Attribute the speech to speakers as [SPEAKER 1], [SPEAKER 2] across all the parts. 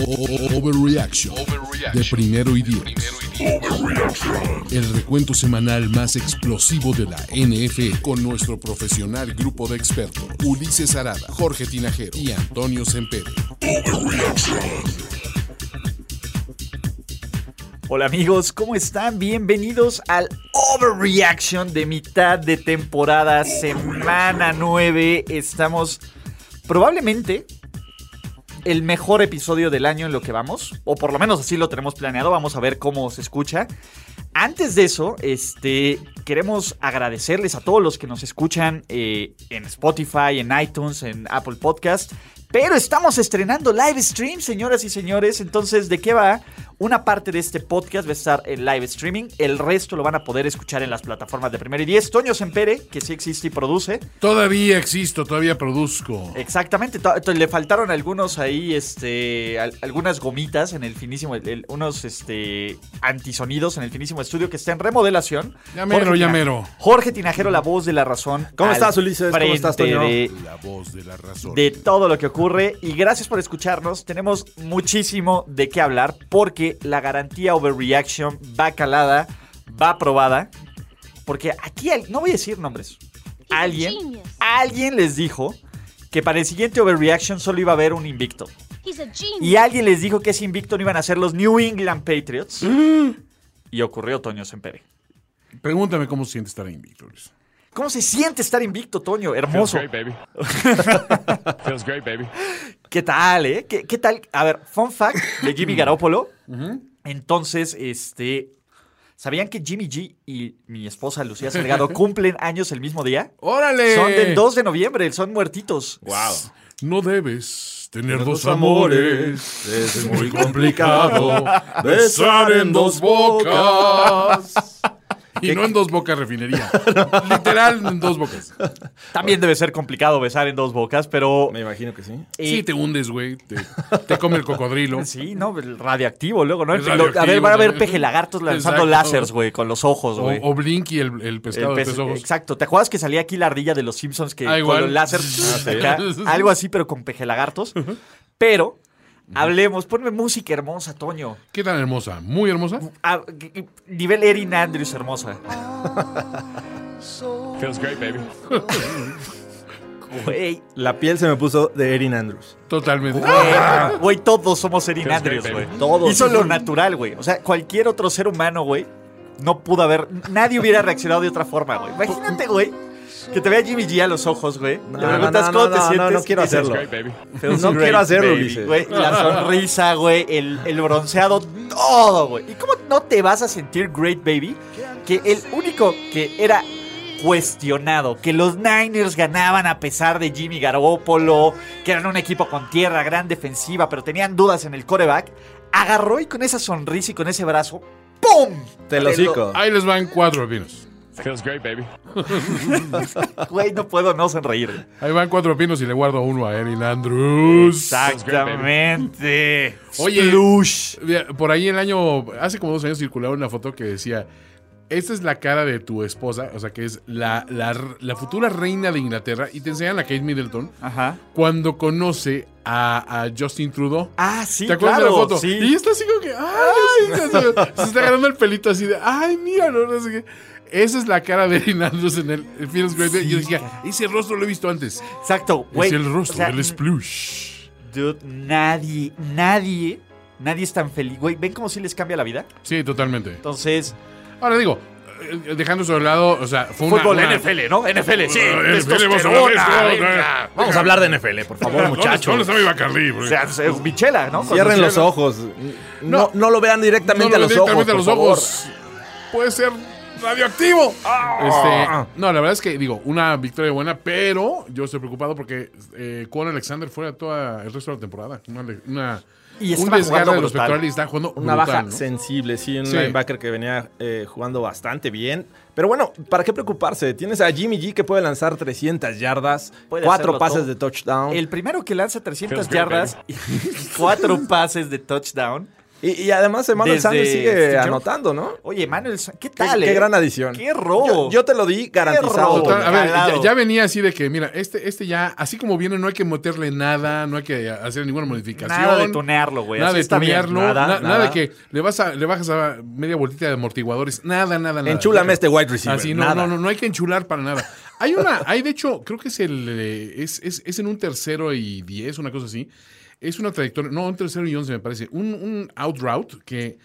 [SPEAKER 1] O- o- o- Overreaction de primero y diez. El recuento semanal más explosivo de la NFL con nuestro profesional grupo de expertos Ulises Arada, Jorge Tinajero y Antonio Sempere.
[SPEAKER 2] Hola amigos, ¿cómo están? Bienvenidos al Overreaction de mitad de temporada, semana 9. Estamos probablemente el mejor episodio del año en lo que vamos, o por lo menos así lo tenemos planeado, vamos a ver cómo se escucha. Antes de eso, este, queremos agradecerles a todos los que nos escuchan eh, en Spotify, en iTunes, en Apple Podcast. Pero estamos estrenando live stream, señoras y señores. Entonces, ¿de qué va? Una parte de este podcast va a estar en live streaming. El resto lo van a poder escuchar en las plataformas de Primero y Diez. Toño Sempere, que sí existe y produce.
[SPEAKER 3] Todavía existo, todavía produzco.
[SPEAKER 2] Exactamente, to- to- le faltaron algunos ahí, este, al- algunas gomitas en el finísimo, el- el- unos este, antisonidos en el finísimo estudio que está en remodelación.
[SPEAKER 3] Ya mero,
[SPEAKER 2] Jorge
[SPEAKER 3] ya
[SPEAKER 2] Tina-
[SPEAKER 3] mero.
[SPEAKER 2] Jorge Tinajero, la voz de la razón.
[SPEAKER 4] ¿Cómo
[SPEAKER 2] al
[SPEAKER 4] estás, Ulises? ¿Cómo estás,
[SPEAKER 2] frente
[SPEAKER 4] Toño?
[SPEAKER 2] de-
[SPEAKER 1] La voz de la razón.
[SPEAKER 2] de todo lo que ocurre y gracias por escucharnos. Tenemos muchísimo de qué hablar porque la garantía Overreaction va calada, va aprobada. Porque aquí, al- no voy a decir nombres, alguien, alguien les dijo que para el siguiente Overreaction solo iba a haber un invicto.
[SPEAKER 5] He's a genius.
[SPEAKER 2] Y alguien les dijo que ese invicto no iban a ser los New England Patriots. Y ocurrió Toño Sempere.
[SPEAKER 3] Pregúntame cómo se siente estar ahí, Víctor.
[SPEAKER 2] ¿Cómo se siente estar invicto, Toño? Hermoso.
[SPEAKER 6] baby. Feels great, baby.
[SPEAKER 2] ¿Qué tal, eh? ¿Qué, qué tal? A ver, fun fact de Jimmy Garoppolo. Entonces, este. ¿Sabían que Jimmy G y mi esposa Lucía Salgado cumplen años el mismo día?
[SPEAKER 3] ¡Órale!
[SPEAKER 2] Son del 2 de noviembre, son muertitos.
[SPEAKER 4] Wow.
[SPEAKER 3] No debes tener dos amores.
[SPEAKER 4] Es muy complicado.
[SPEAKER 3] Besar en dos bocas. Y no en dos bocas refinería. Literal, en dos bocas.
[SPEAKER 2] También debe ser complicado besar en dos bocas, pero.
[SPEAKER 4] Me imagino que sí.
[SPEAKER 2] eh,
[SPEAKER 3] Sí, te hundes, güey. Te, te come el cocodrilo.
[SPEAKER 2] sí, ¿no? El Radioactivo, luego, ¿no?
[SPEAKER 3] Es
[SPEAKER 2] Lo- a ver,
[SPEAKER 3] radioactivo,
[SPEAKER 2] van a
[SPEAKER 3] ¿no?
[SPEAKER 2] ver pejelagartos lanzando
[SPEAKER 3] Exacto.
[SPEAKER 2] láseres, güey, con los ojos,
[SPEAKER 3] O,
[SPEAKER 2] güey.
[SPEAKER 3] o Blinky, el, el pescado
[SPEAKER 2] El
[SPEAKER 3] de
[SPEAKER 2] pez-
[SPEAKER 3] tres ojos.
[SPEAKER 2] Exacto. ¿Te acuerdas que salía aquí la ardilla de los Simpsons que
[SPEAKER 3] Ah,
[SPEAKER 2] con
[SPEAKER 3] igual. Ah,
[SPEAKER 2] el láser? acá? algo así, pero con pejelagartos. Pero, hablemos, ponme música hermosa, Toño.
[SPEAKER 3] ¿Qué tan hermosa? ¿Muy hermosa?
[SPEAKER 2] Ah, g- g- nivel Erin Andrews hermosa.
[SPEAKER 6] Feels great, baby.
[SPEAKER 2] Güey,
[SPEAKER 4] La piel se me puso de Erin Andrews.
[SPEAKER 3] Totalmente.
[SPEAKER 2] eh, güey, güey, todos somos Erin
[SPEAKER 6] Feels
[SPEAKER 2] Andrews,
[SPEAKER 6] great,
[SPEAKER 2] güey.
[SPEAKER 6] baby.
[SPEAKER 4] Todos.
[SPEAKER 2] Hizo lo natural, güey. O sea, cualquier otro ser humano, güey, no pudo haber. Nadie hubiera reaccionado de otra forma, güey. Imagínate, güey. Que te vea Jimmy G a los ojos, güey.
[SPEAKER 4] No,
[SPEAKER 2] Le preguntas
[SPEAKER 4] no, no,
[SPEAKER 2] cómo te
[SPEAKER 4] no, no,
[SPEAKER 2] sientes.
[SPEAKER 4] no quiero
[SPEAKER 2] y dices,
[SPEAKER 4] hacerlo.
[SPEAKER 6] Great, baby.
[SPEAKER 4] No
[SPEAKER 2] Great,
[SPEAKER 4] quiero hacerlo,
[SPEAKER 2] baby,
[SPEAKER 4] Ulises.
[SPEAKER 2] güey. la sonrisa, güey, el, el bronceado, todo, güey. ¿Y cómo no te vas a sentir great, baby? Que el único que era cuestionado, que los Niners ganaban a pesar de Jimmy Garoppolo, que eran un equipo con tierra, gran defensiva, pero tenían dudas en el coreback, agarró y con esa sonrisa y con ese brazo, ¡pum!
[SPEAKER 4] Te lo cico.
[SPEAKER 3] Ahí les van cuatro pinos.
[SPEAKER 6] Feels great, baby.
[SPEAKER 2] Güey, no puedo no sonreír.
[SPEAKER 3] Ahí van cuatro pinos y le guardo uno a Erin Andrews.
[SPEAKER 2] Exactamente.
[SPEAKER 3] Oye.
[SPEAKER 2] Sploosh.
[SPEAKER 3] Mira, Por ahí el año, hace como dos años circulaba una foto que decía, esta es la cara de tu esposa, o sea que es la, la r- la futura reina de Inglaterra, y te enseñan a Kate Middleton
[SPEAKER 2] Ajá.
[SPEAKER 3] cuando conoce a, a Justin Trudeau.
[SPEAKER 2] Ah, sí,
[SPEAKER 3] ¿Te acuerdas
[SPEAKER 2] claro,
[SPEAKER 3] de la foto?
[SPEAKER 2] sí.
[SPEAKER 3] Y está así como que, ay, así, así, se está agarrando el pelito así de, ay, mira, no, no sé qué. Esa es la cara de Erin Andrews en el el Feels Great. Day. Y yo decía, ese rostro lo he visto antes.
[SPEAKER 2] Exacto, güey.
[SPEAKER 3] es el rostro
[SPEAKER 2] O sea, mm.
[SPEAKER 3] del Splush.
[SPEAKER 2] Dude, nadie, nadie, nadie es tan feliz. Güey, ¿ven cómo sí les cambia la vida?
[SPEAKER 3] Sí, totalmente.
[SPEAKER 2] Entonces,
[SPEAKER 3] Ahora digo, eh, dejando eso de lado, o sea, fue una-
[SPEAKER 2] fútbol,
[SPEAKER 3] una-
[SPEAKER 2] NFL, ¿no? NFL, sí.
[SPEAKER 3] Ah,
[SPEAKER 2] testosterona,
[SPEAKER 3] NFL, vamos a hablar de esto,
[SPEAKER 2] venga.
[SPEAKER 3] ah,
[SPEAKER 4] Vamos a hablar de NFL, por favor,
[SPEAKER 3] ¿Dónde
[SPEAKER 4] muchachos.
[SPEAKER 3] está mi Bacardí?
[SPEAKER 2] O
[SPEAKER 3] Porque-
[SPEAKER 2] sea, pues, es- es Michela, ¿no? Cuando
[SPEAKER 4] Cierren los
[SPEAKER 2] cierran-
[SPEAKER 4] ojos. No, no lo vean directamente
[SPEAKER 3] No
[SPEAKER 4] a
[SPEAKER 3] lo
[SPEAKER 4] los
[SPEAKER 3] ven
[SPEAKER 4] ojos.
[SPEAKER 3] directamente a los
[SPEAKER 4] por favor.
[SPEAKER 3] ojos. Puede ser ¡Radioactivo!
[SPEAKER 4] Ah.
[SPEAKER 3] Este, no, la verdad es que, digo, una victoria buena, pero yo estoy preocupado porque eh, Conor Alexander fuera toda el resto de la temporada. Una, una-
[SPEAKER 2] Y
[SPEAKER 3] un
[SPEAKER 2] estaba
[SPEAKER 3] desgarre
[SPEAKER 2] jugando
[SPEAKER 3] de los
[SPEAKER 2] brutal.
[SPEAKER 3] pectorales y está jugando
[SPEAKER 4] Una
[SPEAKER 3] brutal,
[SPEAKER 4] baja
[SPEAKER 3] ¿no?
[SPEAKER 4] sensible, sí, un
[SPEAKER 3] Sí.
[SPEAKER 4] linebacker que venía eh, jugando bastante bien. Pero bueno, ¿para qué preocuparse? Tienes a Jimmy G que puede lanzar 300 yardas,
[SPEAKER 2] Puede
[SPEAKER 4] cuatro
[SPEAKER 2] hacerlo
[SPEAKER 4] pases
[SPEAKER 2] todo.
[SPEAKER 4] de touchdown.
[SPEAKER 2] El primero que lanza 300
[SPEAKER 6] Feels great,
[SPEAKER 2] yardas y cuatro pases de touchdown.
[SPEAKER 4] Y, y además Emmanuel
[SPEAKER 2] Desde
[SPEAKER 4] Sanders sigue
[SPEAKER 2] Steve Jobs.
[SPEAKER 4] anotando, ¿no?
[SPEAKER 2] Oye, Manuel, Sa- ¿qué
[SPEAKER 4] Qué,
[SPEAKER 2] tal?
[SPEAKER 4] qué
[SPEAKER 2] eh?
[SPEAKER 4] gran adición.
[SPEAKER 2] ¡Qué robo!
[SPEAKER 4] Yo, yo te lo di garantizado.
[SPEAKER 2] robo!
[SPEAKER 3] Total, a ver,
[SPEAKER 2] Calado.
[SPEAKER 3] ya, ya venía así de que, mira, este, este ya, así como viene, no hay que meterle nada, no hay que hacer ninguna modificación.
[SPEAKER 2] Nada de tunearlo, güey.
[SPEAKER 3] Nada
[SPEAKER 2] así
[SPEAKER 3] de
[SPEAKER 2] está bien.
[SPEAKER 3] tunearlo, na-
[SPEAKER 2] Nada,
[SPEAKER 3] nada,
[SPEAKER 2] nada.
[SPEAKER 3] de que le, vas a, le bajas a media bolita de amortiguadores, nada, nada, nada.
[SPEAKER 4] Enchúlame este wide receiver,
[SPEAKER 3] Así, no,
[SPEAKER 4] nada.
[SPEAKER 3] no, no, no hay que enchular para nada. Hay una, hay de hecho, creo que es el, eh, es, es, es en un tercero y diez, una cosa así. Es una trayectoria, no, un tercero y once me parece, un, un out route que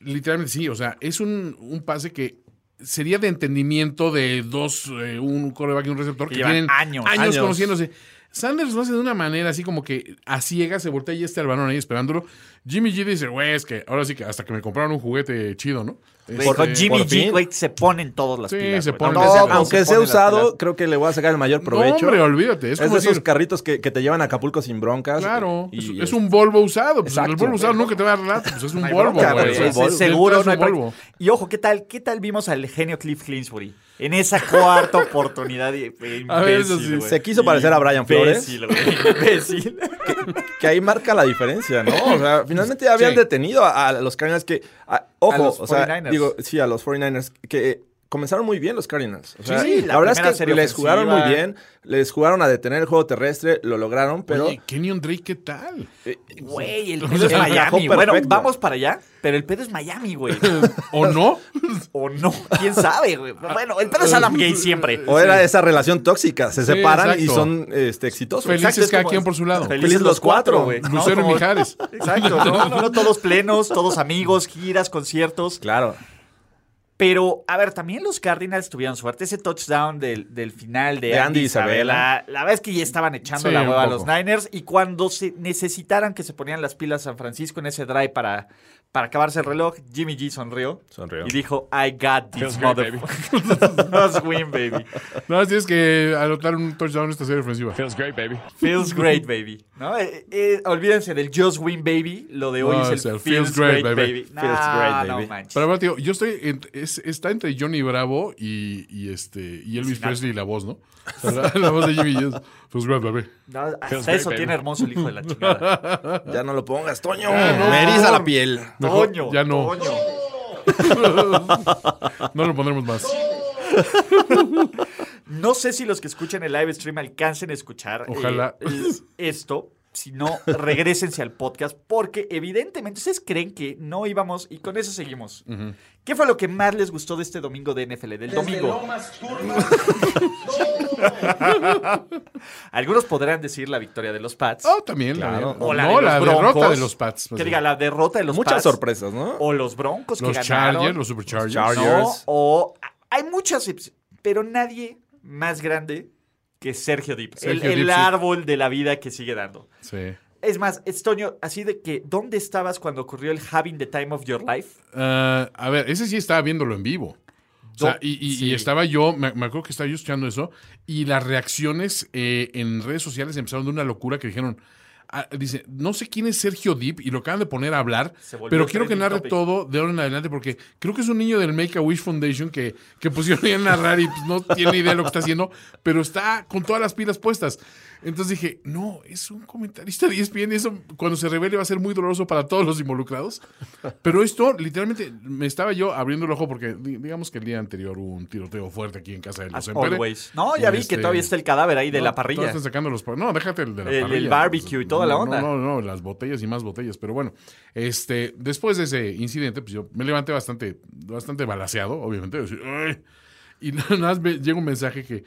[SPEAKER 3] literalmente sí, o sea, es un, un pase que sería de entendimiento de dos, eh, un coreback y un receptor que,
[SPEAKER 2] llevan
[SPEAKER 3] tienen
[SPEAKER 2] años,
[SPEAKER 3] años,
[SPEAKER 4] años.
[SPEAKER 3] conociéndose. Sanders lo hace de una manera así como que a ciegas se voltea y está el balón ahí esperándolo. Jimmy G dice, güey, es que ahora sí que hasta que me compraron un juguete chido, ¿no?
[SPEAKER 2] Güey,
[SPEAKER 3] Este,
[SPEAKER 2] con Jimmy
[SPEAKER 4] por
[SPEAKER 2] G,
[SPEAKER 4] fin.
[SPEAKER 2] güey, se ponen todas las
[SPEAKER 3] Sí,
[SPEAKER 2] pilas.
[SPEAKER 3] se
[SPEAKER 2] güey.
[SPEAKER 3] ponen.
[SPEAKER 4] No,
[SPEAKER 3] Aunque sea-
[SPEAKER 2] Todos
[SPEAKER 4] aunque
[SPEAKER 2] se
[SPEAKER 4] sea
[SPEAKER 2] ponen las
[SPEAKER 4] usado,
[SPEAKER 2] pilas.
[SPEAKER 4] creo que le voy a sacar el mayor provecho.
[SPEAKER 3] hombre, olvídate, es
[SPEAKER 4] Es,
[SPEAKER 3] como
[SPEAKER 4] de esos
[SPEAKER 3] decir-
[SPEAKER 4] carritos que, que te llevan a Acapulco sin broncas.
[SPEAKER 3] Claro, pues,
[SPEAKER 4] Y-
[SPEAKER 3] es,
[SPEAKER 4] y-
[SPEAKER 3] es un Volvo usado. Pues
[SPEAKER 4] Exacto.
[SPEAKER 3] el Volvo usado nunca te va a dar lata, pues es un
[SPEAKER 2] hay
[SPEAKER 3] Volvo,
[SPEAKER 2] bronca,
[SPEAKER 3] güey.
[SPEAKER 2] güey,
[SPEAKER 3] O sea,
[SPEAKER 2] es- es
[SPEAKER 3] neta,
[SPEAKER 2] seguro,
[SPEAKER 3] es
[SPEAKER 2] no hay
[SPEAKER 3] un Volvo.
[SPEAKER 2] bronca. Y ojo, ¿qué tal, ¿qué tal vimos al genio Cliff Clinsbury? En esa cuarta oportunidad. y- Imbécil,
[SPEAKER 3] A ver, eso sí.
[SPEAKER 2] güey.
[SPEAKER 4] Se quiso parecer a Brian Flores.
[SPEAKER 2] Imbécil, güey, imbécil.
[SPEAKER 4] que ahí marca la diferencia, ¿no? O sea, finalmente ya habían
[SPEAKER 3] Sí.
[SPEAKER 4] detenido a, a los Cardinals que. a- ojo,
[SPEAKER 2] A los
[SPEAKER 4] o sea,
[SPEAKER 2] 49ers.
[SPEAKER 4] digo, sí, a los 49ers que. Comenzaron muy bien los Cardinals. O sea,
[SPEAKER 2] Sí,
[SPEAKER 4] la,
[SPEAKER 2] la primera
[SPEAKER 4] verdad es que
[SPEAKER 2] serie
[SPEAKER 4] les jugaron muy
[SPEAKER 2] ofensiva.
[SPEAKER 4] bien, les jugaron a detener el juego terrestre, lo lograron, pero
[SPEAKER 3] Oye, Kenyon Drake, ¿qué tal?
[SPEAKER 4] Eh,
[SPEAKER 2] Güey, el
[SPEAKER 3] O
[SPEAKER 2] pedo es
[SPEAKER 3] sea,
[SPEAKER 4] atajó
[SPEAKER 2] Miami. Bueno,
[SPEAKER 4] perfecto.
[SPEAKER 2] vamos para allá, pero el pedo es Miami, güey.
[SPEAKER 3] ¿O no?
[SPEAKER 2] O no, quién sabe, güey. Bueno, el pedo es Adam Gay siempre.
[SPEAKER 4] o era esa relación tóxica,
[SPEAKER 3] Sí,
[SPEAKER 4] se separan y
[SPEAKER 3] exacto.
[SPEAKER 4] son este, exitosos.
[SPEAKER 3] Felices
[SPEAKER 4] Exacto, es
[SPEAKER 3] cada
[SPEAKER 4] como-
[SPEAKER 3] quien por su lado.
[SPEAKER 4] Felices los cuatro, güey.
[SPEAKER 2] ¿no?
[SPEAKER 3] Lucero y
[SPEAKER 2] Como-
[SPEAKER 3] Mijares.
[SPEAKER 2] Exacto, ¿no? No, no, todos plenos, todos amigos, giras, conciertos.
[SPEAKER 4] Claro.
[SPEAKER 2] Pero, a ver, también los Cardinals tuvieron suerte. Ese touchdown del, del final de,
[SPEAKER 4] De Andy
[SPEAKER 2] Andy
[SPEAKER 4] Isabella.
[SPEAKER 2] Isabella, La verdad es que ya estaban echando
[SPEAKER 3] Sí,
[SPEAKER 2] la
[SPEAKER 3] un
[SPEAKER 2] hueva a los
[SPEAKER 3] poco.
[SPEAKER 2] Niners. Y cuando se necesitaran que se ponían las pilas San Francisco en ese drive para, para acabarse el reloj, Jimmy G sonrió.
[SPEAKER 4] Sonrió.
[SPEAKER 2] Y dijo, I got this
[SPEAKER 6] Feels great,
[SPEAKER 2] motherfucker. win, baby.
[SPEAKER 3] Nada más tienes que anotar un touchdown en esta serie ofensiva.
[SPEAKER 6] Feels great, baby.
[SPEAKER 2] Feels great, baby. ¿No? Eh, eh, olvídense del Just Win, baby. Lo de hoy
[SPEAKER 3] No,
[SPEAKER 2] es el
[SPEAKER 3] es el
[SPEAKER 2] feels,
[SPEAKER 3] feels
[SPEAKER 2] great,
[SPEAKER 3] great,
[SPEAKER 2] baby.
[SPEAKER 3] baby.
[SPEAKER 2] No,
[SPEAKER 4] Feels great,
[SPEAKER 2] no
[SPEAKER 4] baby.
[SPEAKER 2] manches.
[SPEAKER 3] Pero, bueno, tío, yo estoy. en- es- está entre Johnny Bravo y, y este, y Elvis Presley y la voz, ¿no? O sea, La, la voz de Jimmy G. Pues, güey, güey.
[SPEAKER 2] No, hasta
[SPEAKER 6] Feels great,
[SPEAKER 2] eso
[SPEAKER 6] baby.
[SPEAKER 2] tiene hermoso el hijo de la chingada.
[SPEAKER 4] Ya no lo pongas, Toño.
[SPEAKER 3] Ah,
[SPEAKER 4] Me eriza la piel.
[SPEAKER 3] Mejor
[SPEAKER 2] Toño,
[SPEAKER 3] ya no.
[SPEAKER 2] Toño.
[SPEAKER 3] No lo pondremos más.
[SPEAKER 2] No sé si los que escuchan el live stream alcancen a escuchar eh,
[SPEAKER 3] Ojalá.
[SPEAKER 2] l- esto. Si no, regresense al podcast porque evidentemente ustedes creen que no íbamos y con eso seguimos. ¿Qué fue lo que más les gustó de este domingo de NFL? Del domingo. Algunos podrán decir la victoria de los Pats.
[SPEAKER 3] Ah, también.
[SPEAKER 4] Claro.
[SPEAKER 3] la-
[SPEAKER 2] O la,
[SPEAKER 3] no,
[SPEAKER 2] de los
[SPEAKER 3] la
[SPEAKER 2] Broncos.
[SPEAKER 3] derrota de los Pats. pues,
[SPEAKER 2] Que diga, la derrota de los
[SPEAKER 4] Muchas
[SPEAKER 2] Pats.
[SPEAKER 4] sorpresas, ¿no?
[SPEAKER 2] O los Broncos que
[SPEAKER 3] Los
[SPEAKER 2] ganaron.
[SPEAKER 3] Chargers, los Superchargers.
[SPEAKER 4] Chargers.
[SPEAKER 2] ¿no? O hay muchas, ex- pero nadie más grande que Sergio Dip.
[SPEAKER 3] Sergio
[SPEAKER 2] el el
[SPEAKER 3] Dip, sí.
[SPEAKER 2] árbol de la vida que sigue dando.
[SPEAKER 3] Sí.
[SPEAKER 2] Es más, Estoño, así de que, ¿dónde estabas cuando ocurrió el having the time of your life?
[SPEAKER 3] Ah, a ver, ese sí estaba viéndolo en vivo. O sea, y, y- y
[SPEAKER 2] Sí.
[SPEAKER 3] estaba yo, me, me acuerdo que estaba yo escuchando eso, y las reacciones eh, en redes sociales empezaron de una locura que dijeron, ah, dice, no sé quién es Sergio Deep, y lo acaban de poner a hablar,
[SPEAKER 2] Se volvió
[SPEAKER 3] pero quiero que
[SPEAKER 2] trending
[SPEAKER 3] narre
[SPEAKER 2] topic.
[SPEAKER 3] todo de ahora en adelante, porque creo que es un niño del Make a Wish Foundation que, que pusieron ahí a narrar y pues, no tiene idea de lo que está haciendo, pero está con todas las pilas puestas. Entonces dije, no, es un comentarista de E ESPN y eso cuando se revele va a ser muy doloroso para todos los involucrados. Pero esto, literalmente, me estaba yo abriendo el ojo porque di- digamos que el día anterior hubo un tiroteo fuerte aquí en casa de los
[SPEAKER 2] As
[SPEAKER 3] Sempere.
[SPEAKER 2] always. No, ya
[SPEAKER 3] Y
[SPEAKER 2] vi
[SPEAKER 3] este-
[SPEAKER 2] que todavía está el cadáver ahí de
[SPEAKER 3] no,
[SPEAKER 2] la
[SPEAKER 3] todos
[SPEAKER 2] parrilla.
[SPEAKER 3] están sacando los par- No, déjate el de la
[SPEAKER 2] El- el
[SPEAKER 3] parrilla.
[SPEAKER 2] barbecue y toda la
[SPEAKER 3] No,
[SPEAKER 2] onda.
[SPEAKER 3] No, no, no, las botellas y más botellas. Pero bueno, este, después de ese incidente, pues yo me levanté bastante, bastante balaseado, obviamente. así, "Ay". Y nada más me llega un mensaje que,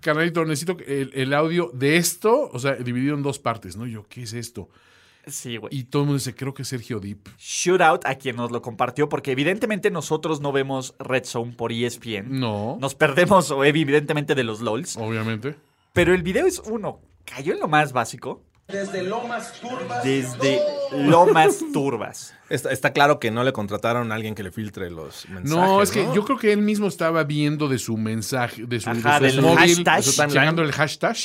[SPEAKER 3] carnalito, necesito el, el audio de esto, o sea, dividido en dos partes, ¿no? Y Yo, ¿qué es esto?
[SPEAKER 2] Sí, güey.
[SPEAKER 3] Y todo el mundo dice, creo que es Sergio Deep.
[SPEAKER 2] Shootout a quien nos lo compartió, porque evidentemente nosotros no vemos Red Zone por E ESPN.
[SPEAKER 3] No,
[SPEAKER 2] Nos perdemos, o evidentemente, de los LOLs.
[SPEAKER 3] obviamente.
[SPEAKER 2] Pero el video es uno, cayó en lo más básico. Desde Lomas Turbas.
[SPEAKER 4] Está, está claro que no le contrataron a alguien que le filtre los mensajes.
[SPEAKER 3] No, es que yo creo que él mismo estaba viendo de su mensaje, de su,
[SPEAKER 2] Ajá,
[SPEAKER 3] de su
[SPEAKER 2] del
[SPEAKER 3] móvil,
[SPEAKER 2] hashtag.
[SPEAKER 3] de su timeline, checando el hashtag.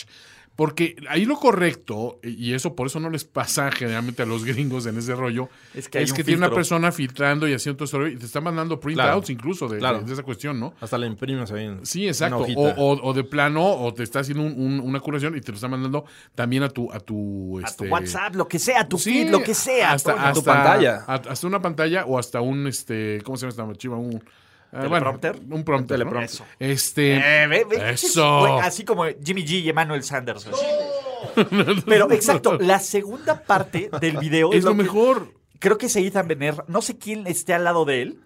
[SPEAKER 3] Porque ahí lo correcto, y eso por eso no les pasa generalmente a los gringos en ese rollo, es
[SPEAKER 2] Es que
[SPEAKER 3] que,
[SPEAKER 2] hay un
[SPEAKER 3] tiene una
[SPEAKER 2] filtro.
[SPEAKER 3] persona filtrando y haciendo todo ese rollo, y te está mandando printouts
[SPEAKER 4] Claro,
[SPEAKER 3] incluso de,
[SPEAKER 4] claro.
[SPEAKER 3] de esa cuestión, ¿no?
[SPEAKER 4] Hasta le imprimes ahí. en
[SPEAKER 3] Sí,
[SPEAKER 4] una
[SPEAKER 3] exacto.
[SPEAKER 4] hojita.
[SPEAKER 3] O, o- o de plano, o te está haciendo un- un- una curación y te lo está mandando también a tu... A tu,
[SPEAKER 2] A tu
[SPEAKER 3] este,
[SPEAKER 2] WhatsApp, lo que sea, tu
[SPEAKER 3] sí,
[SPEAKER 2] feed, lo que sea.
[SPEAKER 3] Hasta,
[SPEAKER 2] coño.
[SPEAKER 3] hasta-
[SPEAKER 4] tu pantalla.
[SPEAKER 3] a- hasta una pantalla o hasta un, este, ¿cómo se llama esta chiva? Un... ah,
[SPEAKER 2] ¿Teleprompter?
[SPEAKER 3] bueno, un prompter. ¿no?
[SPEAKER 2] Teleprompter. Eso.
[SPEAKER 3] Este.
[SPEAKER 2] Eh, ve, ve,
[SPEAKER 3] eso.
[SPEAKER 2] güey, Así como Jimmy G y Emmanuel Sanders. así. Pero exacto, la segunda parte del video
[SPEAKER 3] es lo
[SPEAKER 2] que-
[SPEAKER 3] mejor.
[SPEAKER 2] Creo que es Ethan Bener, no sé quién esté al lado de él,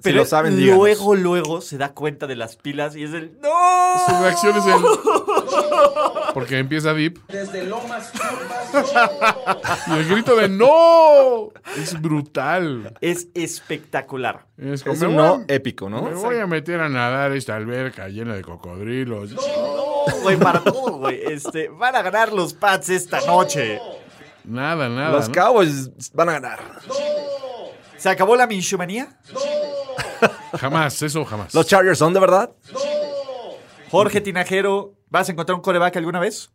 [SPEAKER 2] pero
[SPEAKER 4] lo saben, díganos.
[SPEAKER 2] luego, luego se da cuenta de las pilas y es el ¡No!
[SPEAKER 3] Su reacción es el. Porque empieza Deep. Y el grito de ¡No! Es brutal.
[SPEAKER 2] Es espectacular.
[SPEAKER 3] Es como.
[SPEAKER 4] Es
[SPEAKER 3] me
[SPEAKER 4] un
[SPEAKER 3] voy a-
[SPEAKER 4] no épico, ¿no?
[SPEAKER 3] Me voy a meter a nadar a esta alberca llena de cocodrilos.
[SPEAKER 2] Güey, para todo, güey. Este, van a ganar los Pats esta noche.
[SPEAKER 3] Nada, nada.
[SPEAKER 4] Los
[SPEAKER 3] ¿no?
[SPEAKER 4] Cowboys van a ganar.
[SPEAKER 2] ¿Se acabó la minchumanía?
[SPEAKER 3] Jamás, eso jamás.
[SPEAKER 4] ¿Los Chargers son de verdad?
[SPEAKER 2] Jorge Tinajero, ¿vas a encontrar un coreback alguna vez?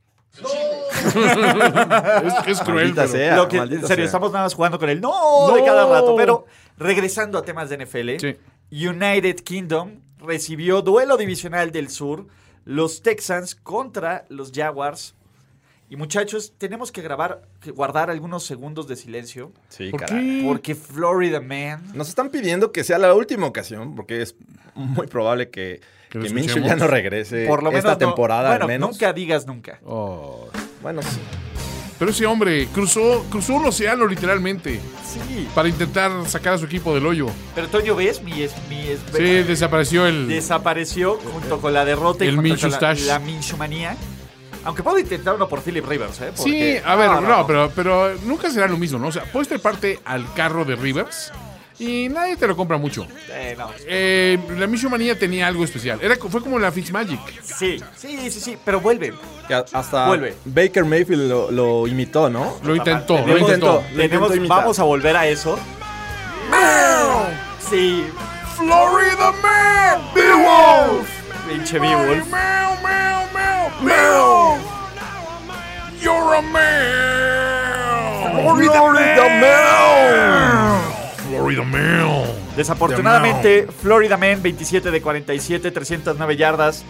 [SPEAKER 3] es, es cruel.
[SPEAKER 4] Maldita
[SPEAKER 3] pero-
[SPEAKER 4] sea,
[SPEAKER 2] Lo que, en
[SPEAKER 4] maldita
[SPEAKER 2] serio,
[SPEAKER 4] sea.
[SPEAKER 2] estamos nada más jugando con el no, de
[SPEAKER 3] No.
[SPEAKER 2] cada rato. Pero regresando a temas de NFL,
[SPEAKER 3] Sí.
[SPEAKER 2] United Kingdom recibió duelo divisional del sur, los Texans contra los Jaguars. Y muchachos, tenemos que grabar, que guardar algunos segundos de silencio.
[SPEAKER 4] Sí,
[SPEAKER 3] ¿Por
[SPEAKER 4] caray.
[SPEAKER 3] qué?
[SPEAKER 2] Porque Florida Man.
[SPEAKER 4] Nos están pidiendo que sea la última ocasión, porque es muy probable que,
[SPEAKER 3] Que
[SPEAKER 4] que,
[SPEAKER 3] lo
[SPEAKER 4] Minshew ya
[SPEAKER 3] escuchemos.
[SPEAKER 4] no regrese
[SPEAKER 2] Por lo menos.
[SPEAKER 4] esta
[SPEAKER 2] no-
[SPEAKER 4] temporada,
[SPEAKER 2] bueno,
[SPEAKER 4] al menos.
[SPEAKER 2] Nunca digas nunca.
[SPEAKER 3] Oh.
[SPEAKER 4] Bueno, sí.
[SPEAKER 3] Pero ese hombre cruzó, cruzó un océano literalmente
[SPEAKER 2] Sí.
[SPEAKER 3] para intentar sacar a su equipo del hoyo.
[SPEAKER 2] Pero Toño ves, mi es. Mi es
[SPEAKER 3] Sí, desapareció el.
[SPEAKER 2] desapareció junto con la derrota y
[SPEAKER 3] El
[SPEAKER 2] junto
[SPEAKER 3] Minshew
[SPEAKER 2] con la,
[SPEAKER 3] Stash.
[SPEAKER 2] la Minshumanía. Aunque puedo intentar uno por Philip Rivers, ¿eh?
[SPEAKER 3] Sí,
[SPEAKER 2] Porque-
[SPEAKER 3] a ver, no, Pero, pero nunca será lo mismo, ¿no? O sea, puedes treparte al carro de Rivers y nadie te lo compra mucho.
[SPEAKER 2] Eh, no.
[SPEAKER 3] Eh, la Mission Manía tenía algo especial. Era, fue como la Fitzmagic.
[SPEAKER 2] Sí, sí, sí, sí, pero vuelve.
[SPEAKER 4] Que a- hasta
[SPEAKER 2] Vuelve.
[SPEAKER 4] Baker Mayfield lo, lo imitó, ¿no?
[SPEAKER 3] Lo intentó, lo
[SPEAKER 4] Lo
[SPEAKER 3] intentó.
[SPEAKER 4] intentó.
[SPEAKER 2] Tenemos,
[SPEAKER 4] imitar.
[SPEAKER 2] vamos a volver a eso. Sí,
[SPEAKER 3] Florida Man, Beowulf.
[SPEAKER 2] pinche Beowulf.
[SPEAKER 3] Meow, meow, meow, meow. You're a man.
[SPEAKER 4] Florida Man.
[SPEAKER 3] Florida Man.
[SPEAKER 2] Desafortunadamente, Florida Man, 27 de 47, 309 yardas,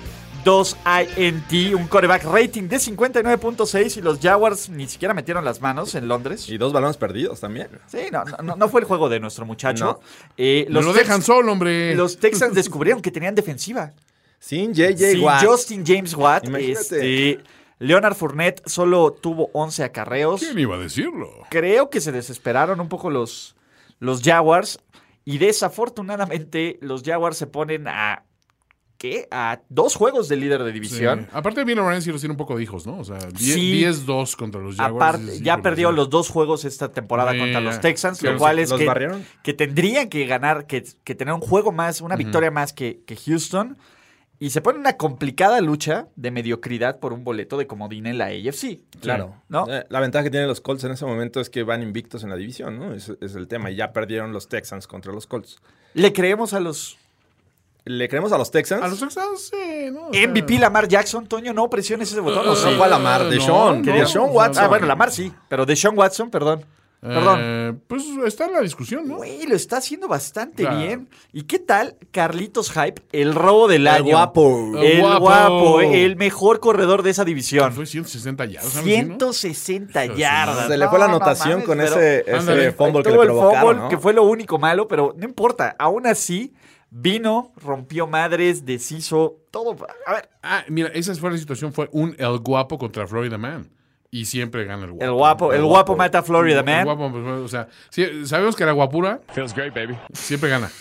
[SPEAKER 2] 2 INT, un coreback rating de 59.6 y los Jaguars ni siquiera metieron las manos en Londres.
[SPEAKER 4] Y dos balones perdidos también.
[SPEAKER 2] Sí, no, no- no, no fue el juego de nuestro muchacho.
[SPEAKER 4] No.
[SPEAKER 2] Eh,
[SPEAKER 3] No lo
[SPEAKER 2] Tex-
[SPEAKER 3] dejan solo, hombre.
[SPEAKER 2] Los Texans descubrieron que tenían defensiva.
[SPEAKER 4] Sin JJ
[SPEAKER 2] Sin
[SPEAKER 4] Watt.
[SPEAKER 2] Justin James Watt,
[SPEAKER 4] Imagínate.
[SPEAKER 2] este, Leonard Fournette solo tuvo 11 acarreos.
[SPEAKER 3] ¿Quién iba a decirlo?
[SPEAKER 2] Creo que se desesperaron un poco los, los Jaguars. Y desafortunadamente, los Jaguars se ponen a. ¿Qué? A dos juegos de líder de división.
[SPEAKER 3] Sí. Aparte, Bill O'Brien sí los tiene un poco de hijos, ¿no? O sea, die-
[SPEAKER 2] Sí.
[SPEAKER 3] 10-2 contra los Jaguars.
[SPEAKER 2] Aparte,
[SPEAKER 3] es
[SPEAKER 2] ya perdió
[SPEAKER 3] impresionante.
[SPEAKER 2] los dos juegos esta temporada
[SPEAKER 3] Sí,
[SPEAKER 2] contra
[SPEAKER 3] ya.
[SPEAKER 2] los Texans,
[SPEAKER 3] Sí,
[SPEAKER 2] lo
[SPEAKER 3] los-
[SPEAKER 2] cual es
[SPEAKER 4] los
[SPEAKER 2] que,
[SPEAKER 4] barrieron.
[SPEAKER 2] que tendrían que ganar, que, que tener un juego más, una victoria más que, que Houston. Y se pone una complicada lucha de mediocridad por un boleto de comodín en la AFC.
[SPEAKER 4] Claro.
[SPEAKER 2] ¿No?
[SPEAKER 4] Eh, La ventaja que tienen los Colts en ese momento es que van invictos en la división, ¿no? Es, es el tema. Y ya perdieron los Texans contra los Colts.
[SPEAKER 2] Le creemos a los
[SPEAKER 4] ¿Le creemos a los Texans?
[SPEAKER 3] A los Texans, sí, ¿no? O sea,
[SPEAKER 2] MVP Lamar Jackson, Toño, no presiones ese botón. ¿o sí?
[SPEAKER 4] No fue a Lamar, de
[SPEAKER 3] no,
[SPEAKER 4] Sean.
[SPEAKER 3] no.
[SPEAKER 4] De Sean Watson.
[SPEAKER 2] Ah, bueno, Lamar sí, pero de Sean Watson, perdón.
[SPEAKER 3] eh,
[SPEAKER 2] Perdón.
[SPEAKER 3] Pues está en la discusión, ¿no?
[SPEAKER 2] Güey, lo está haciendo bastante
[SPEAKER 3] Claro.
[SPEAKER 2] bien. ¿Y qué tal Carlitos Hype, el robo del año?
[SPEAKER 4] guapo.
[SPEAKER 2] El
[SPEAKER 3] El
[SPEAKER 2] guapo,
[SPEAKER 3] guapo.
[SPEAKER 2] el mejor corredor de esa división.
[SPEAKER 3] Fue 160 ya.
[SPEAKER 2] 160 yardas.
[SPEAKER 4] Se le fue la
[SPEAKER 2] No, no
[SPEAKER 4] anotación
[SPEAKER 2] mames,
[SPEAKER 4] con
[SPEAKER 2] pero
[SPEAKER 4] ese, ese
[SPEAKER 3] Ándale.
[SPEAKER 4] fumble que le
[SPEAKER 2] tuvo el
[SPEAKER 4] provocaron,
[SPEAKER 2] fumble,
[SPEAKER 4] ¿no?
[SPEAKER 2] que fue lo único malo, pero no importa. Aún así, vino, rompió madres, deshizo todo. A ver,
[SPEAKER 3] Ah, mira, esa fue la situación. Fue un El Guapo contra Florida Man. Y siempre gana el guapo.
[SPEAKER 2] el guapo, el,
[SPEAKER 4] el
[SPEAKER 2] guapo
[SPEAKER 4] guapo.
[SPEAKER 2] mata a Florida, man.
[SPEAKER 3] El guapo, pues, o sea, sí, sabemos que la guapura
[SPEAKER 6] Feels great, baby.
[SPEAKER 3] siempre gana.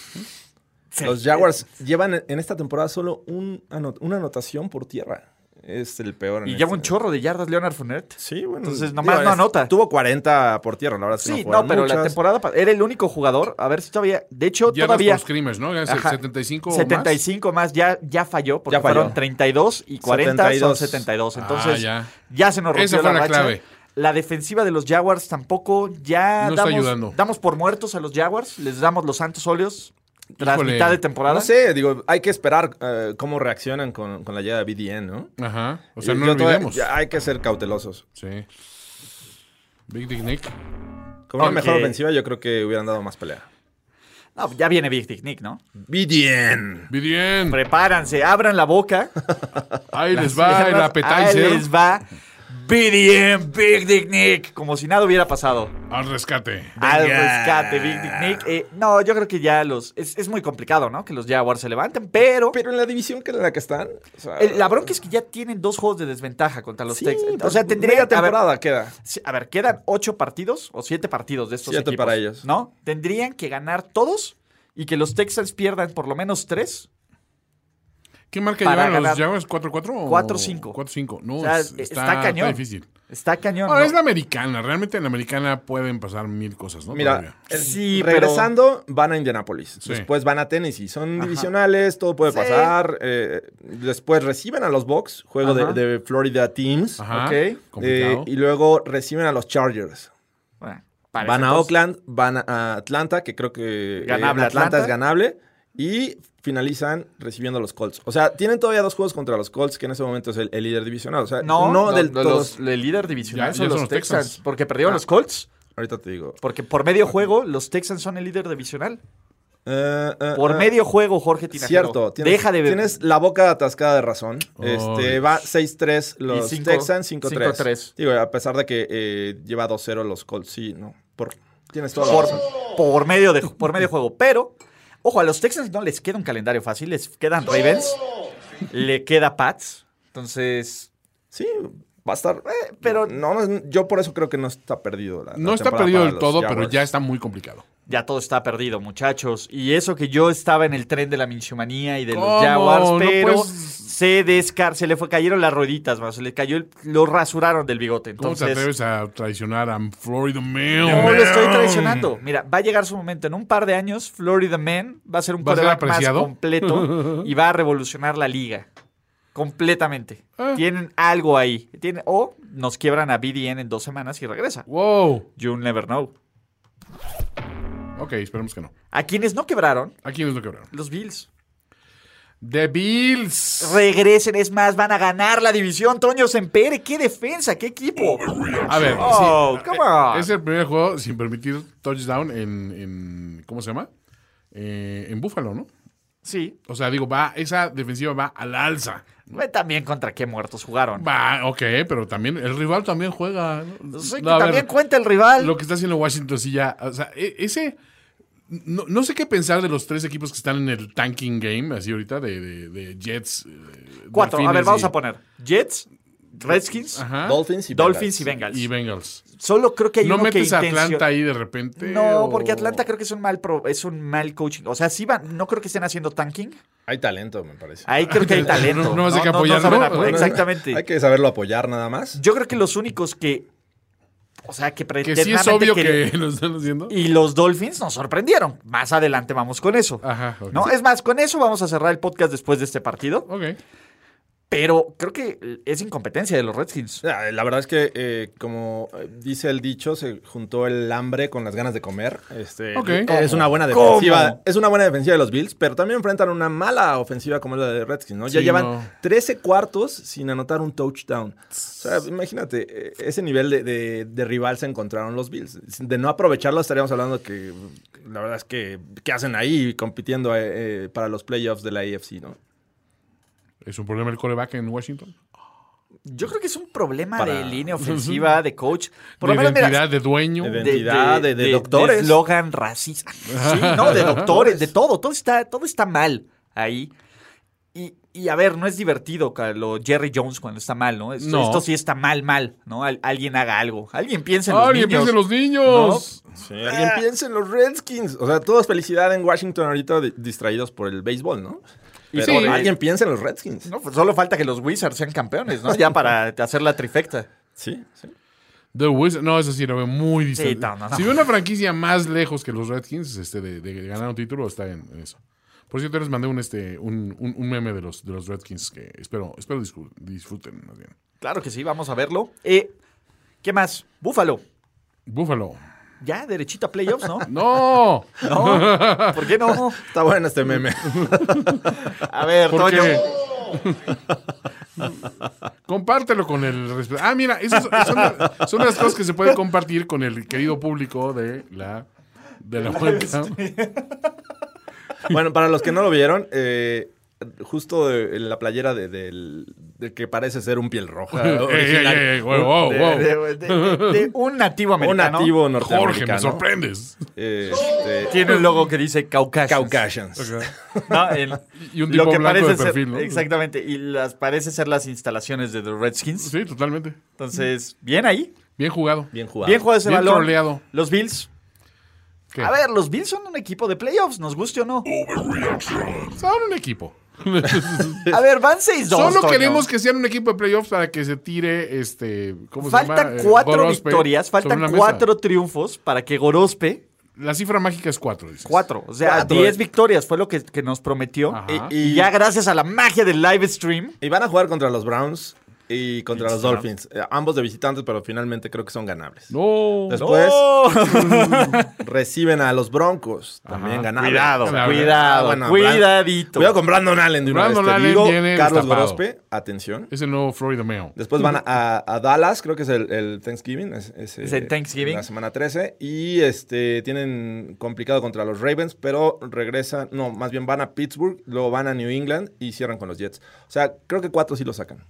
[SPEAKER 4] Los Jaguars llevan en esta temporada solo un ano- una anotación por tierra. Es el peor. en
[SPEAKER 2] Y lleva
[SPEAKER 4] este-
[SPEAKER 2] un chorro de yardas Leonard Fournette.
[SPEAKER 4] Sí, bueno.
[SPEAKER 2] Entonces, nomás no
[SPEAKER 4] es-
[SPEAKER 2] anota.
[SPEAKER 4] Tuvo 40 por tierra, la verdad es que
[SPEAKER 2] Sí,
[SPEAKER 4] no
[SPEAKER 2] no,
[SPEAKER 4] fueron
[SPEAKER 2] pero la
[SPEAKER 4] muchas.
[SPEAKER 2] temporada pa- era el único jugador. A ver si todavía. De hecho,
[SPEAKER 3] Ya
[SPEAKER 2] todavía.
[SPEAKER 3] los crímenes, ¿no? Ganas el
[SPEAKER 2] Ajá.
[SPEAKER 3] 75 o más.
[SPEAKER 2] 75 más, ya, ya falló, porque
[SPEAKER 4] Ya falló.
[SPEAKER 2] fueron 32 y 40 son
[SPEAKER 4] 72.
[SPEAKER 2] 72.
[SPEAKER 3] Ah,
[SPEAKER 2] Entonces, ya.
[SPEAKER 3] ya.
[SPEAKER 2] se nos rompió
[SPEAKER 3] Esa fue
[SPEAKER 2] la,
[SPEAKER 3] la
[SPEAKER 2] racha.
[SPEAKER 3] clave.
[SPEAKER 2] La defensiva de los Jaguars tampoco. Ya
[SPEAKER 3] No está
[SPEAKER 2] damos,
[SPEAKER 3] ayudando.
[SPEAKER 2] damos por muertos a los Jaguars. Les damos los santos óleos tras
[SPEAKER 3] Híjole.
[SPEAKER 2] mitad de temporada.
[SPEAKER 4] No sé, digo, hay que esperar eh, cómo reaccionan con, con la llegada de BDN, ¿no?
[SPEAKER 3] Ajá. O sea,
[SPEAKER 4] Yo-
[SPEAKER 3] no
[SPEAKER 4] yo todavía-
[SPEAKER 3] olvidemos.
[SPEAKER 4] ya hay que ser cautelosos.
[SPEAKER 3] Sí. Big Dick Nick.
[SPEAKER 4] Con una
[SPEAKER 2] Ok.
[SPEAKER 4] mejor ofensiva yo creo que hubieran dado más pelea.
[SPEAKER 2] No, ya viene Big Dick Nick, ¿no?
[SPEAKER 4] BDN.
[SPEAKER 3] Bien.
[SPEAKER 2] Prepárense, abran la boca.
[SPEAKER 3] Ahí les va el appetizer
[SPEAKER 2] Ahí les va BDM, Big Dick Nick. Como si nada hubiera pasado.
[SPEAKER 3] al rescate.
[SPEAKER 2] Al rescate, Big Dick Nick. Eh, no, yo creo que ya los. Es, es muy complicado, ¿no? Que los Jaguars se levanten, pero.
[SPEAKER 4] Pero en la división que en la que están, o sea,
[SPEAKER 2] el- Eh, la bronca es que ya tienen dos juegos de desventaja contra los
[SPEAKER 4] sí,
[SPEAKER 2] Texans. O
[SPEAKER 4] pues,
[SPEAKER 2] sea, tendría.
[SPEAKER 4] media
[SPEAKER 2] a ver,
[SPEAKER 4] temporada queda.
[SPEAKER 2] Sí, a ver, quedan ocho partidos o siete partidos de estos
[SPEAKER 4] Siete
[SPEAKER 2] equipos,
[SPEAKER 4] para ellos.
[SPEAKER 2] ¿No? Tendrían que ganar todos y que los Texans pierdan por lo menos tres.
[SPEAKER 3] ¿Qué marca
[SPEAKER 2] Para
[SPEAKER 3] llevan
[SPEAKER 2] ganar-
[SPEAKER 3] los Jaguars? ¿4-4 o
[SPEAKER 2] 4-5.
[SPEAKER 3] 4-5. No,
[SPEAKER 2] O sea,
[SPEAKER 3] es-
[SPEAKER 2] está
[SPEAKER 3] está,
[SPEAKER 2] cañón.
[SPEAKER 3] está difícil.
[SPEAKER 2] Está cañón.
[SPEAKER 3] Ahora
[SPEAKER 2] ¿no?
[SPEAKER 3] Ah, es la americana. Realmente en la americana pueden pasar mil cosas, ¿no?
[SPEAKER 4] Mira,
[SPEAKER 3] Todavía.
[SPEAKER 4] el-
[SPEAKER 2] Sí, pero-
[SPEAKER 4] regresando van a Indianapolis,
[SPEAKER 3] Sí.
[SPEAKER 4] después van a Tennessee, son divisionales, todo puede
[SPEAKER 2] Sí.
[SPEAKER 4] pasar. eh, después reciben a los Bucks, juego de,
[SPEAKER 2] Ajá.
[SPEAKER 4] de Florida Teams,
[SPEAKER 3] Ajá.
[SPEAKER 2] ok.
[SPEAKER 3] Complicado.
[SPEAKER 4] eh, y luego reciben a los Chargers.
[SPEAKER 2] Bueno, para
[SPEAKER 4] Van
[SPEAKER 2] ese
[SPEAKER 4] a
[SPEAKER 2] entonces-
[SPEAKER 4] Oakland, van a Atlanta, que creo que eh,
[SPEAKER 2] Ganable
[SPEAKER 4] en Atlanta,
[SPEAKER 2] Atlanta.
[SPEAKER 4] es ganable, y finalizan recibiendo a los Colts. O sea, tienen todavía dos juegos contra los Colts, que en ese momento es el, el líder divisional. O sea,
[SPEAKER 2] No,
[SPEAKER 4] no, del
[SPEAKER 2] de
[SPEAKER 4] todo.
[SPEAKER 2] los- el líder divisional
[SPEAKER 3] Ya-
[SPEAKER 2] son
[SPEAKER 3] ya
[SPEAKER 2] los Texans, porque perdieron
[SPEAKER 4] Ah.
[SPEAKER 2] los Colts.
[SPEAKER 4] Ahorita te digo.
[SPEAKER 2] Porque por medio juego, los Texans son el líder divisional.
[SPEAKER 4] Eh, eh,
[SPEAKER 2] Por
[SPEAKER 4] eh.
[SPEAKER 2] medio juego, Jorge Tinajero.
[SPEAKER 4] Cierto, tienes,
[SPEAKER 2] Deja de ver.
[SPEAKER 4] tienes la boca atascada de razón.
[SPEAKER 3] Oh.
[SPEAKER 4] Este va 6-3 los
[SPEAKER 2] Y cinco-
[SPEAKER 4] Texans, 5-3.
[SPEAKER 2] 5-3.
[SPEAKER 4] Digo, a pesar de que eh, lleva 2-0 los Colts, sí, no. Por, tienes toda la
[SPEAKER 2] por,
[SPEAKER 4] razón.
[SPEAKER 2] por medio de, por medio juego. Pero, ojo, a los Texans no les queda un calendario fácil. Les quedan Ravens, le queda Pats. Entonces,
[SPEAKER 4] Sí, va a estar. eh,
[SPEAKER 2] pero-
[SPEAKER 4] pero no, no, yo por eso creo que no está perdido. la- la
[SPEAKER 3] no está
[SPEAKER 4] temporada
[SPEAKER 3] perdido
[SPEAKER 4] para
[SPEAKER 3] del
[SPEAKER 4] los
[SPEAKER 3] todo, pero
[SPEAKER 4] Jaguars.
[SPEAKER 3] ya está muy complicado.
[SPEAKER 2] ya todo está perdido, muchachos. Y eso que yo estaba en el tren de la minchumanía y de
[SPEAKER 3] ¿Cómo?
[SPEAKER 2] los Jaguars,
[SPEAKER 3] No
[SPEAKER 2] pero
[SPEAKER 3] puedes-
[SPEAKER 2] se descar, se le fue, cayeron las rueditas, más, se le cayó, el- lo rasuraron del bigote.
[SPEAKER 3] ¿Cómo
[SPEAKER 2] Entonces,
[SPEAKER 3] te atreves a traicionar a Florida Mail?
[SPEAKER 2] No lo estoy traicionando. Mira, va a llegar su momento. En un par de años, Florida Man va a ser un
[SPEAKER 3] ¿Va a ser
[SPEAKER 2] quarterback más
[SPEAKER 3] apreciado?
[SPEAKER 2] completo y va a revolucionar la liga. Completamente.
[SPEAKER 3] Ah.
[SPEAKER 2] Tienen algo ahí. Tienen, o nos quiebran a BDN en dos semanas y regresa.
[SPEAKER 3] Wow.
[SPEAKER 2] You never know.
[SPEAKER 3] Ok, esperemos que no.
[SPEAKER 2] A quienes no quebraron,
[SPEAKER 3] ¿A quién es lo quebraron?
[SPEAKER 2] los Bills.
[SPEAKER 3] The Bills.
[SPEAKER 2] Regresen, es más, van a ganar la división. Toño Sempere, qué defensa, qué equipo.
[SPEAKER 3] A ver,
[SPEAKER 2] Oh, come on.
[SPEAKER 3] Es el primer juego sin permitir touchdown en, en- ¿cómo se llama? Eh, en Buffalo, ¿no?
[SPEAKER 2] Sí.
[SPEAKER 3] O sea, digo, va, esa defensiva va al alza.
[SPEAKER 2] Bueno, También contra qué muertos jugaron.
[SPEAKER 3] Va, ok, pero también el rival también juega. ¿no?
[SPEAKER 2] Sí, Pues que
[SPEAKER 3] No, a ver,
[SPEAKER 2] también cuenta el rival.
[SPEAKER 3] Lo que está haciendo Washington sí ya, o sea, e- ese no, no sé qué pensar de los tres equipos que están en el tanking game, así ahorita, de, de- de Jets. eh,
[SPEAKER 2] Cuatro. A
[SPEAKER 3] Delfines
[SPEAKER 2] ver, vamos
[SPEAKER 3] y-
[SPEAKER 2] a poner Jets, Redskins,
[SPEAKER 3] Ajá,
[SPEAKER 4] Dolphins y
[SPEAKER 2] Dolphins y
[SPEAKER 4] Bengals.
[SPEAKER 2] Bengals.
[SPEAKER 3] y Bengals.
[SPEAKER 2] Solo creo que hay
[SPEAKER 3] ¿No
[SPEAKER 2] uno que
[SPEAKER 3] metes a
[SPEAKER 2] intencio-
[SPEAKER 3] Atlanta ahí de repente?
[SPEAKER 2] No,
[SPEAKER 3] o-
[SPEAKER 2] porque Atlanta creo que es un mal pro- es un mal coaching. O sea, sí van, no creo que estén haciendo tanking.
[SPEAKER 4] Hay talento, me parece.
[SPEAKER 2] Ahí creo que hay talento.
[SPEAKER 3] No, no, hay que apoyarlo.
[SPEAKER 2] saben
[SPEAKER 3] No, no,
[SPEAKER 2] apoyar.
[SPEAKER 3] no.
[SPEAKER 2] Exactamente.
[SPEAKER 4] Hay que saberlo apoyar nada más.
[SPEAKER 2] Yo creo que los únicos que o sea, que
[SPEAKER 3] Que sí es
[SPEAKER 2] preternamente
[SPEAKER 3] obvio
[SPEAKER 2] querían-
[SPEAKER 3] que lo están haciendo.
[SPEAKER 2] y los Dolphins nos sorprendieron. Más adelante vamos con eso.
[SPEAKER 3] Ajá, Ah, ok.
[SPEAKER 2] No, es más, con eso vamos a cerrar el podcast después de este partido,
[SPEAKER 3] Ok.
[SPEAKER 2] pero creo que es incompetencia de los Redskins.
[SPEAKER 4] Ah, La verdad es que, eh, como eh, dice el dicho, se juntó el hambre con las ganas de comer. Este,
[SPEAKER 3] Ok.
[SPEAKER 4] eh,
[SPEAKER 3] ¿Cómo?
[SPEAKER 4] Es una buena
[SPEAKER 2] ¿Cómo?
[SPEAKER 4] defensiva. Es una buena defensiva de los Bills, pero también enfrentan una mala ofensiva como la de Redskins, ¿no? ya
[SPEAKER 3] Sí,
[SPEAKER 4] llevan
[SPEAKER 3] no.
[SPEAKER 4] 13 cuartos sin anotar un touchdown. O sea, imagínate, eh, ese nivel de, de- de rival se encontraron los Bills. De no aprovecharlo estaríamos hablando que la verdad es que ¿qué hacen ahí compitiendo eh, eh, para los playoffs de la AFC, ¿no?
[SPEAKER 3] ¿Es un problema el coreback en Washington?
[SPEAKER 2] Yo creo que es un problema
[SPEAKER 4] Para-
[SPEAKER 2] de línea ofensiva, de coach. Por
[SPEAKER 3] ¿De
[SPEAKER 2] lo menos, mira,
[SPEAKER 3] identidad, de dueño?
[SPEAKER 4] De- identidad, de- de doctores.
[SPEAKER 2] De eslogan racista. Sí, no, de doctores, de todo. Todo está, todo está mal ahí. Y, y, a ver, no es divertido ca- lo Jerry Jones cuando está mal, ¿no? Esto,
[SPEAKER 3] No.
[SPEAKER 2] esto sí está mal, mal, ¿no? Al- alguien haga algo. Alguien piense en los
[SPEAKER 3] ¡Alguien
[SPEAKER 2] niños.
[SPEAKER 3] piensa en los niños!
[SPEAKER 4] Sí, alguien piensa en los Redskins. O sea, todos felicidad en Washington ahorita di- distraídos por el béisbol, ¿no? Pero
[SPEAKER 3] sí.
[SPEAKER 4] alguien piensa en los Redskins.
[SPEAKER 2] No, pues solo falta que los Wizards sean campeones, ¿no? Ya para hacer la trifecta.
[SPEAKER 4] Sí, sí.
[SPEAKER 3] The Wiz- No, eso sí lo veo muy distante.
[SPEAKER 2] no, no, no.
[SPEAKER 3] Si veo una franquicia más lejos que los Redskins este, de, de ganar un título, está en, en eso. Por cierto, les mandé un, este, un, un- un meme de los, de los Redskins que espero, espero discu- disfruten más bien.
[SPEAKER 2] Claro que sí, vamos a verlo. Eh, ¿Qué más? Búfalo.
[SPEAKER 3] Búfalo.
[SPEAKER 2] Ya, derechito a playoffs, ¿no?
[SPEAKER 3] ¡No!
[SPEAKER 2] No, ¿por qué no?
[SPEAKER 4] Está bueno este meme.
[SPEAKER 2] A ver,
[SPEAKER 3] ¿Por
[SPEAKER 2] Toño.
[SPEAKER 3] qué? Compártelo con el resp- Ah, mira, esas son, son las cosas que se puede compartir con el querido público de la de la webcam.
[SPEAKER 4] Bueno, para los que no lo vieron, eh, justo de- en la playera de, del- de que parece ser un piel roja.
[SPEAKER 3] Ey, ey,
[SPEAKER 4] original.
[SPEAKER 3] ey, wow, wow,
[SPEAKER 2] De,
[SPEAKER 3] Oh, wow.
[SPEAKER 2] de- de- de un nativo
[SPEAKER 4] un
[SPEAKER 2] americano.
[SPEAKER 4] nativo
[SPEAKER 3] Jorge, me
[SPEAKER 4] norteamericano.
[SPEAKER 3] sorprendes.
[SPEAKER 4] eh, este,
[SPEAKER 2] Tiene el logo que dice Caucasians.
[SPEAKER 4] Caucasians.
[SPEAKER 2] No, el-
[SPEAKER 3] Y un tipo blanco de
[SPEAKER 2] ser-
[SPEAKER 3] perfil, ¿no?
[SPEAKER 2] Exactamente. Y las parece ser las instalaciones de los Redskins.
[SPEAKER 3] Sí, totalmente.
[SPEAKER 2] Entonces, bien ahí.
[SPEAKER 3] Bien jugado.
[SPEAKER 4] Bien jugado.
[SPEAKER 2] Bien jugado ese
[SPEAKER 3] Bien
[SPEAKER 2] balón.
[SPEAKER 3] troleado.
[SPEAKER 2] Los Bills.
[SPEAKER 3] ¿Qué?
[SPEAKER 2] A ver, los Bills son un equipo de playoffs, nos guste o no.
[SPEAKER 3] Son un equipo.
[SPEAKER 2] A ver, van 6-2.
[SPEAKER 3] Solo
[SPEAKER 2] Toño.
[SPEAKER 3] queremos que sean un equipo de playoffs para que se tire este. ¿Cómo se llama?
[SPEAKER 2] Faltan
[SPEAKER 3] Eh,
[SPEAKER 2] cuatro
[SPEAKER 3] Gorospe
[SPEAKER 2] victorias,
[SPEAKER 3] sobre
[SPEAKER 2] faltan
[SPEAKER 3] una mesa.
[SPEAKER 2] cuatro triunfos para que Gorospe.
[SPEAKER 3] La cifra mágica es cuatro. dices.
[SPEAKER 2] Cuatro. Eh, O sea,
[SPEAKER 4] Cuatro,
[SPEAKER 2] diez
[SPEAKER 4] eh.
[SPEAKER 2] victorias fue lo que, que nos prometió.
[SPEAKER 3] Ajá.
[SPEAKER 2] Y, y ya gracias a la magia del live stream.
[SPEAKER 4] Y van a jugar contra los Browns y contra los Dolphins. Eh, ambos de visitantes, pero finalmente creo que son ganables.
[SPEAKER 3] No.
[SPEAKER 4] Después
[SPEAKER 2] ¡Oh!
[SPEAKER 4] reciben a los Broncos, también ganables.
[SPEAKER 2] Cuidado,
[SPEAKER 3] Claro.
[SPEAKER 2] cuidado,
[SPEAKER 4] Ah, Bueno,
[SPEAKER 2] cuidadito.
[SPEAKER 4] Cuidado con Brandon Allen de una
[SPEAKER 3] Brandon
[SPEAKER 4] vez. te
[SPEAKER 3] Allen
[SPEAKER 4] digo.
[SPEAKER 3] viene
[SPEAKER 4] Carlos
[SPEAKER 3] destapado.
[SPEAKER 4] Gorospe, atención.
[SPEAKER 3] Es el nuevo Florida Mail.
[SPEAKER 4] Después van a, a Dallas, creo que es el, el Thanksgiving. Es, eh,
[SPEAKER 2] Es el Thanksgiving.
[SPEAKER 4] La semana 13. Y este tienen complicado contra los Ravens, pero regresan. No, más bien van a Pittsburgh, luego van a New England y cierran con los Jets. O sea, creo que cuatro sí lo sacan.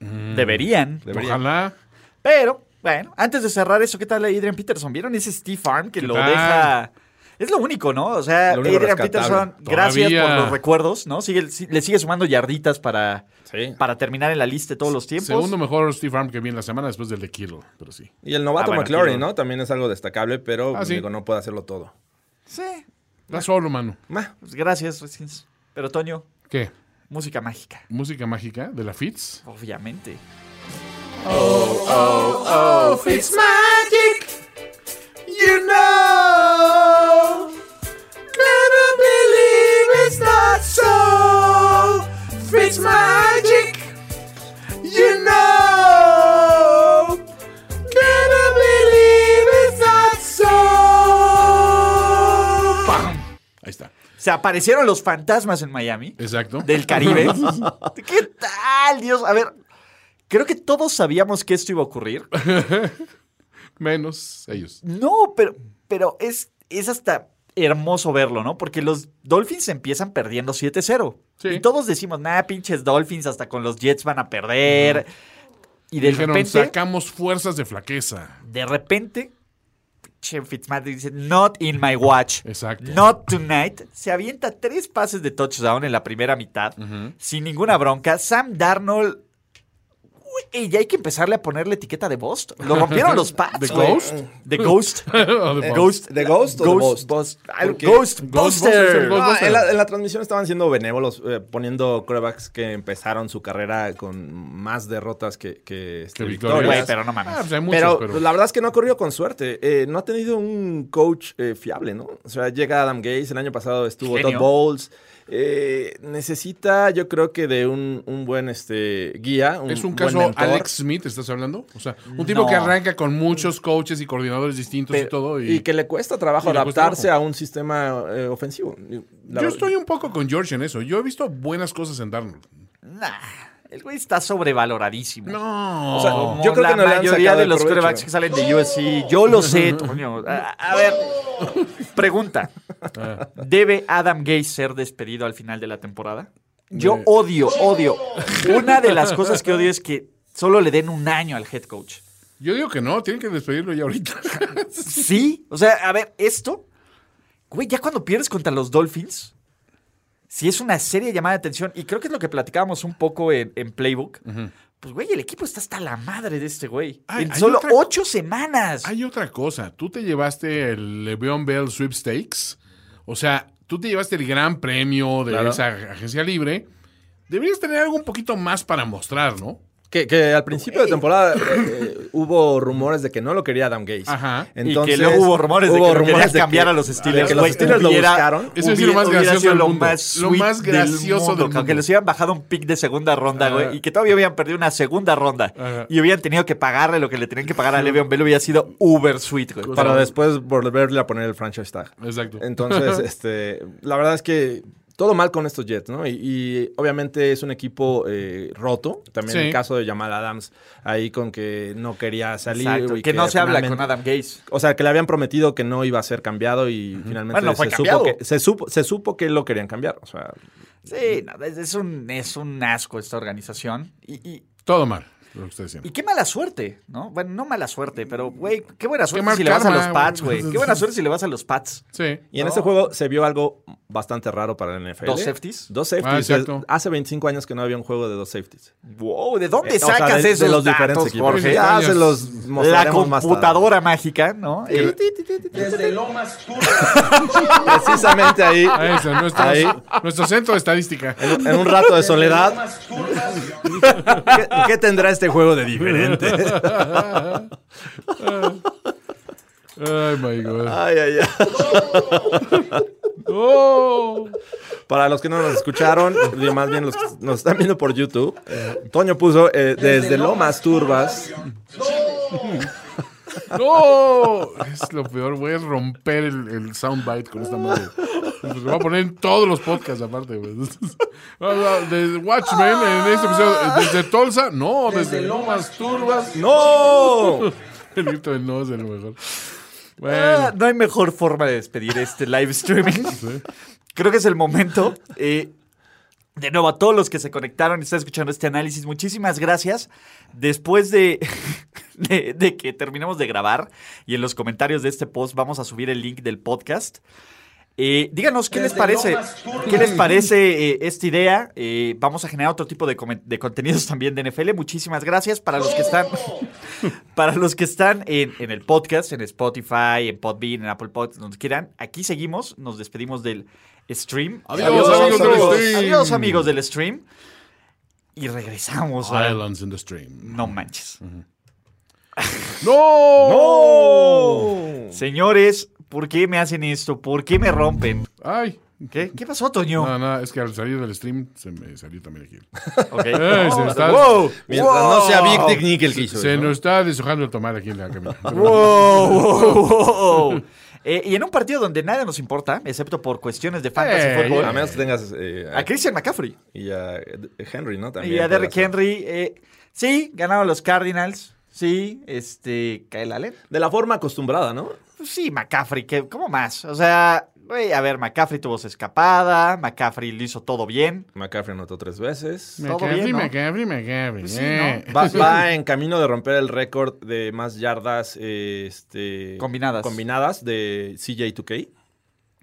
[SPEAKER 4] Mm.
[SPEAKER 2] Deberían.
[SPEAKER 4] Debería.
[SPEAKER 3] Ojalá.
[SPEAKER 2] Pero, bueno, antes de cerrar eso, ¿qué tal a Adrian Peterson? ¿Vieron ese Steve Farm que lo
[SPEAKER 3] tal?
[SPEAKER 2] deja? Es lo único, ¿no? O sea,
[SPEAKER 4] Lo único
[SPEAKER 2] Adrian
[SPEAKER 4] rescatable.
[SPEAKER 2] Peterson, gracias por
[SPEAKER 3] Todavía.
[SPEAKER 2] los recuerdos, ¿no? Sigue, si- le sigue sumando yarditas para,
[SPEAKER 4] Sí.
[SPEAKER 2] para terminar en la lista de todos los tiempos.
[SPEAKER 3] Segundo mejor Steve Arm que vi en la semana después del de Kittle, pero sí.
[SPEAKER 4] Y el novato
[SPEAKER 2] Ah, bueno,
[SPEAKER 4] McLaurin,
[SPEAKER 2] aquí no.
[SPEAKER 4] ¿no? También es algo destacable, pero
[SPEAKER 3] Ah, sí.
[SPEAKER 4] digo, no puede hacerlo todo.
[SPEAKER 2] Sí,
[SPEAKER 3] Está solo, mano.
[SPEAKER 4] Ma,
[SPEAKER 2] pues gracias, Redskins. Pero, Toño,
[SPEAKER 3] ¿Qué?
[SPEAKER 2] música mágica,
[SPEAKER 3] ¿Música mágica de la Fitz?
[SPEAKER 2] obviamente. Oh,
[SPEAKER 3] Ahí está.
[SPEAKER 2] Se aparecieron los fantasmas en Miami.
[SPEAKER 3] Exacto.
[SPEAKER 2] del Caribe. ¿Qué tal, Dios? A ver, creo que todos sabíamos que esto iba a ocurrir.
[SPEAKER 3] Menos ellos.
[SPEAKER 2] No, pero, pero es, es hasta hermoso verlo, ¿no? Porque los Dolphins empiezan perdiendo 7-0.
[SPEAKER 3] Sí.
[SPEAKER 2] Y todos decimos, nah, pinches Dolphins, hasta con los Jets van a perder. Y de
[SPEAKER 3] Dijeron,
[SPEAKER 2] repente,
[SPEAKER 3] sacamos fuerzas de flaqueza.
[SPEAKER 2] de repente, pinche Fitzmagic dice, not in my watch.
[SPEAKER 3] Exacto.
[SPEAKER 2] Not tonight. Se avienta tres pases de touchdown en la primera mitad, sin ninguna bronca. Sam Darnold. Uy, ya hay que empezarle a poner la etiqueta de Ghost. Lo rompieron los pads.
[SPEAKER 3] ¿De
[SPEAKER 2] güey.
[SPEAKER 3] Ghost?
[SPEAKER 2] De Ghost.
[SPEAKER 3] O de Bob.
[SPEAKER 2] Ghost.
[SPEAKER 4] ¿De Ghost o de Bost?
[SPEAKER 2] Bost- Al-
[SPEAKER 4] Porque-
[SPEAKER 2] Ghost
[SPEAKER 3] Buster es el Ghost-
[SPEAKER 2] Buster.
[SPEAKER 4] No,
[SPEAKER 3] Ghostbusters.
[SPEAKER 4] en, la, en la transmisión estaban siendo benévolos, eh, poniendo corebacks que empezaron su carrera con más derrotas que, que, este,
[SPEAKER 3] Qué victorias.
[SPEAKER 2] Güey,
[SPEAKER 4] victorias.
[SPEAKER 2] pero no
[SPEAKER 3] Ah,
[SPEAKER 2] mames.
[SPEAKER 3] pues hay muchos,
[SPEAKER 4] Pero,
[SPEAKER 3] pero,
[SPEAKER 4] pues, la verdad es que no ha corrido con suerte. Eh, no ha tenido un coach eh, fiable, ¿no? O sea, llega Adam Gates, el año pasado estuvo
[SPEAKER 2] Genio.
[SPEAKER 4] Todd Bowles. Eh, necesita, yo creo que de un, un buen este, guía.
[SPEAKER 3] es un
[SPEAKER 4] buen
[SPEAKER 3] caso
[SPEAKER 4] mentor.
[SPEAKER 3] Alex Smith, ¿estás hablando? O sea, un tipo que arranca con muchos coaches y coordinadores distintos y
[SPEAKER 4] Pero-
[SPEAKER 3] todo. Y,
[SPEAKER 4] y que le cuesta trabajo
[SPEAKER 3] y le cuesta
[SPEAKER 4] adaptarse
[SPEAKER 3] trabajo.
[SPEAKER 4] a un sistema eh, ofensivo. La-
[SPEAKER 3] Yo estoy un poco con George en eso. Yo he visto buenas cosas en Darnold.
[SPEAKER 2] Nah, el güey está sobrevaloradísimo.
[SPEAKER 3] No.
[SPEAKER 4] O sea,
[SPEAKER 2] Como
[SPEAKER 4] yo creo
[SPEAKER 2] la
[SPEAKER 4] que no le han
[SPEAKER 2] mayoría
[SPEAKER 4] sacado
[SPEAKER 2] de
[SPEAKER 4] el
[SPEAKER 2] los
[SPEAKER 4] provecho.
[SPEAKER 2] quarterbacks que salen de USC. Yo lo sé, Toño. A, a ver, pregunta. ¿Debe Adam Gay ser despedido al final de la temporada? Yo odio, odio. Una de las cosas que odio es que solo le den un año al head coach.
[SPEAKER 3] Yo digo que no, tienen que despedirlo ya ahorita.
[SPEAKER 2] Sí. O sea, a ver, esto. Güey, ya cuando pierdes contra los Dolphins, si es una seria llamada de atención, y creo que es lo que platicábamos un poco en, en Playbook, pues güey, el equipo está hasta la madre de este güey.
[SPEAKER 3] Ay,
[SPEAKER 2] en
[SPEAKER 3] hay
[SPEAKER 2] solo
[SPEAKER 3] otra-
[SPEAKER 2] ocho semanas.
[SPEAKER 3] Hay otra cosa. Tú te llevaste el Le'Veon Bell Sweepstakes. O sea, tú te llevaste el gran premio de
[SPEAKER 4] Claro.
[SPEAKER 3] esa agencia libre. Deberías tener algo un poquito más para mostrar, ¿no?
[SPEAKER 4] Que, que al principio de temporada eh, eh, hubo rumores de que no lo quería Adam Gaze.
[SPEAKER 3] Ajá. Y
[SPEAKER 2] Y que luego hubo rumores de que no querías cambiar a los Steelers.
[SPEAKER 4] de que los
[SPEAKER 2] güey,
[SPEAKER 4] Steelers lo
[SPEAKER 2] hubiera-
[SPEAKER 4] buscaron.
[SPEAKER 3] Eso es lo más
[SPEAKER 2] hubiera
[SPEAKER 3] gracioso
[SPEAKER 2] sido
[SPEAKER 3] del
[SPEAKER 2] lo
[SPEAKER 3] mundo.
[SPEAKER 2] Más
[SPEAKER 3] Lo
[SPEAKER 2] sweet
[SPEAKER 3] más gracioso del
[SPEAKER 2] mundo.
[SPEAKER 3] mundo.
[SPEAKER 2] Que les hubieran bajado un pick de segunda ronda, güey. Y que todavía hubieran perdido una segunda ronda.
[SPEAKER 3] Ajá.
[SPEAKER 2] Y hubieran tenido que pagarle lo que le tenían que pagar a Le'Veon Bell. Hubiera sido uber sweet, güey.
[SPEAKER 4] Para después volverle a poner el franchise tag.
[SPEAKER 3] Exacto.
[SPEAKER 4] Entonces, este, la verdad es que todo mal con estos Jets, ¿no? Y, y obviamente es un equipo eh, roto. También
[SPEAKER 3] Sí.
[SPEAKER 4] el caso de Jamal Adams, ahí con que no quería salir.
[SPEAKER 2] Exacto,
[SPEAKER 4] y
[SPEAKER 2] que, no se habla
[SPEAKER 4] finalmente-
[SPEAKER 2] con Adam Gaze.
[SPEAKER 4] O sea, que le habían prometido que no iba a ser cambiado y finalmente
[SPEAKER 2] Bueno, fue
[SPEAKER 4] se,
[SPEAKER 2] cambiado.
[SPEAKER 4] supo que, se, supo, se supo que lo querían cambiar. O sea,
[SPEAKER 2] Sí, no, es, es un, es un asco esta organización. Y, y-
[SPEAKER 3] Todo mal, lo que está diciendo.
[SPEAKER 2] y qué mala suerte, ¿no? Bueno, no mala suerte, pero, güey, qué buena suerte
[SPEAKER 3] mal
[SPEAKER 2] si le vas a
[SPEAKER 3] karma,
[SPEAKER 2] los Pats,
[SPEAKER 3] güey.
[SPEAKER 2] güey. Qué buena suerte si le vas a los Pats.
[SPEAKER 3] Sí.
[SPEAKER 4] Y en este juego se vio algo bastante raro para el NFL.
[SPEAKER 2] ¿Dos safeties?
[SPEAKER 4] Dos
[SPEAKER 3] Ah,
[SPEAKER 4] safeties.
[SPEAKER 3] exacto.
[SPEAKER 4] hace 25 años que no había un juego de dos safeties.
[SPEAKER 2] Wow, ¿de dónde
[SPEAKER 4] Eh, o sea,
[SPEAKER 2] sacas
[SPEAKER 4] de- de
[SPEAKER 2] esos
[SPEAKER 4] los diferentes
[SPEAKER 2] datos,
[SPEAKER 4] equipos.
[SPEAKER 2] Jorge?
[SPEAKER 3] Ya
[SPEAKER 4] Ah,
[SPEAKER 3] años.
[SPEAKER 4] se los
[SPEAKER 2] la
[SPEAKER 4] mostraremos más tarde.
[SPEAKER 2] computadora mágica, ¿no? Eh,
[SPEAKER 4] Precisamente ahí,
[SPEAKER 3] Eso, nuestro,
[SPEAKER 4] Ahí.
[SPEAKER 3] nuestro centro de estadística.
[SPEAKER 4] en un rato de soledad. ¿Qué, qué tendrá este juego de diferente?
[SPEAKER 3] Ay, my God.
[SPEAKER 4] Ay, ay, ay.
[SPEAKER 3] Oh.
[SPEAKER 4] Para los que no nos escucharon, y más bien los que nos están viendo por YouTube, eh, Toño puso eh, desde Lomas Turbas.
[SPEAKER 3] ¡No! Es lo peor, voy a romper el, el soundbite con esta madre. Lo voy a poner en todos los podcasts, aparte, güey. Desde Watchmen, en este episodio, desde Tulsa, no, desde, Lomas Turbas.
[SPEAKER 4] ¡No!
[SPEAKER 3] El grito del no es el mejor.
[SPEAKER 2] ah,
[SPEAKER 3] Bueno,
[SPEAKER 2] no hay mejor forma de despedir este live streaming. Creo que es el momento. eh, de nuevo, a todos los que se conectaron y están escuchando este análisis, muchísimas gracias. Después de, de, de que terminemos de grabar y en los comentarios de este post vamos a subir el link del podcast. Eh, díganos qué les parece, qué les parece eh, esta idea. Eh, vamos a generar otro tipo de, comen- de contenidos también de NFL. Muchísimas gracias para los que están, para los que están en, en el podcast, en Spotify, en Podbean, en Apple Podcasts, donde quieran. Aquí seguimos, nos despedimos del stream.
[SPEAKER 3] Adiós, amigos del stream.
[SPEAKER 2] Adiós, amigos del stream. Y regresamos. a-
[SPEAKER 3] Silence in the stream.
[SPEAKER 2] No manches.
[SPEAKER 3] ¡No!
[SPEAKER 2] Oh. Señores, ¿por qué me hacen esto? ¿Por qué me rompen?
[SPEAKER 3] ¡Ay!
[SPEAKER 2] ¿Qué, ¿Qué pasó, Toño?
[SPEAKER 3] No, no, es que al salir del stream se me salió también aquí.
[SPEAKER 2] Ok.
[SPEAKER 3] Ay, Eh, se me está-
[SPEAKER 2] Wow.
[SPEAKER 4] Mientras no sea
[SPEAKER 2] Wow.
[SPEAKER 4] Big Dick Nickel que hizo.
[SPEAKER 3] Se
[SPEAKER 4] ¿no?
[SPEAKER 3] nos está deshojando el tomar aquí en la camina.
[SPEAKER 2] Wow, wow, wow. Eh, y en un partido donde nada nos importa, excepto por cuestiones de fantasy
[SPEAKER 3] Eh,
[SPEAKER 2] fútbol,
[SPEAKER 4] A menos que tengas eh,
[SPEAKER 2] a Christian McCaffrey
[SPEAKER 4] y a Henry, ¿no? También
[SPEAKER 2] y a
[SPEAKER 4] puede
[SPEAKER 2] Derrick
[SPEAKER 4] ser.
[SPEAKER 2] Henry. eh, sí, ganaron los Cardinals. Sí, este, Kyle Allen.
[SPEAKER 4] De la forma acostumbrada, ¿no?
[SPEAKER 2] Pues sí, McCaffrey, que, ¿cómo más? O sea, güey, a ver, McCaffrey tuvo su escapada, McCaffrey lo hizo todo bien.
[SPEAKER 4] McCaffrey anotó tres veces.
[SPEAKER 3] Me
[SPEAKER 2] Todo
[SPEAKER 3] cabrí,
[SPEAKER 2] bien, ¿no?
[SPEAKER 3] me cabrí, me cabrí.
[SPEAKER 2] sí,
[SPEAKER 3] Eh.
[SPEAKER 2] ¿no?
[SPEAKER 4] Va, va en camino de romper el récord de más yardas eh, este,
[SPEAKER 2] Combinadas.
[SPEAKER 4] combinadas de CJ2K.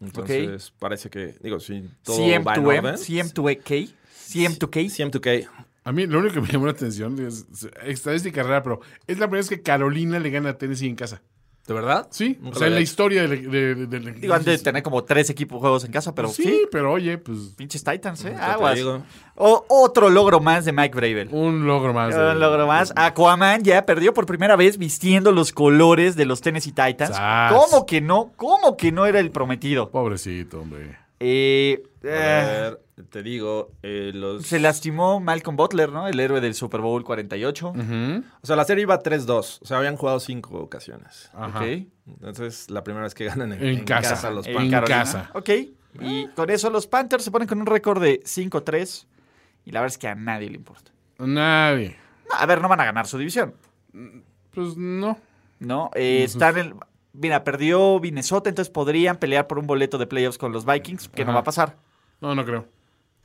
[SPEAKER 4] Entonces, parece que, digo, si todo va en
[SPEAKER 2] CM2M,
[SPEAKER 4] orden.
[SPEAKER 2] CM2K, CM2K.
[SPEAKER 4] CM2K.
[SPEAKER 3] A mí lo único que me llamó la atención es es- estadística rara, pero es la primera vez que Carolina le gana a Tennessee en casa.
[SPEAKER 4] ¿De verdad?
[SPEAKER 3] Sí,
[SPEAKER 4] Nunca
[SPEAKER 3] o sea,
[SPEAKER 4] lo
[SPEAKER 3] en la
[SPEAKER 4] había
[SPEAKER 3] historia del... de- de- del-
[SPEAKER 2] Digo, antes de tener como tres equipos juegos en casa, pero
[SPEAKER 3] Sí,
[SPEAKER 2] sí.
[SPEAKER 3] pero oye, pues
[SPEAKER 2] Pinches Titans, ¿eh?
[SPEAKER 4] hecho. Te
[SPEAKER 2] Aguas.
[SPEAKER 4] digo.
[SPEAKER 2] O- otro logro más de Mike Bravel.
[SPEAKER 3] un logro más. de-
[SPEAKER 2] Un logro más. Aquaman ya perdió por primera vez vistiendo los colores de los Tennessee Titans.
[SPEAKER 3] Sas.
[SPEAKER 2] ¿Cómo que no? ¿Cómo que no era el prometido?
[SPEAKER 3] Pobrecito, hombre.
[SPEAKER 2] Eh,
[SPEAKER 4] A
[SPEAKER 2] eh,
[SPEAKER 4] ver, te digo, eh, los...
[SPEAKER 2] se lastimó Malcolm Butler, ¿no? El héroe del Super Bowl 48.
[SPEAKER 3] Mm,
[SPEAKER 4] O sea, la serie iba 3-2. O sea, habían jugado cinco ocasiones.
[SPEAKER 3] Ajá.
[SPEAKER 2] Ok.
[SPEAKER 4] Entonces, la primera vez que ganan en,
[SPEAKER 3] En
[SPEAKER 4] en
[SPEAKER 3] casa.
[SPEAKER 4] casa. los
[SPEAKER 3] En
[SPEAKER 4] Panthers.
[SPEAKER 2] Carolina.
[SPEAKER 3] casa.
[SPEAKER 2] Ah, Ok. Y con eso los Panthers se ponen con un récord de 5-3. Y la verdad es que a nadie le importa.
[SPEAKER 3] Nadie.
[SPEAKER 2] No, a ver, no van a ganar su división.
[SPEAKER 3] Pues no.
[SPEAKER 2] ¿no? Eh, están en. Mira, perdió Minnesota, entonces podrían pelear por un boleto de playoffs con los Vikings, que no
[SPEAKER 3] Ajá.
[SPEAKER 2] va a pasar.
[SPEAKER 3] No, no creo.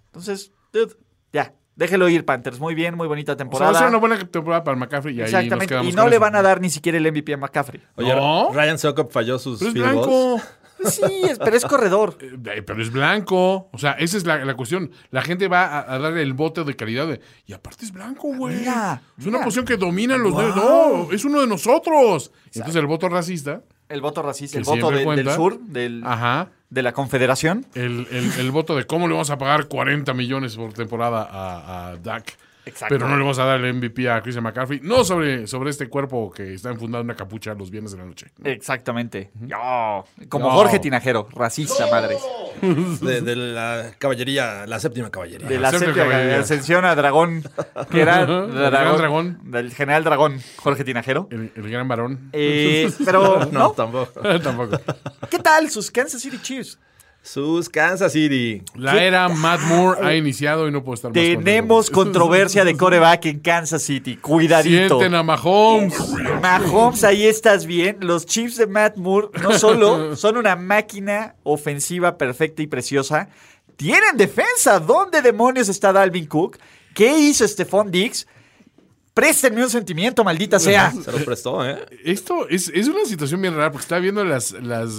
[SPEAKER 2] Entonces, dude, ya, déjelo ir, Panthers. Muy bien, muy bonita
[SPEAKER 3] O sea, va
[SPEAKER 2] temporada.
[SPEAKER 3] a ser una buena temporada para McCaffrey y ahí nos
[SPEAKER 2] Exactamente.
[SPEAKER 3] quedamos
[SPEAKER 2] y no
[SPEAKER 3] con
[SPEAKER 2] le
[SPEAKER 3] eso.
[SPEAKER 2] van a dar ni siquiera el MVP a McCaffrey.
[SPEAKER 4] Oye,
[SPEAKER 3] No.
[SPEAKER 4] Ryan Sokop falló sus
[SPEAKER 3] Pero es
[SPEAKER 4] field goals.
[SPEAKER 3] blanco.
[SPEAKER 2] Sí, es- pero es corredor.
[SPEAKER 3] Eh, Pero es blanco. O sea, esa es la, la cuestión. La gente va a, a darle el bote de calidad. de- y aparte es blanco, güey.
[SPEAKER 2] Ah, Mira,
[SPEAKER 3] es una
[SPEAKER 2] mira.
[SPEAKER 3] posición que dominan los dedos. No, es uno de nosotros. Entonces el voto racista.
[SPEAKER 2] El voto racista,
[SPEAKER 3] Que
[SPEAKER 2] el voto
[SPEAKER 3] siempre
[SPEAKER 2] de- del
[SPEAKER 3] cuenta. Ah.
[SPEAKER 2] sur, del-
[SPEAKER 3] Ajá.
[SPEAKER 2] de la Confederación.
[SPEAKER 3] El, el- el voto de cómo le vamos a pagar 40 millones por temporada a, a Dak.
[SPEAKER 2] Exacto.
[SPEAKER 3] Pero no le vamos a dar el MVP a Christian McCaffrey. No sobre, sobre este cuerpo que está enfundado en una capucha los viernes de la noche.
[SPEAKER 2] Exactamente. Yo. Como
[SPEAKER 3] Yo.
[SPEAKER 2] Jorge Tinajero, racista, madres.
[SPEAKER 4] De, de la caballería, la séptima caballería.
[SPEAKER 2] De la
[SPEAKER 3] Acepto
[SPEAKER 2] séptima
[SPEAKER 3] caballería.
[SPEAKER 2] de ascensión a Dragón. Que era
[SPEAKER 3] Ajá, el
[SPEAKER 2] Dragón,
[SPEAKER 3] gran dragón.
[SPEAKER 2] Del general Dragón, Jorge Tinajero.
[SPEAKER 3] El, el gran varón.
[SPEAKER 2] Eh, pero,
[SPEAKER 4] No,
[SPEAKER 2] ¿no?
[SPEAKER 4] tampoco.
[SPEAKER 3] Tampoco.
[SPEAKER 2] ¿Qué tal sus Kansas City Chiefs?
[SPEAKER 4] Sus Kansas City.
[SPEAKER 3] La era Matt Moore ha iniciado y no puedo estar más contento.
[SPEAKER 2] Tenemos controversia de coreback en Kansas City. Cuidadito.
[SPEAKER 3] Sienten a Mahomes.
[SPEAKER 2] Mahomes, ahí estás bien. Los Chiefs de Matt Moore no solo son una máquina ofensiva perfecta y preciosa, tienen defensa. ¿Dónde demonios está Dalvin Cook? ¿Qué hizo Stephon Diggs? Préstenme un sentimiento, maldita sea.
[SPEAKER 4] Se lo prestó, ¿eh?
[SPEAKER 3] Esto es, es una situación bien rara porque estaba viendo las, las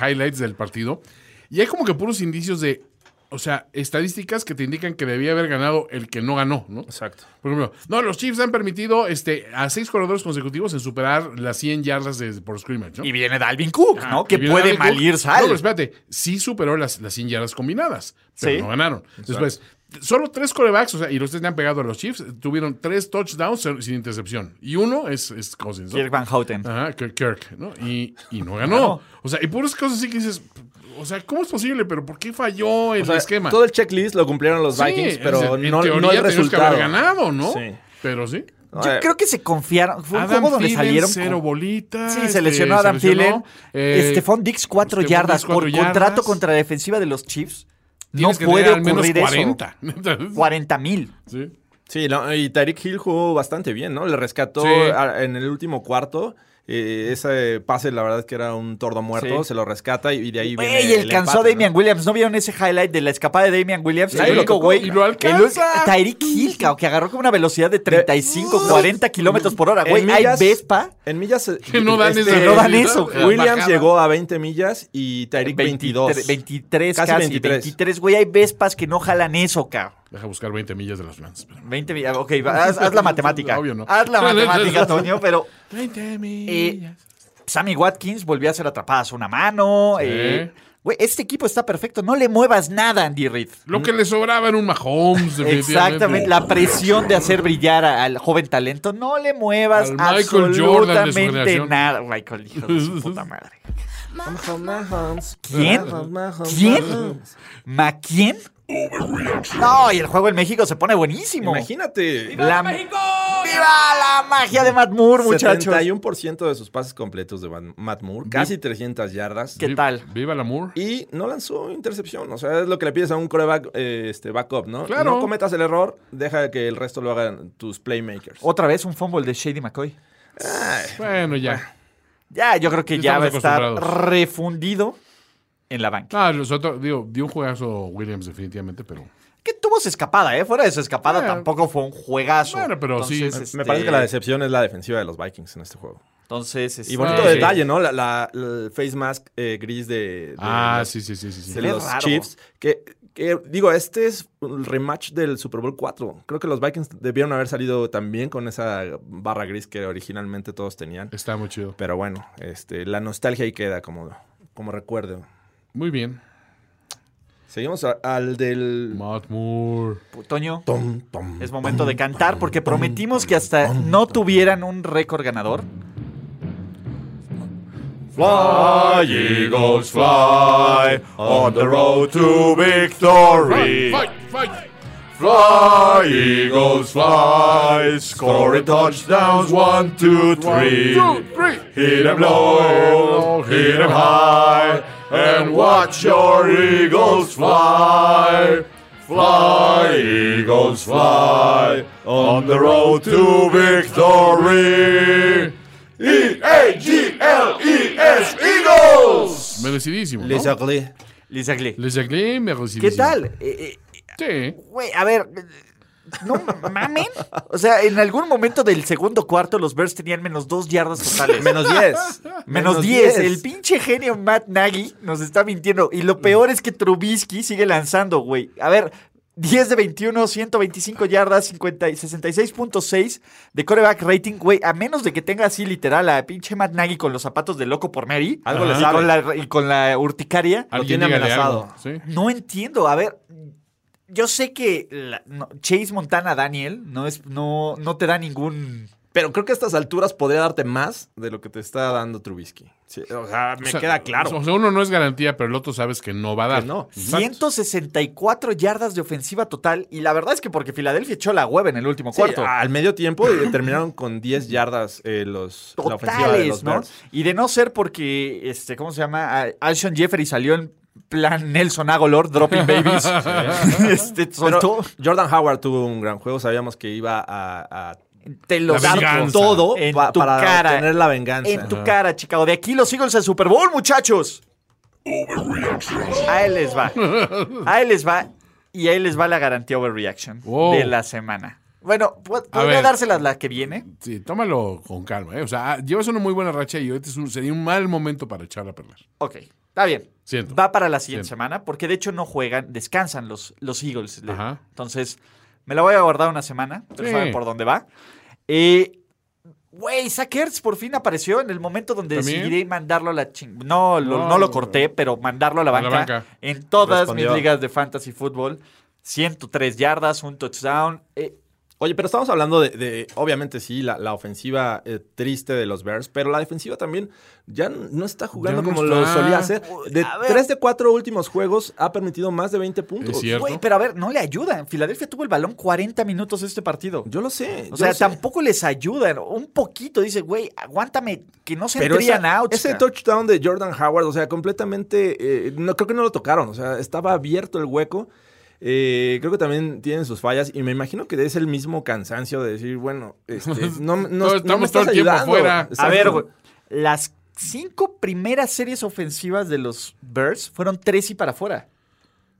[SPEAKER 3] highlights del partido y hay como que puros indicios de, o sea, estadísticas que te indican que debía haber ganado el que no ganó, ¿no?
[SPEAKER 4] Exacto.
[SPEAKER 3] Por ejemplo, no, los Chiefs han permitido este, a seis corredores consecutivos en superar las 100 yardas de- por scrimmage, ¿no?
[SPEAKER 2] Y viene Dalvin Cook,
[SPEAKER 3] Ah,
[SPEAKER 2] ¿no? Que
[SPEAKER 3] y viene
[SPEAKER 2] puede
[SPEAKER 3] Dalvin Cook.
[SPEAKER 2] malir
[SPEAKER 3] No,
[SPEAKER 2] sal.
[SPEAKER 3] pero espérate, sí superó las, las 100 yardas combinadas, pero
[SPEAKER 2] Sí.
[SPEAKER 3] no ganaron. Después, t- solo tres corebacks, o sea, y los tres le han pegado a los Chiefs, tuvieron tres touchdowns sin sin intercepción. Y uno es, es Cousins, ¿no?
[SPEAKER 2] Kirk Van Houten.
[SPEAKER 3] Ajá, Kirk, Kirk, ¿no? Y, y no ganó. O sea, y puras cosas así que dices, o sea, ¿cómo es posible? ¿Pero por qué falló el
[SPEAKER 4] O sea,
[SPEAKER 3] esquema?
[SPEAKER 4] Todo el checklist lo cumplieron los
[SPEAKER 3] Sí,
[SPEAKER 4] Vikings, pero
[SPEAKER 3] en- en
[SPEAKER 4] no,
[SPEAKER 3] teoría
[SPEAKER 4] no el
[SPEAKER 3] teníamos
[SPEAKER 4] resultado.
[SPEAKER 3] que haber ganado, ¿no?
[SPEAKER 4] Sí.
[SPEAKER 3] Pero sí.
[SPEAKER 4] No,
[SPEAKER 2] Yo
[SPEAKER 4] eh,
[SPEAKER 2] creo que se confiaron. Fue un
[SPEAKER 3] Adam
[SPEAKER 2] juego donde
[SPEAKER 3] Thielen,
[SPEAKER 2] salieron.
[SPEAKER 3] cero
[SPEAKER 2] con-
[SPEAKER 3] bolitas. este,
[SPEAKER 2] Sí, se lesionó Adam Thielen. Este, Stephon Dix, cuatro
[SPEAKER 3] eh, Stephon
[SPEAKER 2] yardas.
[SPEAKER 3] Diggs, cuatro
[SPEAKER 2] por
[SPEAKER 3] yardas.
[SPEAKER 2] contrato contra la defensiva de los Chiefs. No
[SPEAKER 3] que
[SPEAKER 2] puede
[SPEAKER 3] tener al menos
[SPEAKER 2] ocurrir eso.
[SPEAKER 3] 40.
[SPEAKER 2] 40 mil.
[SPEAKER 3] Sí.
[SPEAKER 4] Sí, no, y Tyreek Hill jugó bastante bien, ¿no? Le rescató
[SPEAKER 3] Sí.
[SPEAKER 4] a- en el último cuarto. eh, ese pase, la verdad, es que era un tordo muerto.
[SPEAKER 2] Sí.
[SPEAKER 4] Se lo rescata y, y de ahí viene.
[SPEAKER 2] Güey, el cansó
[SPEAKER 4] empate,
[SPEAKER 2] Damian
[SPEAKER 4] ¿no?
[SPEAKER 2] Williams. ¿No vieron ese highlight de la escapada de Damian Williams?
[SPEAKER 3] Sí,
[SPEAKER 2] el
[SPEAKER 3] lo
[SPEAKER 2] único
[SPEAKER 3] tocó
[SPEAKER 2] güey.
[SPEAKER 3] y lo
[SPEAKER 2] el
[SPEAKER 3] alcanza.
[SPEAKER 2] único- Tyreek Hill, cao, que agarró con una velocidad de 35, 40 kilómetros por hora.
[SPEAKER 4] En
[SPEAKER 2] Güey, hay
[SPEAKER 4] millas-
[SPEAKER 2] Vespa.
[SPEAKER 4] En millas. eh,
[SPEAKER 3] Que no dan
[SPEAKER 4] este,
[SPEAKER 3] esa
[SPEAKER 2] no dan
[SPEAKER 3] velocidad.
[SPEAKER 2] eso, güey.
[SPEAKER 4] Williams
[SPEAKER 3] Marcada.
[SPEAKER 4] llegó a 20 millas y Tyreek 22.
[SPEAKER 2] 23, 23
[SPEAKER 4] Casi
[SPEAKER 2] casi,
[SPEAKER 4] 23.
[SPEAKER 2] 23. Güey, hay Vespas que no jalan eso, cabrón.
[SPEAKER 3] Deja buscar 20 millas de las planas.
[SPEAKER 2] 20 millas. Ok, va, haz, haz la matemática.
[SPEAKER 3] Obvio no.
[SPEAKER 2] Haz la matemática, Antonio, pero Eh,
[SPEAKER 3] 20
[SPEAKER 2] millas. Sammy Watkins volvió a ser atrapadas una mano.
[SPEAKER 3] Sí.
[SPEAKER 2] eh, Güey, este equipo está perfecto. No le muevas nada, Andy Reid.
[SPEAKER 3] Lo que le sobraba era un Mahomes, definitivamente.
[SPEAKER 2] Exactamente, la presión de hacer brillar a- al joven talento. No le muevas
[SPEAKER 3] Al Michael Jordan de su
[SPEAKER 2] absolutamente
[SPEAKER 3] generación.
[SPEAKER 2] nada. Michael, hijo de su puta madre. ¿Quién? ¿Quién?
[SPEAKER 4] ¿Quién?
[SPEAKER 2] ¿Ma quién? No, y el juego en México se pone buenísimo.
[SPEAKER 4] Imagínate.
[SPEAKER 2] La- ¡Viva la magia de Matt Moore, muchachos!
[SPEAKER 4] 71% de sus pases completos de Van- Matt Moore, casi 300 yardas.
[SPEAKER 2] ¿Qué tal?
[SPEAKER 3] Viva el amor.
[SPEAKER 4] Y no lanzó intercepción. O sea, es lo que le pides a un coreback eh, este, backup, ¿no?
[SPEAKER 3] Claro.
[SPEAKER 4] No cometas el error, deja que el resto lo hagan tus playmakers.
[SPEAKER 2] Otra vez un fumble de Shady McCoy.
[SPEAKER 3] Bueno, ya.
[SPEAKER 2] Ya, yo creo que
[SPEAKER 3] Ya
[SPEAKER 2] ya va a
[SPEAKER 3] estamos
[SPEAKER 2] estar
[SPEAKER 3] acostumbrados.
[SPEAKER 2] refundido en la banca.
[SPEAKER 3] No, los otros, digo, dio un juegazo Williams, definitivamente, pero.
[SPEAKER 2] Que tuvo su escapada, ¿eh? Fuera de su escapada
[SPEAKER 3] Bueno.
[SPEAKER 2] tampoco fue un juegazo.
[SPEAKER 3] Bueno, pero sí,
[SPEAKER 2] Entonces,
[SPEAKER 4] Me
[SPEAKER 2] este,
[SPEAKER 4] parece que la decepción es la defensiva de los Vikings en este juego.
[SPEAKER 2] Entonces,
[SPEAKER 4] Y
[SPEAKER 2] este,
[SPEAKER 4] bonito
[SPEAKER 3] sí.
[SPEAKER 4] detalle, ¿no? La, la- la- el face mask eh, gris de, de
[SPEAKER 3] Ah,
[SPEAKER 4] los,
[SPEAKER 3] sí, sí, sí, sí. sí.
[SPEAKER 4] de
[SPEAKER 2] Qué
[SPEAKER 4] los
[SPEAKER 2] raro.
[SPEAKER 4] Chiefs. Que, que, digo, este es el rematch del Super Bowl 4. Creo que los Vikings debieron haber salido también con esa barra gris que originalmente todos tenían.
[SPEAKER 3] Está muy chido.
[SPEAKER 4] Pero bueno, este, la nostalgia ahí queda como, como recuerdo.
[SPEAKER 3] Muy bien.
[SPEAKER 4] Seguimos a- al del.
[SPEAKER 3] Matt Moore.
[SPEAKER 2] Toño,
[SPEAKER 4] Tom, tom,
[SPEAKER 2] es momento de cantar porque prometimos que hasta no tuvieran un récord ganador.
[SPEAKER 4] Fly, Eagles, fly on the road to victory. Fly, Eagles, fly, scoring touchdowns, one, two, three. Hit 'em low, hit 'em high, and watch your Eagles fly. Fly, Eagles, fly on the road to victory. E E-A-G-L-E-S, E Eagles!
[SPEAKER 3] Merecidísimo. ¿no?
[SPEAKER 2] Lisa Glee.
[SPEAKER 3] Les Aglé, merecidísimo.
[SPEAKER 2] ¿Qué tal? Eh, eh,
[SPEAKER 3] Sí.
[SPEAKER 2] Güey, a ver. No mamen. O sea, en algún momento del segundo cuarto, los Bears tenían menos dos yardas totales.
[SPEAKER 4] Menos 10.
[SPEAKER 2] Menos 10. El pinche genio Matt Nagy nos está mintiendo. Y lo peor es que Trubisky sigue lanzando, güey. A ver, 10 de 21, 125 yardas, 50 y 66.6 de coreback rating, güey. A menos de que tenga así literal a pinche Matt Nagy con los zapatos de loco por Mary.
[SPEAKER 4] Algo le
[SPEAKER 2] y
[SPEAKER 4] sabe.
[SPEAKER 2] con la, y con la urticaria.
[SPEAKER 3] Alguien
[SPEAKER 4] tiene
[SPEAKER 3] dígale
[SPEAKER 4] amenazado.
[SPEAKER 3] algo, Sí.
[SPEAKER 2] No entiendo. A ver, yo sé que la- no, Chase Montana Daniel no, es, no, no te da ningún...
[SPEAKER 4] Pero creo que a estas alturas podría darte más de lo que te está dando Trubisky. Sí, eh, o sea, me
[SPEAKER 3] O sea,
[SPEAKER 4] queda claro.
[SPEAKER 3] O sea, uno no es garantía, pero el otro sabes que no va a dar.
[SPEAKER 4] Que no.
[SPEAKER 3] Exacto.
[SPEAKER 2] 164 yardas de ofensiva total. Y la verdad es que porque Filadelfia echó la hueva en el último
[SPEAKER 4] Sí,
[SPEAKER 2] cuarto.
[SPEAKER 4] al medio tiempo eh, terminaron con 10 yardas eh, los, la ofensiva de los
[SPEAKER 2] totales, ¿no?
[SPEAKER 4] Bears.
[SPEAKER 2] Y de no ser porque, este, ¿cómo se llama? A- Alshon Jeffrey salió en plan Nelson Agolor, dropping babies. este,
[SPEAKER 4] Pero
[SPEAKER 2] soltó,
[SPEAKER 4] Jordan Howard tuvo un gran juego. Sabíamos que iba a, a
[SPEAKER 2] te lo
[SPEAKER 3] La
[SPEAKER 2] dar
[SPEAKER 3] venganza.
[SPEAKER 2] todo
[SPEAKER 4] En
[SPEAKER 2] pa-
[SPEAKER 4] tu
[SPEAKER 2] para
[SPEAKER 4] cara.
[SPEAKER 2] obtener la venganza. En tu cara, Chicago. De aquí los Eagles al Super Bowl, muchachos. Ahí les va. Ahí les va. Y ahí les va la garantía overreaction
[SPEAKER 3] Wow.
[SPEAKER 2] de la semana. Bueno, pod-
[SPEAKER 3] A
[SPEAKER 2] podría
[SPEAKER 3] ver.
[SPEAKER 2] dárselas la que viene.
[SPEAKER 3] Sí, tómalo con calma. ¿eh? O sea, llevas una muy buena racha y ahorita es un- sería un mal momento para echarla a perder.
[SPEAKER 2] Ok, está bien.
[SPEAKER 3] Siento.
[SPEAKER 2] Va para la siguiente
[SPEAKER 3] Siento.
[SPEAKER 2] semana, porque de hecho no juegan, descansan los, los Eagles. Le-
[SPEAKER 3] Ajá.
[SPEAKER 2] Entonces, me la voy a guardar una semana. Ustedes
[SPEAKER 3] Sí.
[SPEAKER 2] saben por dónde va. Eh, Güey, Zach Ertz por fin apareció en el momento donde
[SPEAKER 3] ¿También?
[SPEAKER 2] decidí mandarlo a la ching... No, lo- no,
[SPEAKER 3] No,
[SPEAKER 2] lo
[SPEAKER 3] no,
[SPEAKER 2] corté, pero mandarlo a la
[SPEAKER 3] a
[SPEAKER 2] banca.
[SPEAKER 3] la banca.
[SPEAKER 2] En todas
[SPEAKER 4] Respondió.
[SPEAKER 2] mis ligas de fantasy fútbol. 103 yardas, un touchdown. Eh,
[SPEAKER 4] Oye, pero estamos hablando de, de, obviamente sí, la, la ofensiva eh, triste de los Bears, pero la defensiva también ya n- no está jugando
[SPEAKER 3] Ya no
[SPEAKER 4] como lo
[SPEAKER 3] está.
[SPEAKER 4] solía hacer. De
[SPEAKER 2] A ver.
[SPEAKER 4] tres de cuatro últimos juegos ha permitido más de 20 puntos.
[SPEAKER 3] Es cierto.
[SPEAKER 2] güey, pero a ver, no le ayudan. Filadelfia tuvo el balón 40 minutos este partido.
[SPEAKER 4] Yo lo sé. yo
[SPEAKER 2] O sea,
[SPEAKER 4] lo sé.
[SPEAKER 2] tampoco les ayudan. Un poquito, dice, güey, aguántame, que no se
[SPEAKER 4] Pero
[SPEAKER 2] entrían
[SPEAKER 4] esa-
[SPEAKER 2] outs.
[SPEAKER 4] ese
[SPEAKER 2] cara.
[SPEAKER 4] touchdown de Jordan Howard, o sea, completamente, eh, no creo que no lo tocaron, o sea, estaba abierto el hueco. Eh, creo que también tienen sus fallas y me imagino que es el mismo cansancio de decir, bueno, este, no, no- no me
[SPEAKER 3] Estamos todo
[SPEAKER 4] estás
[SPEAKER 3] el tiempo
[SPEAKER 4] ayudando.
[SPEAKER 3] fuera. A
[SPEAKER 2] A
[SPEAKER 4] Exacto.
[SPEAKER 2] ver, güey, las cinco primeras series ofensivas de los Bears fueron tres y para afuera.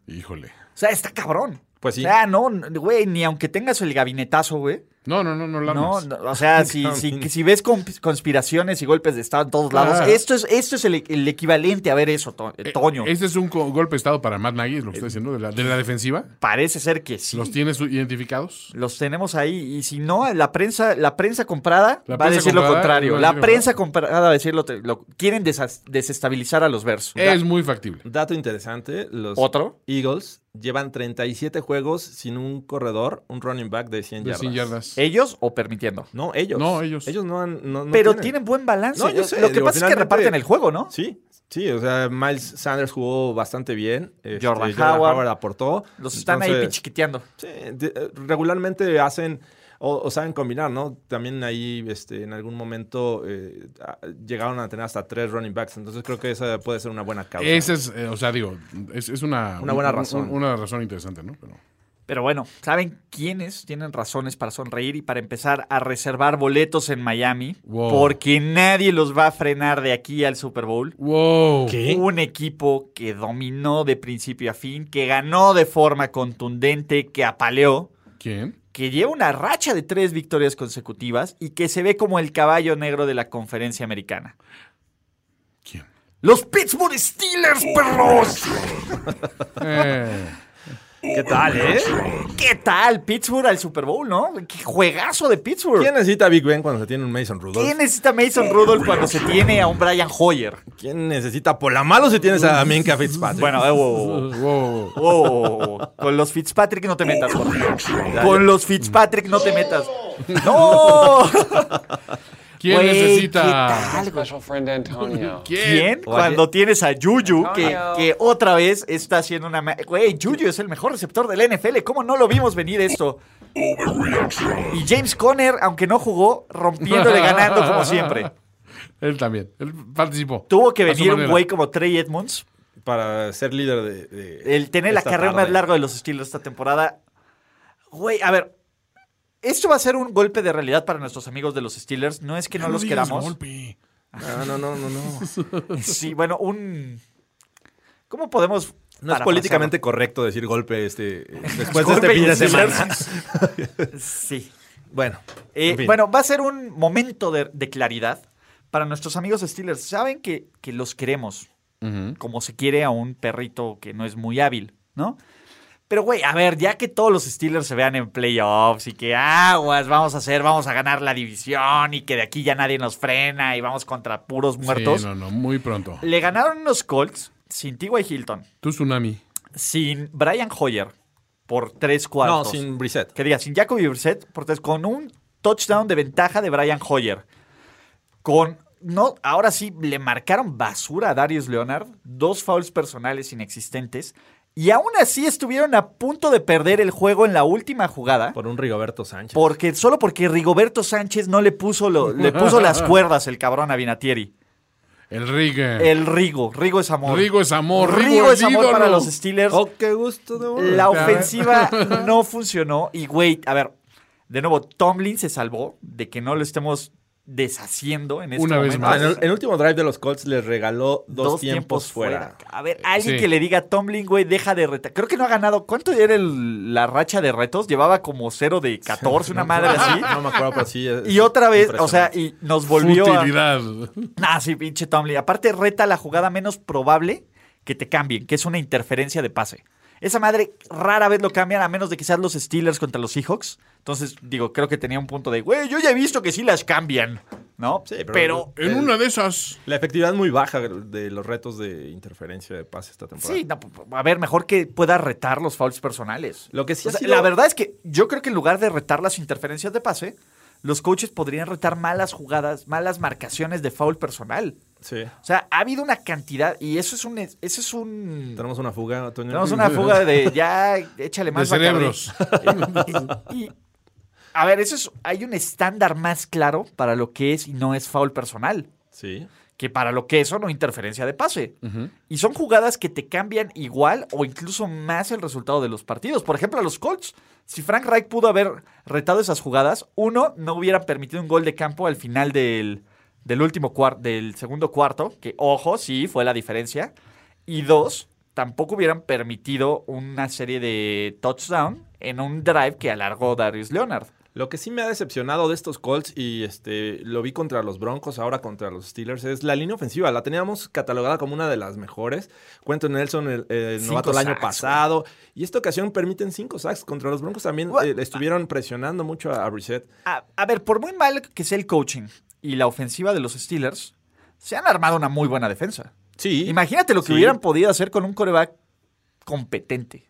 [SPEAKER 3] Híjole.
[SPEAKER 2] O sea, está cabrón.
[SPEAKER 4] Pues sí.
[SPEAKER 2] O sea, no, n- güey, ni aunque tengas el gabinetazo, güey.
[SPEAKER 3] No, no, no, no la
[SPEAKER 2] No,
[SPEAKER 3] armes.
[SPEAKER 2] no, o sea, si, si,
[SPEAKER 4] Gabinete.
[SPEAKER 2] que si ves comp- conspiraciones y golpes de Estado en todos lados,
[SPEAKER 3] Ah.
[SPEAKER 2] esto es, esto es el, el equivalente a ver eso, To-
[SPEAKER 3] Eh,
[SPEAKER 2] Toño.
[SPEAKER 3] Este es un co- golpe de estado para Matt Nagy, es
[SPEAKER 4] Eh,
[SPEAKER 3] lo que está diciendo, de la, de la defensiva.
[SPEAKER 2] Parece ser que sí.
[SPEAKER 3] ¿Los tienes identificados?
[SPEAKER 2] Los tenemos ahí. Y si no, la prensa, la prensa comprada
[SPEAKER 3] La
[SPEAKER 2] va a
[SPEAKER 3] prensa
[SPEAKER 2] decir lo
[SPEAKER 3] comprada,
[SPEAKER 2] contrario.
[SPEAKER 3] va a
[SPEAKER 2] La
[SPEAKER 3] decir lo
[SPEAKER 2] prensa comprada va a decir lo, te- lo- quieren desas- desestabilizar a los versos.
[SPEAKER 3] Es muy factible.
[SPEAKER 4] Dato interesante, los
[SPEAKER 2] ¿Otro?
[SPEAKER 4] Eagles llevan 37 juegos sin un corredor, un running back de 100
[SPEAKER 3] De
[SPEAKER 4] yardas.
[SPEAKER 3] 100 yardas.
[SPEAKER 2] ¿Ellos o permitiendo?
[SPEAKER 4] No, ellos.
[SPEAKER 3] No, ellos.
[SPEAKER 4] Ellos no han... no- no
[SPEAKER 2] Pero tienen. buen balance.
[SPEAKER 4] No, yo sé,
[SPEAKER 2] lo que
[SPEAKER 4] digo,
[SPEAKER 2] pasa es que
[SPEAKER 4] finalmente-
[SPEAKER 2] reparten el juego, ¿no?
[SPEAKER 4] Sí, sí, o sea, Miles Sanders jugó bastante bien. este,
[SPEAKER 2] Jordan Howard.
[SPEAKER 4] aportó.
[SPEAKER 2] Los están ahí
[SPEAKER 4] Entonces,
[SPEAKER 2] pichiquiteando.
[SPEAKER 4] sí, de- eh, regularmente hacen o, o saben combinar, ¿no? También ahí este, en algún momento eh, a- llegaron a tener hasta tres running backs, entonces creo que esa puede ser una buena causa.
[SPEAKER 3] Esa es, eh, o sea, digo, es, es una,
[SPEAKER 4] Una buena
[SPEAKER 3] un- un-
[SPEAKER 4] razón.
[SPEAKER 3] Una razón interesante, ¿no? Pero
[SPEAKER 2] Pero bueno, ¿saben quiénes tienen razones para sonreír y para empezar a reservar boletos en Miami?
[SPEAKER 3] Wow.
[SPEAKER 2] Porque nadie los va a frenar de aquí al Super Bowl.
[SPEAKER 3] Wow.
[SPEAKER 2] Un equipo que dominó de principio a fin, que ganó de forma contundente, que apaleó,
[SPEAKER 3] ¿Quién?
[SPEAKER 2] que lleva una racha de tres victorias consecutivas y que se ve como el caballo negro de la conferencia americana.
[SPEAKER 3] ¿Quién?
[SPEAKER 2] ¡Los Pittsburgh Steelers, perros!
[SPEAKER 3] Eh,
[SPEAKER 4] ¿Qué tal, eh?
[SPEAKER 2] ¿Qué tal Pittsburgh al Super Bowl, no? ¡Qué juegazo de Pittsburgh!
[SPEAKER 4] ¿Quién necesita Big Ben cuando se tiene un Mason Rudolph?
[SPEAKER 2] ¿Quién necesita Mason Rudolph cuando se tiene a un Brian Hoyer?
[SPEAKER 4] ¿Quién necesita Polamalo si tienes a Minka Fitzpatrick?
[SPEAKER 2] Bueno, eh, wow, wow, wow.
[SPEAKER 3] wow.
[SPEAKER 2] Oh, con los Fitzpatrick no te metas, Jorge. Con los Fitzpatrick no te metas. ¡No!
[SPEAKER 3] ¿Quién
[SPEAKER 2] Güey, ¿qué
[SPEAKER 3] necesita?
[SPEAKER 2] tal, güey?
[SPEAKER 6] Special friend Antonio.
[SPEAKER 2] ¿Quién? Cuando tienes a Juju, que,
[SPEAKER 6] Antonio.
[SPEAKER 2] que otra vez está haciendo una... ma- Güey, Juju es el mejor receptor del NFL. ¿Cómo no lo vimos venir esto? Y James Conner, aunque no jugó, rompiéndole, ganando como siempre.
[SPEAKER 3] Él también. Él participó.
[SPEAKER 2] Tuvo que
[SPEAKER 3] A su
[SPEAKER 2] venir un
[SPEAKER 3] manera.
[SPEAKER 2] güey como Trey Edmonds
[SPEAKER 4] Para ser líder de... de
[SPEAKER 2] El tener la
[SPEAKER 4] esta
[SPEAKER 2] carrera
[SPEAKER 4] tarde.
[SPEAKER 2] más larga de los Steelers esta temporada. Güey, a ver. Esto va a ser un golpe de realidad para nuestros amigos de los Steelers. No es que no, los
[SPEAKER 3] digas
[SPEAKER 2] queramos.
[SPEAKER 3] golpe.
[SPEAKER 4] Ah, No, no, no, no, no.
[SPEAKER 2] Sí, bueno, un. ¿Cómo podemos.?
[SPEAKER 4] No es
[SPEAKER 2] parafrasearlo?
[SPEAKER 4] políticamente correcto decir golpe este después de
[SPEAKER 2] Golpe
[SPEAKER 4] este fin de
[SPEAKER 2] Pues de
[SPEAKER 4] semana.
[SPEAKER 2] Sí.
[SPEAKER 4] Bueno,
[SPEAKER 2] Eh,
[SPEAKER 4] en fin.
[SPEAKER 2] Bueno, va a ser un momento de, de claridad para nuestros amigos Steelers. Saben que, que los queremos, como se quiere a un perrito que no es muy hábil, ¿no? Pero, güey, a ver, ya que todos los Steelers se vean en playoffs y que aguas, vamos a hacer, vamos a ganar la división y que de aquí ya nadie nos frena y vamos contra puros muertos.
[SPEAKER 3] Sí, no, no, muy pronto.
[SPEAKER 2] Le ganaron unos Colts sin T.Y. Hilton,
[SPEAKER 3] Tu tsunami.
[SPEAKER 2] sin Brian Hoyer, por tres
[SPEAKER 4] No,
[SPEAKER 2] cuartos.
[SPEAKER 4] sin Brissett.
[SPEAKER 2] Que diga, sin Jacoby Brissett, por tres, con un touchdown de ventaja de Brian Hoyer. Con. No, ahora sí, le marcaron basura a Darius Leonard, dos fouls personales inexistentes, y aún así estuvieron a punto de perder el juego en la última jugada.
[SPEAKER 4] Por un Rigoberto Sánchez.
[SPEAKER 2] Porque solo porque Rigoberto Sánchez no le puso, lo- le puso las cuerdas el cabrón a Vinatieri.
[SPEAKER 3] El Riga.
[SPEAKER 2] El Rigo, Rigo es amor.
[SPEAKER 3] Eh. Rigo es amor,
[SPEAKER 2] Rigo,
[SPEAKER 3] Rigo
[SPEAKER 2] es amor
[SPEAKER 3] ídolo.
[SPEAKER 2] para los Steelers.
[SPEAKER 4] Oh, qué gusto de volver.
[SPEAKER 2] La ofensiva no funcionó y wait, a ver, de nuevo Tomlin se salvó de que no lo estemos deshaciendo en este
[SPEAKER 3] Una vez
[SPEAKER 2] momento.
[SPEAKER 4] Ah,
[SPEAKER 3] más.
[SPEAKER 4] en el, el último drive de los Colts les regaló dos, tiempos, fuera.
[SPEAKER 2] A ver, alguien
[SPEAKER 3] Sí.
[SPEAKER 2] que le diga a Tomlin, güey, deja de retar. Creo que no ha ganado. ¿Cuánto era el- la racha de retos? Llevaba como 0 de 14, una madre así.
[SPEAKER 4] No me acuerdo, pero sí. es
[SPEAKER 2] Y otra vez, o sea,
[SPEAKER 4] impresionante.
[SPEAKER 2] y nos volvió a-
[SPEAKER 3] Futilidad.
[SPEAKER 2] Ah, sí, pinche Tomlin. Aparte, reta la jugada menos probable que te cambien, que es una interferencia de pase. Esa madre rara vez lo cambian, a menos de que sean los Steelers contra los Seahawks. Entonces, digo, creo que tenía un punto de, güey, yo ya he visto que sí las cambian, ¿no?
[SPEAKER 4] Sí, pero-
[SPEAKER 2] pero.
[SPEAKER 3] En una de esas.
[SPEAKER 4] La efectividad muy baja de los retos de interferencia de pase esta temporada.
[SPEAKER 2] Sí, no, p- p- a ver, mejor que pueda retar los fouls personales.
[SPEAKER 4] Lo que
[SPEAKER 2] O
[SPEAKER 4] sí ha
[SPEAKER 2] sea,
[SPEAKER 4] sido-
[SPEAKER 2] La verdad es que yo creo que en lugar de retar las interferencias de pase, los coaches podrían retar malas jugadas, malas marcaciones de foul personal.
[SPEAKER 4] Sí.
[SPEAKER 2] O sea, ha habido una cantidad, y eso es un. Eso es un
[SPEAKER 4] Tenemos una fuga, Toño.
[SPEAKER 2] Tenemos una fuga de ya, échale
[SPEAKER 3] De
[SPEAKER 2] más Bacardi.
[SPEAKER 3] cerebros.
[SPEAKER 2] Y, a ver, eso es, hay un estándar más claro para lo que es y no es foul personal,
[SPEAKER 4] Sí.
[SPEAKER 2] que para lo que es o no interferencia de pase. Y son jugadas que te cambian igual o incluso más el resultado de los partidos. Por ejemplo, a los Colts, si Frank Reich pudo haber retado esas jugadas, uno, no hubiera permitido un gol de campo al final del, del último cuarto, del segundo cuarto, que ojo, sí, fue la diferencia. Y dos, tampoco hubieran permitido una serie de touchdown en un drive que alargó Darius Leonard.
[SPEAKER 4] Lo que sí me ha decepcionado de estos Colts y este lo vi contra los Broncos, ahora contra los Steelers, es la línea ofensiva. La teníamos catalogada como una de las mejores. Cuento Nelson, el, el
[SPEAKER 2] Cinco
[SPEAKER 4] novato el año
[SPEAKER 2] sacks,
[SPEAKER 4] pasado. Y esta ocasión permiten cinco sacks. Contra los Broncos también
[SPEAKER 2] Gua-
[SPEAKER 4] eh, le estuvieron presionando mucho a, a Brissett.
[SPEAKER 2] A, a ver, por muy mal que sea el coaching y la ofensiva de los Steelers, se han armado una muy buena defensa.
[SPEAKER 4] Sí.
[SPEAKER 2] Imagínate lo que
[SPEAKER 4] Sí.
[SPEAKER 2] hubieran podido hacer con un coreback competente.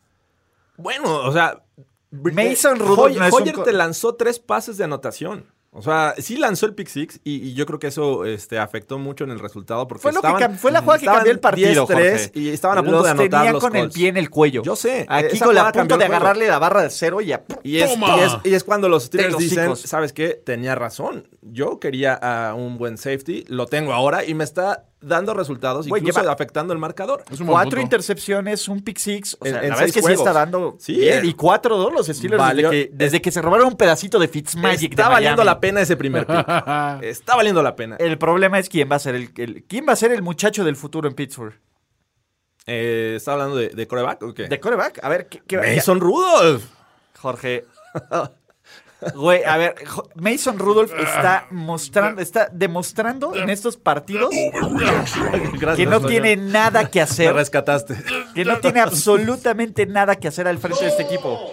[SPEAKER 4] Bueno, o sea,
[SPEAKER 2] Mason Rudolph
[SPEAKER 4] Hoyer,
[SPEAKER 2] no es un
[SPEAKER 4] Hoyer
[SPEAKER 2] co-
[SPEAKER 4] te lanzó tres pases de anotación. O sea, sí lanzó el pick six y, y yo creo que eso este, afectó mucho en el resultado porque
[SPEAKER 2] Fue, lo que
[SPEAKER 4] estaban-
[SPEAKER 2] cam- fue la jugada que
[SPEAKER 4] estaban
[SPEAKER 2] cambió el partido.
[SPEAKER 4] 10-3
[SPEAKER 2] Jorge.
[SPEAKER 4] y estaban a punto
[SPEAKER 2] Los
[SPEAKER 4] de anotar
[SPEAKER 2] tenía
[SPEAKER 4] los
[SPEAKER 2] con el
[SPEAKER 4] Colts.
[SPEAKER 2] pie en el cuello.
[SPEAKER 4] Yo sé,
[SPEAKER 2] Aquí
[SPEAKER 4] esa
[SPEAKER 2] con la
[SPEAKER 4] jugada
[SPEAKER 2] punto
[SPEAKER 4] cambió
[SPEAKER 2] de
[SPEAKER 4] el juego.
[SPEAKER 2] agarrarle la barra de cero y a-
[SPEAKER 4] Y es,
[SPEAKER 3] ¡Toma!
[SPEAKER 4] y es- y es cuando los Steelers
[SPEAKER 2] los
[SPEAKER 4] dicen,
[SPEAKER 2] hijos.
[SPEAKER 4] ¿sabes qué? Tenía razón. Yo quería a un buen safety, lo tengo ahora y me está dando resultados,
[SPEAKER 2] Güey,
[SPEAKER 4] incluso
[SPEAKER 2] lleva-
[SPEAKER 4] afectando el marcador.
[SPEAKER 3] Es un buen
[SPEAKER 2] cuatro
[SPEAKER 3] punto.
[SPEAKER 2] intercepciones, un pick six. O sea,
[SPEAKER 4] En-
[SPEAKER 2] la
[SPEAKER 4] en
[SPEAKER 2] verdad
[SPEAKER 4] seis
[SPEAKER 2] es que sí
[SPEAKER 4] juegos.
[SPEAKER 2] está dando.
[SPEAKER 4] Sí,
[SPEAKER 2] bien.
[SPEAKER 4] eh.
[SPEAKER 2] Y cuatro dos los Steelers
[SPEAKER 4] Valió-
[SPEAKER 2] desde, que, desde que se robaron un pedacito de Fitzmagic.
[SPEAKER 4] está
[SPEAKER 2] de Miami.
[SPEAKER 4] valiendo la pena ese primer pick.
[SPEAKER 3] Ah,
[SPEAKER 4] está valiendo la pena.
[SPEAKER 2] El problema es quién va a ser el, el- quién va a ser el muchacho del futuro en Pittsburgh.
[SPEAKER 4] Eh, ¿Está hablando de, de coreback o qué?
[SPEAKER 2] De coreback. A ver, ¿qué, qué-
[SPEAKER 4] Eh. Mason Rudolph.
[SPEAKER 2] Jorge. Güey, a ver, Jo- Mason Rudolph está mostrando, está demostrando en estos partidos
[SPEAKER 4] Gracias,
[SPEAKER 2] que no
[SPEAKER 4] Toño.
[SPEAKER 2] tiene nada que
[SPEAKER 4] Te
[SPEAKER 2] hacer,
[SPEAKER 4] rescataste.
[SPEAKER 2] que no tiene absolutamente nada que hacer al frente de este equipo.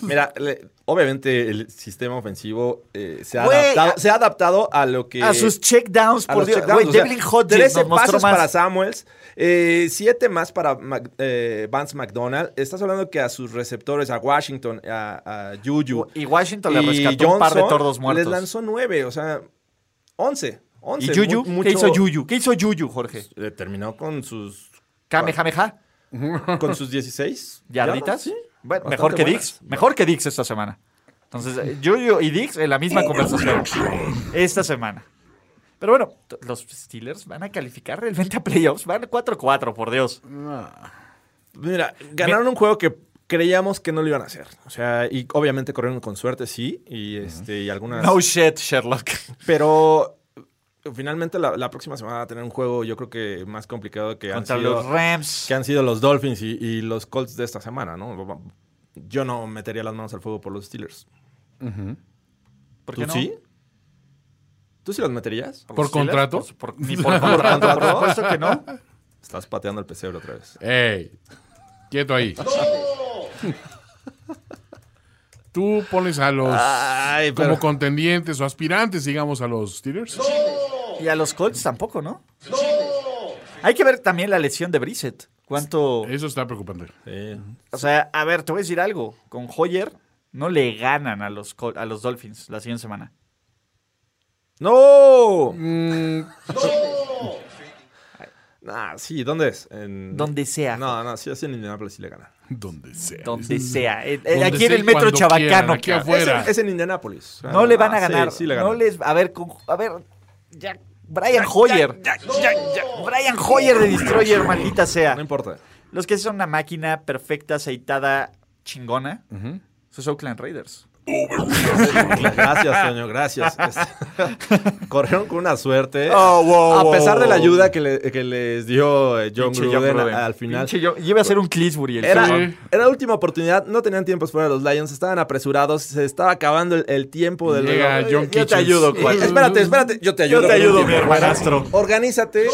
[SPEAKER 4] Mira, le- obviamente el sistema ofensivo eh, se, ha
[SPEAKER 2] Güey,
[SPEAKER 4] adaptado,
[SPEAKER 2] a-
[SPEAKER 4] se ha adaptado a lo que...
[SPEAKER 2] A sus checkdowns,
[SPEAKER 4] a
[SPEAKER 2] por
[SPEAKER 4] los
[SPEAKER 2] Dios.
[SPEAKER 4] checkdowns,
[SPEAKER 2] Güey,
[SPEAKER 4] o sea,
[SPEAKER 2] Devlin Hodges
[SPEAKER 4] 13
[SPEAKER 2] nos mostró
[SPEAKER 4] pases para
[SPEAKER 2] más.
[SPEAKER 4] Samuels, 7 más para Mac- eh, Vance McDonald. Estás hablando que a sus receptores, a Washington, a, a Juju
[SPEAKER 2] Y Washington le
[SPEAKER 4] y
[SPEAKER 2] rescató un par de
[SPEAKER 4] Johnson,
[SPEAKER 2] tordos muertos.
[SPEAKER 4] Les lanzó 9, o sea, 11. 11
[SPEAKER 2] ¿Y Yuyu?
[SPEAKER 4] Mu-
[SPEAKER 2] ¿Qué
[SPEAKER 4] mucho-
[SPEAKER 2] hizo Yuyu? ¿Qué hizo Yuyu, Jorge?
[SPEAKER 4] Eh, terminó con sus,
[SPEAKER 2] ¿Kamehameha?
[SPEAKER 4] con sus 16
[SPEAKER 2] ¿Yarditas?
[SPEAKER 4] Sí.
[SPEAKER 2] Bueno,
[SPEAKER 4] Bastante
[SPEAKER 2] mejor que
[SPEAKER 4] buenas.
[SPEAKER 2] Dix. Mejor que Dix esta semana. Entonces, eh, Yuyo y Dix en la misma conversación. Esta semana. Pero bueno, t- los Steelers van a calificar realmente a playoffs. Van 4-4, por Dios.
[SPEAKER 4] Pues Mira, ganaron un juego que creíamos que no lo iban a hacer. O sea, y obviamente corrieron con suerte, sí, y, este, y algunas...
[SPEAKER 2] No shit, Sherlock.
[SPEAKER 4] Pero finalmente la, la próxima semana va a tener un juego yo creo que más complicado que, han
[SPEAKER 2] Contra
[SPEAKER 4] sido,
[SPEAKER 2] los Rams.
[SPEAKER 4] que han sido los Dolphins y, y los Colts de esta semana, ¿no? Yo no metería las manos al fuego por los Steelers.
[SPEAKER 2] ¿Por
[SPEAKER 4] ¿Tú
[SPEAKER 2] qué no?
[SPEAKER 4] sí? ¿Tú sí las meterías?
[SPEAKER 2] los
[SPEAKER 3] ¿Por
[SPEAKER 2] Steelers?
[SPEAKER 3] contrato?
[SPEAKER 2] Por su- por- ni por contrato, por supuesto que no.
[SPEAKER 4] Estás pateando el pesebre otra vez.
[SPEAKER 3] Ey, quieto ahí. Tú pones a los
[SPEAKER 4] Ay,
[SPEAKER 3] como contendientes o aspirantes, digamos, a los Steelers.
[SPEAKER 2] Y a los Colts tampoco, ¿no? Hay que ver también la lesión de Brissett. ¿Cuánto?
[SPEAKER 3] Eso está preocupante.
[SPEAKER 4] Sí.
[SPEAKER 2] O sea, a ver, te voy a decir algo. Con Hoyer no le ganan a los, Col- a los Dolphins la siguiente semana.
[SPEAKER 4] ¡No! Nah, sí, ¿dónde es? En-
[SPEAKER 2] Donde sea.
[SPEAKER 4] No, no, sí, así en Indianapolis sí le ganan.
[SPEAKER 3] Donde sea.
[SPEAKER 2] Donde sea. Eh, eh,
[SPEAKER 3] Mm. Donde
[SPEAKER 2] aquí en
[SPEAKER 3] sea y
[SPEAKER 2] el metro
[SPEAKER 3] cuando quieran,
[SPEAKER 2] chabacano.
[SPEAKER 3] aquí
[SPEAKER 2] cabrón.
[SPEAKER 3] afuera. Fuera.
[SPEAKER 4] Es, es en Indianapolis.
[SPEAKER 2] No le van a
[SPEAKER 4] Ah, sí,
[SPEAKER 2] ganar.
[SPEAKER 4] Sí, le
[SPEAKER 2] no
[SPEAKER 4] ganan.
[SPEAKER 2] les, a ver, con, a ver, ya, Brian Hoyer. Brian Hoyer de Destroyer, maldita sea.
[SPEAKER 4] No importa.
[SPEAKER 2] Los que son una máquina perfecta, aceitada, chingona, sus Oakland Raiders.
[SPEAKER 4] Gracias, Toño, gracias. Es- Corrieron con una suerte.
[SPEAKER 2] Oh, wow,
[SPEAKER 4] a
[SPEAKER 2] wow,
[SPEAKER 4] pesar de la
[SPEAKER 2] wow.
[SPEAKER 4] ayuda que, le- que les dio eh, John
[SPEAKER 2] Pinche
[SPEAKER 4] Gruden, a- al final.
[SPEAKER 2] Pinche John- iba a ser un Clisbury el
[SPEAKER 4] Era,
[SPEAKER 2] cabrón.
[SPEAKER 3] Sí.
[SPEAKER 4] era última oportunidad, no tenían tiempos fuera de los Lions, estaban apresurados, se estaba acabando el, el tiempo del
[SPEAKER 3] Llega
[SPEAKER 4] reloj.
[SPEAKER 3] John
[SPEAKER 4] Eh, Yo
[SPEAKER 3] Kitchens.
[SPEAKER 4] te ayudo, cuate.
[SPEAKER 3] Eh,
[SPEAKER 4] espérate, espérate, yo te ayudo.
[SPEAKER 2] te
[SPEAKER 4] con un
[SPEAKER 2] ayudo,
[SPEAKER 4] tiempo.
[SPEAKER 2] mi Oh. hermanastro.
[SPEAKER 4] Organízate,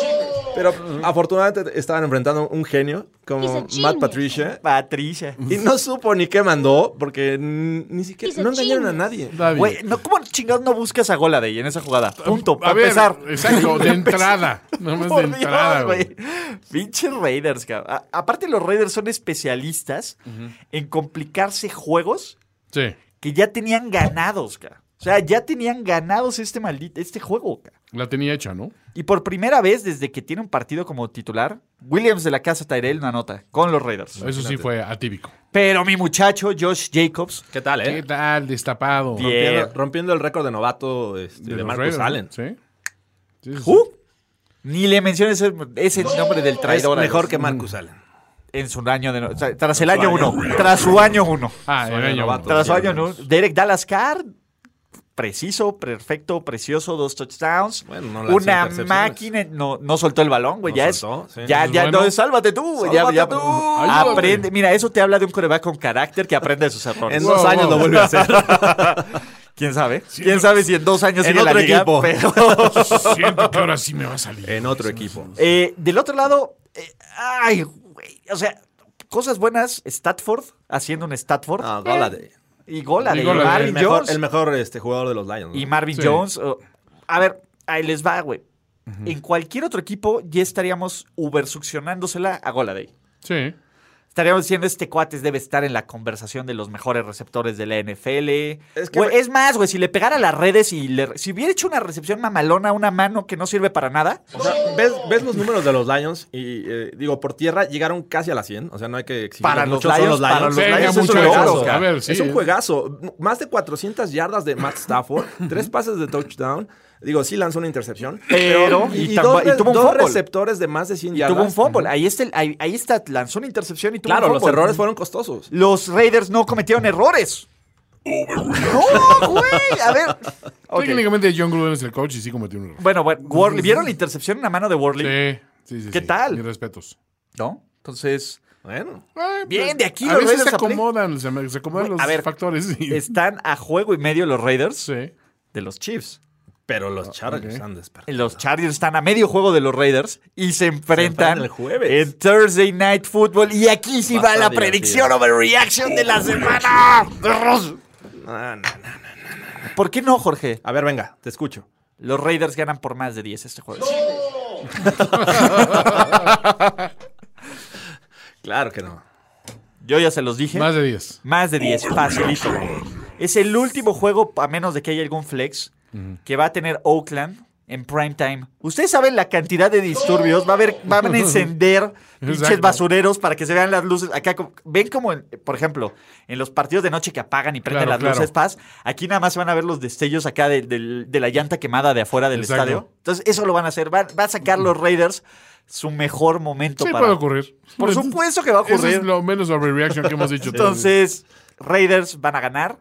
[SPEAKER 4] pero afortunadamente estaban enfrentando un genio
[SPEAKER 5] He's a
[SPEAKER 4] como
[SPEAKER 5] genius.
[SPEAKER 4] Matt Patricia.
[SPEAKER 2] Patricia.
[SPEAKER 4] Y no supo ni qué mandó, porque n- ni siquiera
[SPEAKER 5] He's a
[SPEAKER 4] no engañaron a
[SPEAKER 5] genius.
[SPEAKER 4] nadie.
[SPEAKER 3] Está bien.
[SPEAKER 2] Güey, no, ¿cómo chingados no buscas a Gola de en esa jugada? Punto, para
[SPEAKER 3] a ver,
[SPEAKER 2] empezar.
[SPEAKER 3] Exacto, de entrada. Nada más de
[SPEAKER 2] Por Dios,
[SPEAKER 3] entrada, güey.
[SPEAKER 2] güey. Pinche Raiders, cabrón. A- Aparte, los Raiders son especialistas en complicarse juegos
[SPEAKER 3] Sí.
[SPEAKER 2] que ya tenían ganados, cabrón. O sea, ya tenían ganados este maldito, este juego, cabrón.
[SPEAKER 3] La tenía hecha, ¿no?
[SPEAKER 2] Y por primera vez desde que tiene un partido como titular, Williams de la casa Tyrell una nota con los Raiders.
[SPEAKER 3] Eso sí fue atípico.
[SPEAKER 2] Pero mi muchacho Josh Jacobs,
[SPEAKER 4] ¿Qué tal, eh?
[SPEAKER 3] ¿Qué tal? Destapado.
[SPEAKER 2] Bien.
[SPEAKER 4] Rompiendo, rompiendo el récord de novato este, de,
[SPEAKER 3] los
[SPEAKER 4] Marcus
[SPEAKER 3] Raiders, ¿no?
[SPEAKER 4] Allen.
[SPEAKER 3] Sí. Sí, sí, sí.
[SPEAKER 2] ¡uh! ni le menciones ese, ese nombre del traidor.
[SPEAKER 4] es
[SPEAKER 2] a
[SPEAKER 4] mejor
[SPEAKER 2] los- Mm.
[SPEAKER 4] que Marcus Allen.
[SPEAKER 2] en su año de no- o sea, tras el año uno, tras su año uno.
[SPEAKER 3] Ah,
[SPEAKER 4] Soy
[SPEAKER 3] era yo.
[SPEAKER 4] novato.
[SPEAKER 2] Tras su año
[SPEAKER 4] Diablos.
[SPEAKER 2] uno, Derek Dallas Carr, preciso, perfecto, precioso, dos touchdowns.
[SPEAKER 4] Bueno, no lanzó
[SPEAKER 2] una
[SPEAKER 4] intercepciones.
[SPEAKER 2] máquina, no, no soltó el balón, güey,
[SPEAKER 4] No
[SPEAKER 2] ya
[SPEAKER 4] soltó,
[SPEAKER 2] es.
[SPEAKER 4] sí. Pues
[SPEAKER 2] Ya,
[SPEAKER 3] Eso es
[SPEAKER 2] ya,
[SPEAKER 3] bueno.
[SPEAKER 2] no, sálvate tú, güey, ya,
[SPEAKER 4] Sálvate
[SPEAKER 2] ya-
[SPEAKER 4] tú.
[SPEAKER 3] Ayúdate.
[SPEAKER 2] aprende. Mira, eso te habla de un coreback con carácter que aprende de sus errores.
[SPEAKER 4] En
[SPEAKER 3] Wow,
[SPEAKER 4] dos años
[SPEAKER 3] wow.
[SPEAKER 4] lo vuelve a hacer.
[SPEAKER 2] ¿Quién sabe? ¿Quién sabe si en dos años
[SPEAKER 4] En
[SPEAKER 2] sigue la
[SPEAKER 4] otro
[SPEAKER 2] liga?
[SPEAKER 4] equipo.
[SPEAKER 2] Pero-
[SPEAKER 3] Siento que ahora sí me va a salir.
[SPEAKER 4] en otro equipo.
[SPEAKER 2] Eh, del otro lado, eh, ay, güey, o sea, cosas buenas, Statford, haciendo un Statford.
[SPEAKER 4] No, Golladay.
[SPEAKER 2] Y gola
[SPEAKER 3] Y
[SPEAKER 2] de
[SPEAKER 3] gola de-
[SPEAKER 2] Marvin
[SPEAKER 4] Ah, El mejor,
[SPEAKER 2] Jones.
[SPEAKER 4] el mejor este, jugador de los Lions. ¿no?
[SPEAKER 2] Y Marvin
[SPEAKER 3] Sí.
[SPEAKER 2] Jones. oh, a ver, ahí les va, güey. En cualquier otro equipo ya estaríamos ubersuccionándosela a Goladay.
[SPEAKER 3] Sí.
[SPEAKER 2] Estaríamos diciendo, este cuates debe estar en la conversación de los mejores receptores de la NFL.
[SPEAKER 4] Es
[SPEAKER 2] Es,
[SPEAKER 4] que, güey-
[SPEAKER 2] es más, güey, si le pegara a las redes y le- si hubiera hecho una recepción mamalona a una mano que no sirve para nada,
[SPEAKER 4] O sea, ¿ves, ves los números de los Lions y eh, digo, por tierra llegaron casi a la 100. O sea, no hay que exigir
[SPEAKER 2] Para
[SPEAKER 4] mucho,
[SPEAKER 2] los
[SPEAKER 4] son
[SPEAKER 2] Lions, para los
[SPEAKER 3] Venga,
[SPEAKER 2] Lions
[SPEAKER 3] mucho
[SPEAKER 2] un
[SPEAKER 3] juegazo.
[SPEAKER 2] logro,
[SPEAKER 3] A ver, sí.
[SPEAKER 4] es un juegazo. M- Más de 400 yardas de Matt Stafford, tres pases de touchdown. Digo, sí lanzó una intercepción.
[SPEAKER 2] Pero-
[SPEAKER 4] Y,
[SPEAKER 2] y
[SPEAKER 4] y
[SPEAKER 2] tam-
[SPEAKER 4] dos,
[SPEAKER 2] y tuvo un
[SPEAKER 4] dos
[SPEAKER 2] fumble.
[SPEAKER 4] receptores de más de 100
[SPEAKER 2] y
[SPEAKER 4] yardas.
[SPEAKER 2] tuvo un fumble. Ahí, está, el- ahí, ahí está, lanzó una intercepción y tuvo
[SPEAKER 4] Claro,
[SPEAKER 2] un
[SPEAKER 4] los
[SPEAKER 2] fumble.
[SPEAKER 4] errores fueron costosos.
[SPEAKER 2] los Raiders no cometieron errores. No, güey. A ver. Ok.
[SPEAKER 3] Técnicamente John Gruden es el coach y sí cometió un error.
[SPEAKER 2] Bueno, bueno, Worley- ¿vieron la intercepción en la mano de Worley?
[SPEAKER 3] Sí. Sí, sí,
[SPEAKER 2] ¿Qué
[SPEAKER 3] sí.
[SPEAKER 2] tal?
[SPEAKER 3] Mis respetos.
[SPEAKER 2] ¿No? Entonces,
[SPEAKER 4] Bueno.
[SPEAKER 3] Ay,
[SPEAKER 2] Bien,
[SPEAKER 3] pues,
[SPEAKER 2] de aquí
[SPEAKER 3] a
[SPEAKER 2] los
[SPEAKER 3] veces
[SPEAKER 2] Raiders
[SPEAKER 3] se
[SPEAKER 2] apli-
[SPEAKER 3] acomodan, se, me- se acomodan
[SPEAKER 2] Güey,
[SPEAKER 3] los
[SPEAKER 2] a ver,
[SPEAKER 3] factores. y-
[SPEAKER 2] están a juego y medio los Raiders
[SPEAKER 3] Sí.
[SPEAKER 2] de los Chiefs.
[SPEAKER 4] Pero los Chargers han despertado.
[SPEAKER 2] Los Chargers están a medio juego de los Raiders y se enfrentan,
[SPEAKER 4] enfrentan el jueves.
[SPEAKER 2] en Thursday Night Football. Y aquí sí
[SPEAKER 4] Va a
[SPEAKER 2] va, la
[SPEAKER 4] estar
[SPEAKER 2] predicción
[SPEAKER 4] divertido.
[SPEAKER 2] overreaction de la semana.
[SPEAKER 4] Ah, no, no.
[SPEAKER 2] ¿Por qué no, Jorge?
[SPEAKER 4] A ver, venga, te escucho.
[SPEAKER 2] Los Raiders ganan por más de 10 este juego.
[SPEAKER 4] Claro que no.
[SPEAKER 2] Yo ya se los dije.
[SPEAKER 3] Más de 10.
[SPEAKER 2] Más de 10, facilito. Es el último juego, a menos de que haya algún flex, que va a tener Oakland en prime time. Ustedes saben la cantidad de disturbios. Va a haber, van a encender pinches
[SPEAKER 3] Exacto.
[SPEAKER 2] basureros para que se vean las luces. Acá, como- ven como, en- por ejemplo, en los partidos de noche que apagan y prenden
[SPEAKER 3] Claro,
[SPEAKER 2] las
[SPEAKER 3] claro.
[SPEAKER 2] luces, paz. Aquí nada más van a ver los destellos acá del- del- de, la llanta quemada de afuera del
[SPEAKER 3] Exacto.
[SPEAKER 2] estadio. Entonces, eso lo van a hacer. Va, va a sacar los Raiders su mejor momento
[SPEAKER 3] Sí,
[SPEAKER 2] para.
[SPEAKER 3] puede ocurrir. Pues,
[SPEAKER 2] Por
[SPEAKER 4] Pues,
[SPEAKER 2] supuesto que va a
[SPEAKER 3] Eso
[SPEAKER 2] ocurrir.
[SPEAKER 3] es lo menos overreaction que hemos dicho.
[SPEAKER 2] Entonces, Raiders van a ganar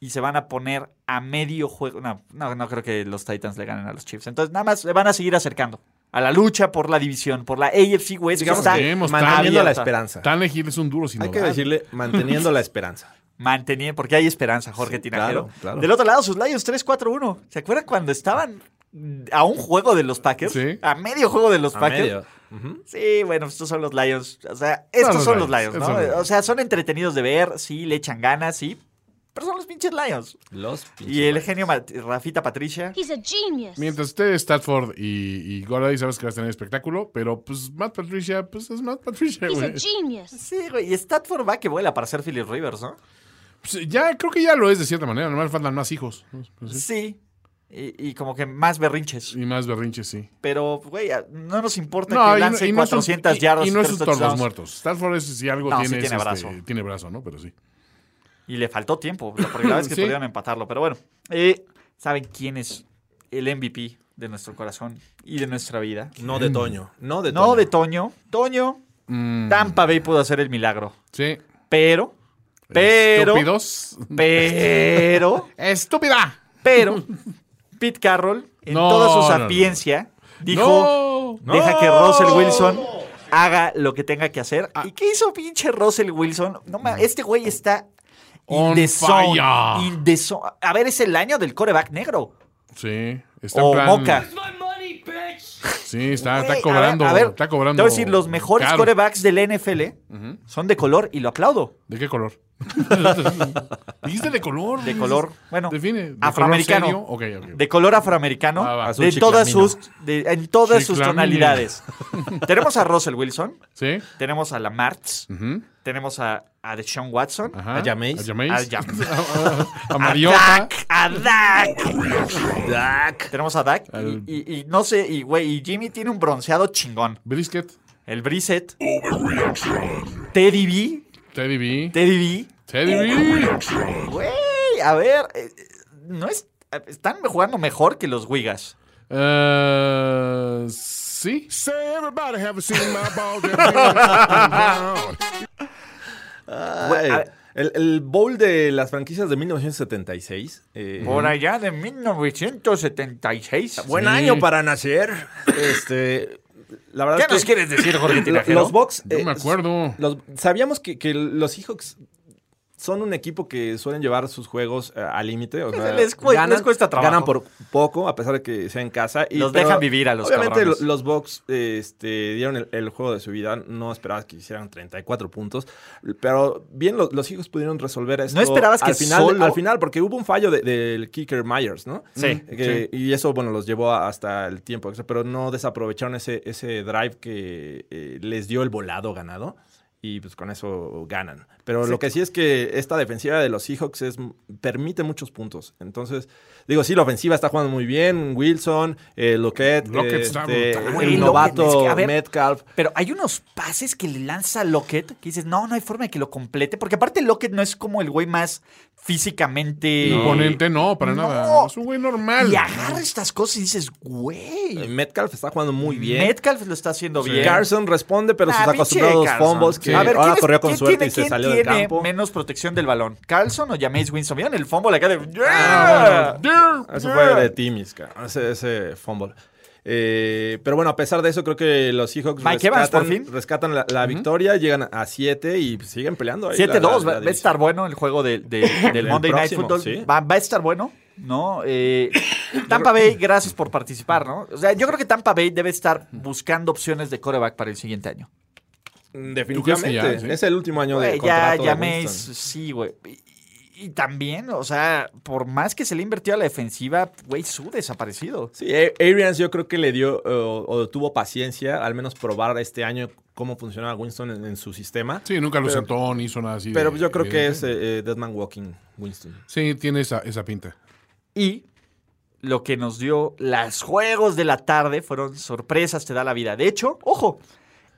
[SPEAKER 2] y se van a poner a medio juego. No, no, no creo que los Titans le ganen a los Chiefs. Entonces, nada más le van a seguir acercando a la lucha por la división, por la AFC West. que
[SPEAKER 4] Digamos
[SPEAKER 2] está
[SPEAKER 3] que hemos
[SPEAKER 4] Manteniendo la
[SPEAKER 2] abierta.
[SPEAKER 4] esperanza.
[SPEAKER 3] Tan Hill es un duro sin
[SPEAKER 4] Hay que decirle manteniendo la esperanza.
[SPEAKER 2] Manteniendo, porque hay esperanza, Jorge
[SPEAKER 4] Sí,
[SPEAKER 2] Tinajero.
[SPEAKER 4] claro, claro.
[SPEAKER 2] Del otro lado, sus Lions 3-4-1. ¿Se acuerdan cuando estaban a un juego de los Packers?
[SPEAKER 3] Sí.
[SPEAKER 2] A medio juego de los
[SPEAKER 4] A
[SPEAKER 2] Packers.
[SPEAKER 4] medio.
[SPEAKER 2] Sí, bueno, estos son los Lions. O sea, estos
[SPEAKER 3] los
[SPEAKER 2] son los
[SPEAKER 3] Lions,
[SPEAKER 2] Lions,
[SPEAKER 3] estos son los
[SPEAKER 2] ¿no?
[SPEAKER 3] Lions.
[SPEAKER 2] O sea, son entretenidos de ver, sí, le echan ganas, sí. Pero son los pinches Lions.
[SPEAKER 4] Los
[SPEAKER 2] Y el genio Mat- Rafita Patricia.
[SPEAKER 5] He's a genius.
[SPEAKER 3] Mientras usted Stafford y, y Golladay, sabes que vas a tener espectáculo, pero pues Matt Patricia, pues es Matt Patricia,
[SPEAKER 5] He's a
[SPEAKER 3] güey.
[SPEAKER 5] genius.
[SPEAKER 2] Sí, güey. Y Statford va que vuela para ser Philip Rivers, ¿no?
[SPEAKER 3] Pues, ya, creo que ya lo es de cierta manera, nomás faltan más hijos. Pues,
[SPEAKER 2] Sí. Y, y como que más berrinches.
[SPEAKER 3] Y más berrinches, sí.
[SPEAKER 2] Pero, güey, a- no nos importa
[SPEAKER 3] No,
[SPEAKER 2] que
[SPEAKER 3] y,
[SPEAKER 2] lance
[SPEAKER 3] y no son-
[SPEAKER 2] 400
[SPEAKER 3] y-
[SPEAKER 2] yardas
[SPEAKER 3] y no es
[SPEAKER 2] tres
[SPEAKER 3] un tornos
[SPEAKER 2] touchdowns.
[SPEAKER 3] muertos. Stafford es, si algo
[SPEAKER 2] No, sí
[SPEAKER 3] tiene, es,
[SPEAKER 2] tiene
[SPEAKER 3] este,
[SPEAKER 2] brazo.
[SPEAKER 3] tiene brazo, ¿no? Pero sí.
[SPEAKER 2] Y le faltó tiempo, la primera vez que
[SPEAKER 3] Sí.
[SPEAKER 2] pudieron empatarlo. Pero bueno, eh, ¿saben quién es el MVP de nuestro corazón y de nuestra vida?
[SPEAKER 4] No de Toño. No de Toño.
[SPEAKER 2] No de Toño. Toño,
[SPEAKER 3] Mm,
[SPEAKER 2] Tampa Bay pudo hacer el milagro.
[SPEAKER 3] sí.
[SPEAKER 2] Pero, pero,
[SPEAKER 3] Estúpidos.
[SPEAKER 2] pero,
[SPEAKER 3] ¡Estúpida!
[SPEAKER 2] pero, Pete Carroll, en
[SPEAKER 3] No,
[SPEAKER 2] toda
[SPEAKER 3] no,
[SPEAKER 2] su
[SPEAKER 3] no.
[SPEAKER 2] sapiencia, dijo,
[SPEAKER 3] ¡No! Ah.
[SPEAKER 2] deja que Russell Wilson haga lo que tenga que hacer. ¿Y qué hizo pinche Russell Wilson? No, ma- este güey está...
[SPEAKER 3] Mm. On
[SPEAKER 2] in the zone,
[SPEAKER 3] fire.
[SPEAKER 2] in the zone. A ver, es el año del coreback negro.
[SPEAKER 3] Sí. Está en
[SPEAKER 2] O
[SPEAKER 3] plan-
[SPEAKER 2] Moca.
[SPEAKER 3] Sí, está, está
[SPEAKER 2] Güey,
[SPEAKER 3] cobrando.
[SPEAKER 2] A ver, a ver,
[SPEAKER 3] está cobrando.
[SPEAKER 2] Te voy a decir, los mejores
[SPEAKER 3] caro.
[SPEAKER 2] corebacks del NFL son de color y lo aplaudo.
[SPEAKER 3] ¿De qué color? Dijiste de color.
[SPEAKER 2] De color, bueno,
[SPEAKER 3] Define. ¿De
[SPEAKER 2] afroamericano.
[SPEAKER 3] color serio? Ok, ok.
[SPEAKER 2] De color afroamericano.
[SPEAKER 3] Ah, va.
[SPEAKER 4] Azul
[SPEAKER 2] de todas
[SPEAKER 4] chiclamino.
[SPEAKER 2] sus, de- en todas sus
[SPEAKER 3] Chiclamino.
[SPEAKER 2] tonalidades. tenemos a Russell Wilson,
[SPEAKER 3] ¿Sí?
[SPEAKER 2] tenemos a Lamartz,
[SPEAKER 3] Ujú,
[SPEAKER 2] tenemos a, a Deshaun Watson,
[SPEAKER 3] ajá.
[SPEAKER 4] ¿A Jameis?
[SPEAKER 3] A Jameis.
[SPEAKER 2] a, Jam-
[SPEAKER 3] A
[SPEAKER 2] a
[SPEAKER 3] Mariota.
[SPEAKER 2] Dak, a Dak. Tenemos a Dak. y-
[SPEAKER 3] Al-
[SPEAKER 2] Y, y no sé, y güey, y Jimmy tiene un bronceado chingón.
[SPEAKER 3] Brisket.
[SPEAKER 2] El Brissett. Teddy B.
[SPEAKER 3] Teddy B.
[SPEAKER 2] Teddy
[SPEAKER 3] Teddy
[SPEAKER 2] Oh,
[SPEAKER 3] B.
[SPEAKER 2] B. Güey, a ver, eh, eh, no es, están jugando mejor que los Wigas.
[SPEAKER 3] Eh, sí.
[SPEAKER 4] Güey, el, el bowl de las franquicias de 1976. eh,
[SPEAKER 2] Por allá de 1976.
[SPEAKER 4] Buen
[SPEAKER 3] Sí.
[SPEAKER 4] año para nacer. Este, la verdad
[SPEAKER 2] ¿Qué
[SPEAKER 4] es que
[SPEAKER 2] nos quieres decir, Jorge
[SPEAKER 4] lo-
[SPEAKER 2] Tinajero?
[SPEAKER 4] los Bucks. eh,
[SPEAKER 3] Yo me
[SPEAKER 2] Mm. Eh,
[SPEAKER 3] acuerdo.
[SPEAKER 4] los- sabíamos que, que los Seahawks son un equipo que suelen llevar sus juegos eh, al límite. o sea,
[SPEAKER 2] les cue- les cuesta trabajo.
[SPEAKER 4] Ganan por poco, a pesar de que sea en casa. Y,
[SPEAKER 2] Los dejan vivir a los
[SPEAKER 4] Obviamente
[SPEAKER 2] cabrones.
[SPEAKER 4] lo- los Bucks eh, este, dieron el, el juego de su vida. No esperabas que hicieran 34 puntos. Pero bien, lo- los Seahawks pudieron resolver esto.
[SPEAKER 2] esperabas que
[SPEAKER 4] al final,
[SPEAKER 2] solo-
[SPEAKER 4] Al final, porque hubo un fallo de- del kicker Myers, ¿no? Eh,
[SPEAKER 2] Sí.
[SPEAKER 4] Que- Y eso, bueno, los llevó a- hasta el tiempo extra, pero no desaprovecharon ese, ese drive que eh, les dio el volado ganado. Y pues con eso ganan. Pero lo que sí es que esta defensiva de los Seahawks es, permite muchos puntos. Entonces, digo, sí, la ofensiva está jugando muy bien. Wilson, eh, Lockett,
[SPEAKER 3] Lockett
[SPEAKER 4] eh,
[SPEAKER 3] está
[SPEAKER 4] este,
[SPEAKER 3] brutal.
[SPEAKER 2] Güey,
[SPEAKER 4] el
[SPEAKER 2] Lockett,
[SPEAKER 4] novato
[SPEAKER 2] es que, a ver,
[SPEAKER 4] Metcalf.
[SPEAKER 2] Pero hay unos pases que le lanza Lockett que dices, no, no hay forma de que lo complete. Porque aparte Lockett no es como el güey más físicamente...
[SPEAKER 3] Imponente, no, para
[SPEAKER 2] No.
[SPEAKER 3] nada. Es un güey normal. Ah,
[SPEAKER 2] Y agarra estas cosas y dices, güey.
[SPEAKER 4] Metcalf está jugando muy bien.
[SPEAKER 2] Metcalf lo está haciendo bien.
[SPEAKER 4] Carson responde, pero
[SPEAKER 2] Ah,
[SPEAKER 4] sus
[SPEAKER 2] pinche
[SPEAKER 4] acostumbrados
[SPEAKER 2] Carson.
[SPEAKER 4] fumbles que
[SPEAKER 3] Sí.
[SPEAKER 2] A ver,
[SPEAKER 4] ahora
[SPEAKER 2] ¿quién es-
[SPEAKER 4] corrió con
[SPEAKER 2] quién
[SPEAKER 4] suerte
[SPEAKER 2] tiene-
[SPEAKER 4] y se
[SPEAKER 2] quién
[SPEAKER 4] salió del
[SPEAKER 2] tiene
[SPEAKER 4] campo.
[SPEAKER 2] menos protección del balón? ¿Carlson o Jameis Winston? ¿Vieron el fumble acá de...
[SPEAKER 3] Ah,
[SPEAKER 2] ¡Yeah!
[SPEAKER 3] bueno.
[SPEAKER 4] Eso fue
[SPEAKER 2] Ah.
[SPEAKER 4] de Timmy's, cabrón, ese, ese fumble. Eh, pero bueno, a pesar de eso, creo que los Seahawks
[SPEAKER 2] Mike Evans, por fin.
[SPEAKER 4] rescatan la, la victoria, llegan a 7 y siguen peleando. ahí la-
[SPEAKER 2] 7-2,
[SPEAKER 4] la-
[SPEAKER 2] va,
[SPEAKER 4] la
[SPEAKER 2] va a estar bueno el juego de- de- del
[SPEAKER 4] El
[SPEAKER 2] Monday Night
[SPEAKER 4] próximo,
[SPEAKER 2] Football.
[SPEAKER 4] sí.
[SPEAKER 2] Va, va a estar bueno, ¿no? Eh, Tampa Bay, gracias por participar, ¿no? O sea, yo creo que Tampa Bay debe estar buscando opciones de coreback para el siguiente año.
[SPEAKER 4] división.
[SPEAKER 3] ¿Tú crees
[SPEAKER 4] Definitivamente.
[SPEAKER 3] que ya, sí?
[SPEAKER 4] Es el último año de
[SPEAKER 2] Güey, ya,
[SPEAKER 4] contrato de
[SPEAKER 2] ya me...
[SPEAKER 4] Winston.
[SPEAKER 2] Sí, güey. Y, y- y también, o sea, por más que se le invirtió a la defensiva, güey, su desaparecido.
[SPEAKER 4] Sí, A- Arians yo creo que le dio eh, o, o tuvo paciencia, al menos probar este año cómo funcionaba Winston en, en su sistema.
[SPEAKER 3] Sí, nunca lo
[SPEAKER 4] Pero-
[SPEAKER 3] sentó ni hizo nada así.
[SPEAKER 4] Pero
[SPEAKER 3] de-
[SPEAKER 4] yo creo que es
[SPEAKER 3] evidente.
[SPEAKER 4] eh, eh, Deadman Walking Winston.
[SPEAKER 3] Sí, tiene esa, esa pinta.
[SPEAKER 2] Y lo que nos dio los juegos de la tarde fueron sorpresas, te da la vida. De hecho, ojo,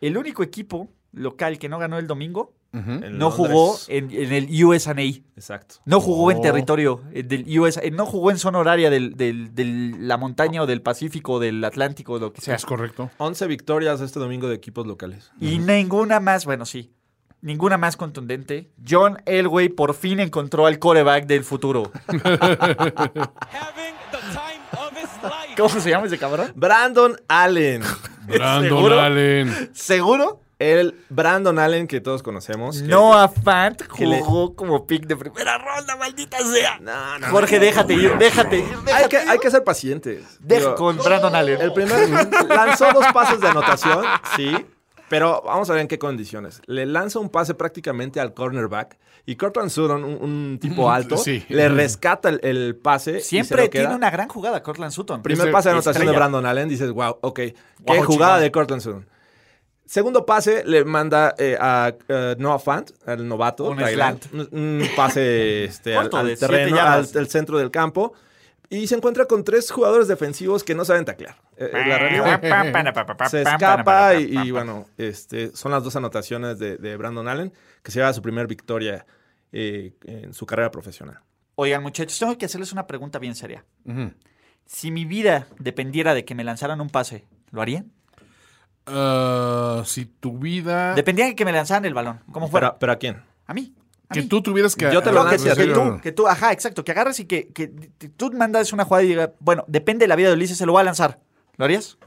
[SPEAKER 2] el único equipo local que no ganó el domingo
[SPEAKER 4] en
[SPEAKER 2] no
[SPEAKER 4] Londres.
[SPEAKER 2] jugó en, en el USA.
[SPEAKER 4] Exacto.
[SPEAKER 2] No jugó en
[SPEAKER 3] No.
[SPEAKER 2] territorio eh, del USA. No jugó en zona horaria de del, del- la montaña o del Pacífico o del Atlántico o lo que sea.
[SPEAKER 3] Es correcto.
[SPEAKER 4] 11 victorias este domingo de equipos locales.
[SPEAKER 2] Y ninguna más, bueno, sí. Ninguna más contundente. John Elway por fin encontró al coreback del futuro. ¿Cómo se llama ese cabrón?
[SPEAKER 4] Brandon Allen.
[SPEAKER 3] Brandon
[SPEAKER 2] ¿Seguro?
[SPEAKER 3] Allen.
[SPEAKER 2] ¿Seguro?
[SPEAKER 4] El Brandon Allen que todos conocemos. que-
[SPEAKER 2] Noah Fant
[SPEAKER 4] que le-
[SPEAKER 2] jugó como pick de primera ronda, maldita sea.
[SPEAKER 4] No, no,
[SPEAKER 2] Jorge, déjate ir, déjate ir, déjate
[SPEAKER 4] Hay que,
[SPEAKER 2] ir.
[SPEAKER 4] hay que ser pacientes.
[SPEAKER 2] Deja
[SPEAKER 4] Digo,
[SPEAKER 2] con Brandon Allen.
[SPEAKER 4] El primer lanzó dos pases de anotación, sí. Pero vamos a ver en qué condiciones. Le lanza un pase prácticamente al cornerback y Cortland Sutton, un, un tipo alto,
[SPEAKER 3] sí.
[SPEAKER 4] le rescata el, el pase. y se
[SPEAKER 2] Siempre
[SPEAKER 4] lo queda.
[SPEAKER 2] tiene una gran jugada Cortland Sutton.
[SPEAKER 4] Primer
[SPEAKER 3] Ese
[SPEAKER 4] pase de anotación
[SPEAKER 2] estrella.
[SPEAKER 4] de Brandon Allen, dices, wow, ok, qué
[SPEAKER 2] Guau,
[SPEAKER 4] jugada
[SPEAKER 2] chingón.
[SPEAKER 4] de Cortland Sutton. Segundo pase le manda eh, a eh, Noah Fant, al novato.
[SPEAKER 2] Un
[SPEAKER 4] tight end. Un, un pase este, al,
[SPEAKER 2] Corto,
[SPEAKER 4] al
[SPEAKER 2] de siete
[SPEAKER 4] terreno, al,
[SPEAKER 2] yardas.
[SPEAKER 4] al centro del campo. Y se encuentra con tres jugadores defensivos que no saben taclear. Eh, eh,
[SPEAKER 2] Ah,
[SPEAKER 4] la realidad se escapa y, y, bueno, este, son las dos anotaciones de, de Brandon Allen, que se lleva su primer victoria eh, en su carrera profesional.
[SPEAKER 2] Oigan, muchachos, tengo que hacerles una pregunta bien seria.
[SPEAKER 3] Ujú.
[SPEAKER 2] Si mi vida dependiera de que me lanzaran un pase, ¿lo harían?
[SPEAKER 3] Ah, si tu vida.
[SPEAKER 2] Dependía de que me lanzaran el balón, como fuera.
[SPEAKER 4] Ah. Pero, ¿Pero a quién?
[SPEAKER 2] a mí. a
[SPEAKER 3] que
[SPEAKER 2] mí.
[SPEAKER 3] tú tuvieras que.
[SPEAKER 4] Yo te lo
[SPEAKER 2] No, que,
[SPEAKER 4] lanzo,
[SPEAKER 2] que
[SPEAKER 3] Sí,
[SPEAKER 2] tú, que tú, ajá, exacto, que agarres y que, que t- tú mandas una jugada y digas, bueno, depende de la vida de Ulises, se lo voy a lanzar. ¿Lo harías?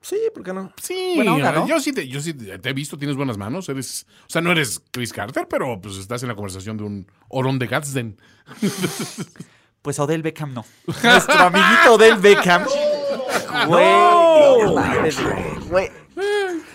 [SPEAKER 4] Sí, ¿por qué no?
[SPEAKER 3] Sí,
[SPEAKER 2] Buena onda, ¿no?
[SPEAKER 3] yo sí, te, yo sí te te he visto, tienes buenas manos. Eres, o sea, no eres Chris Carter, pero pues estás en la conversación de un orón de Gadsden.
[SPEAKER 2] Pues a Odell Beckham no. Nuestro amiguito Odell Beckham. Güey, no mames, güey.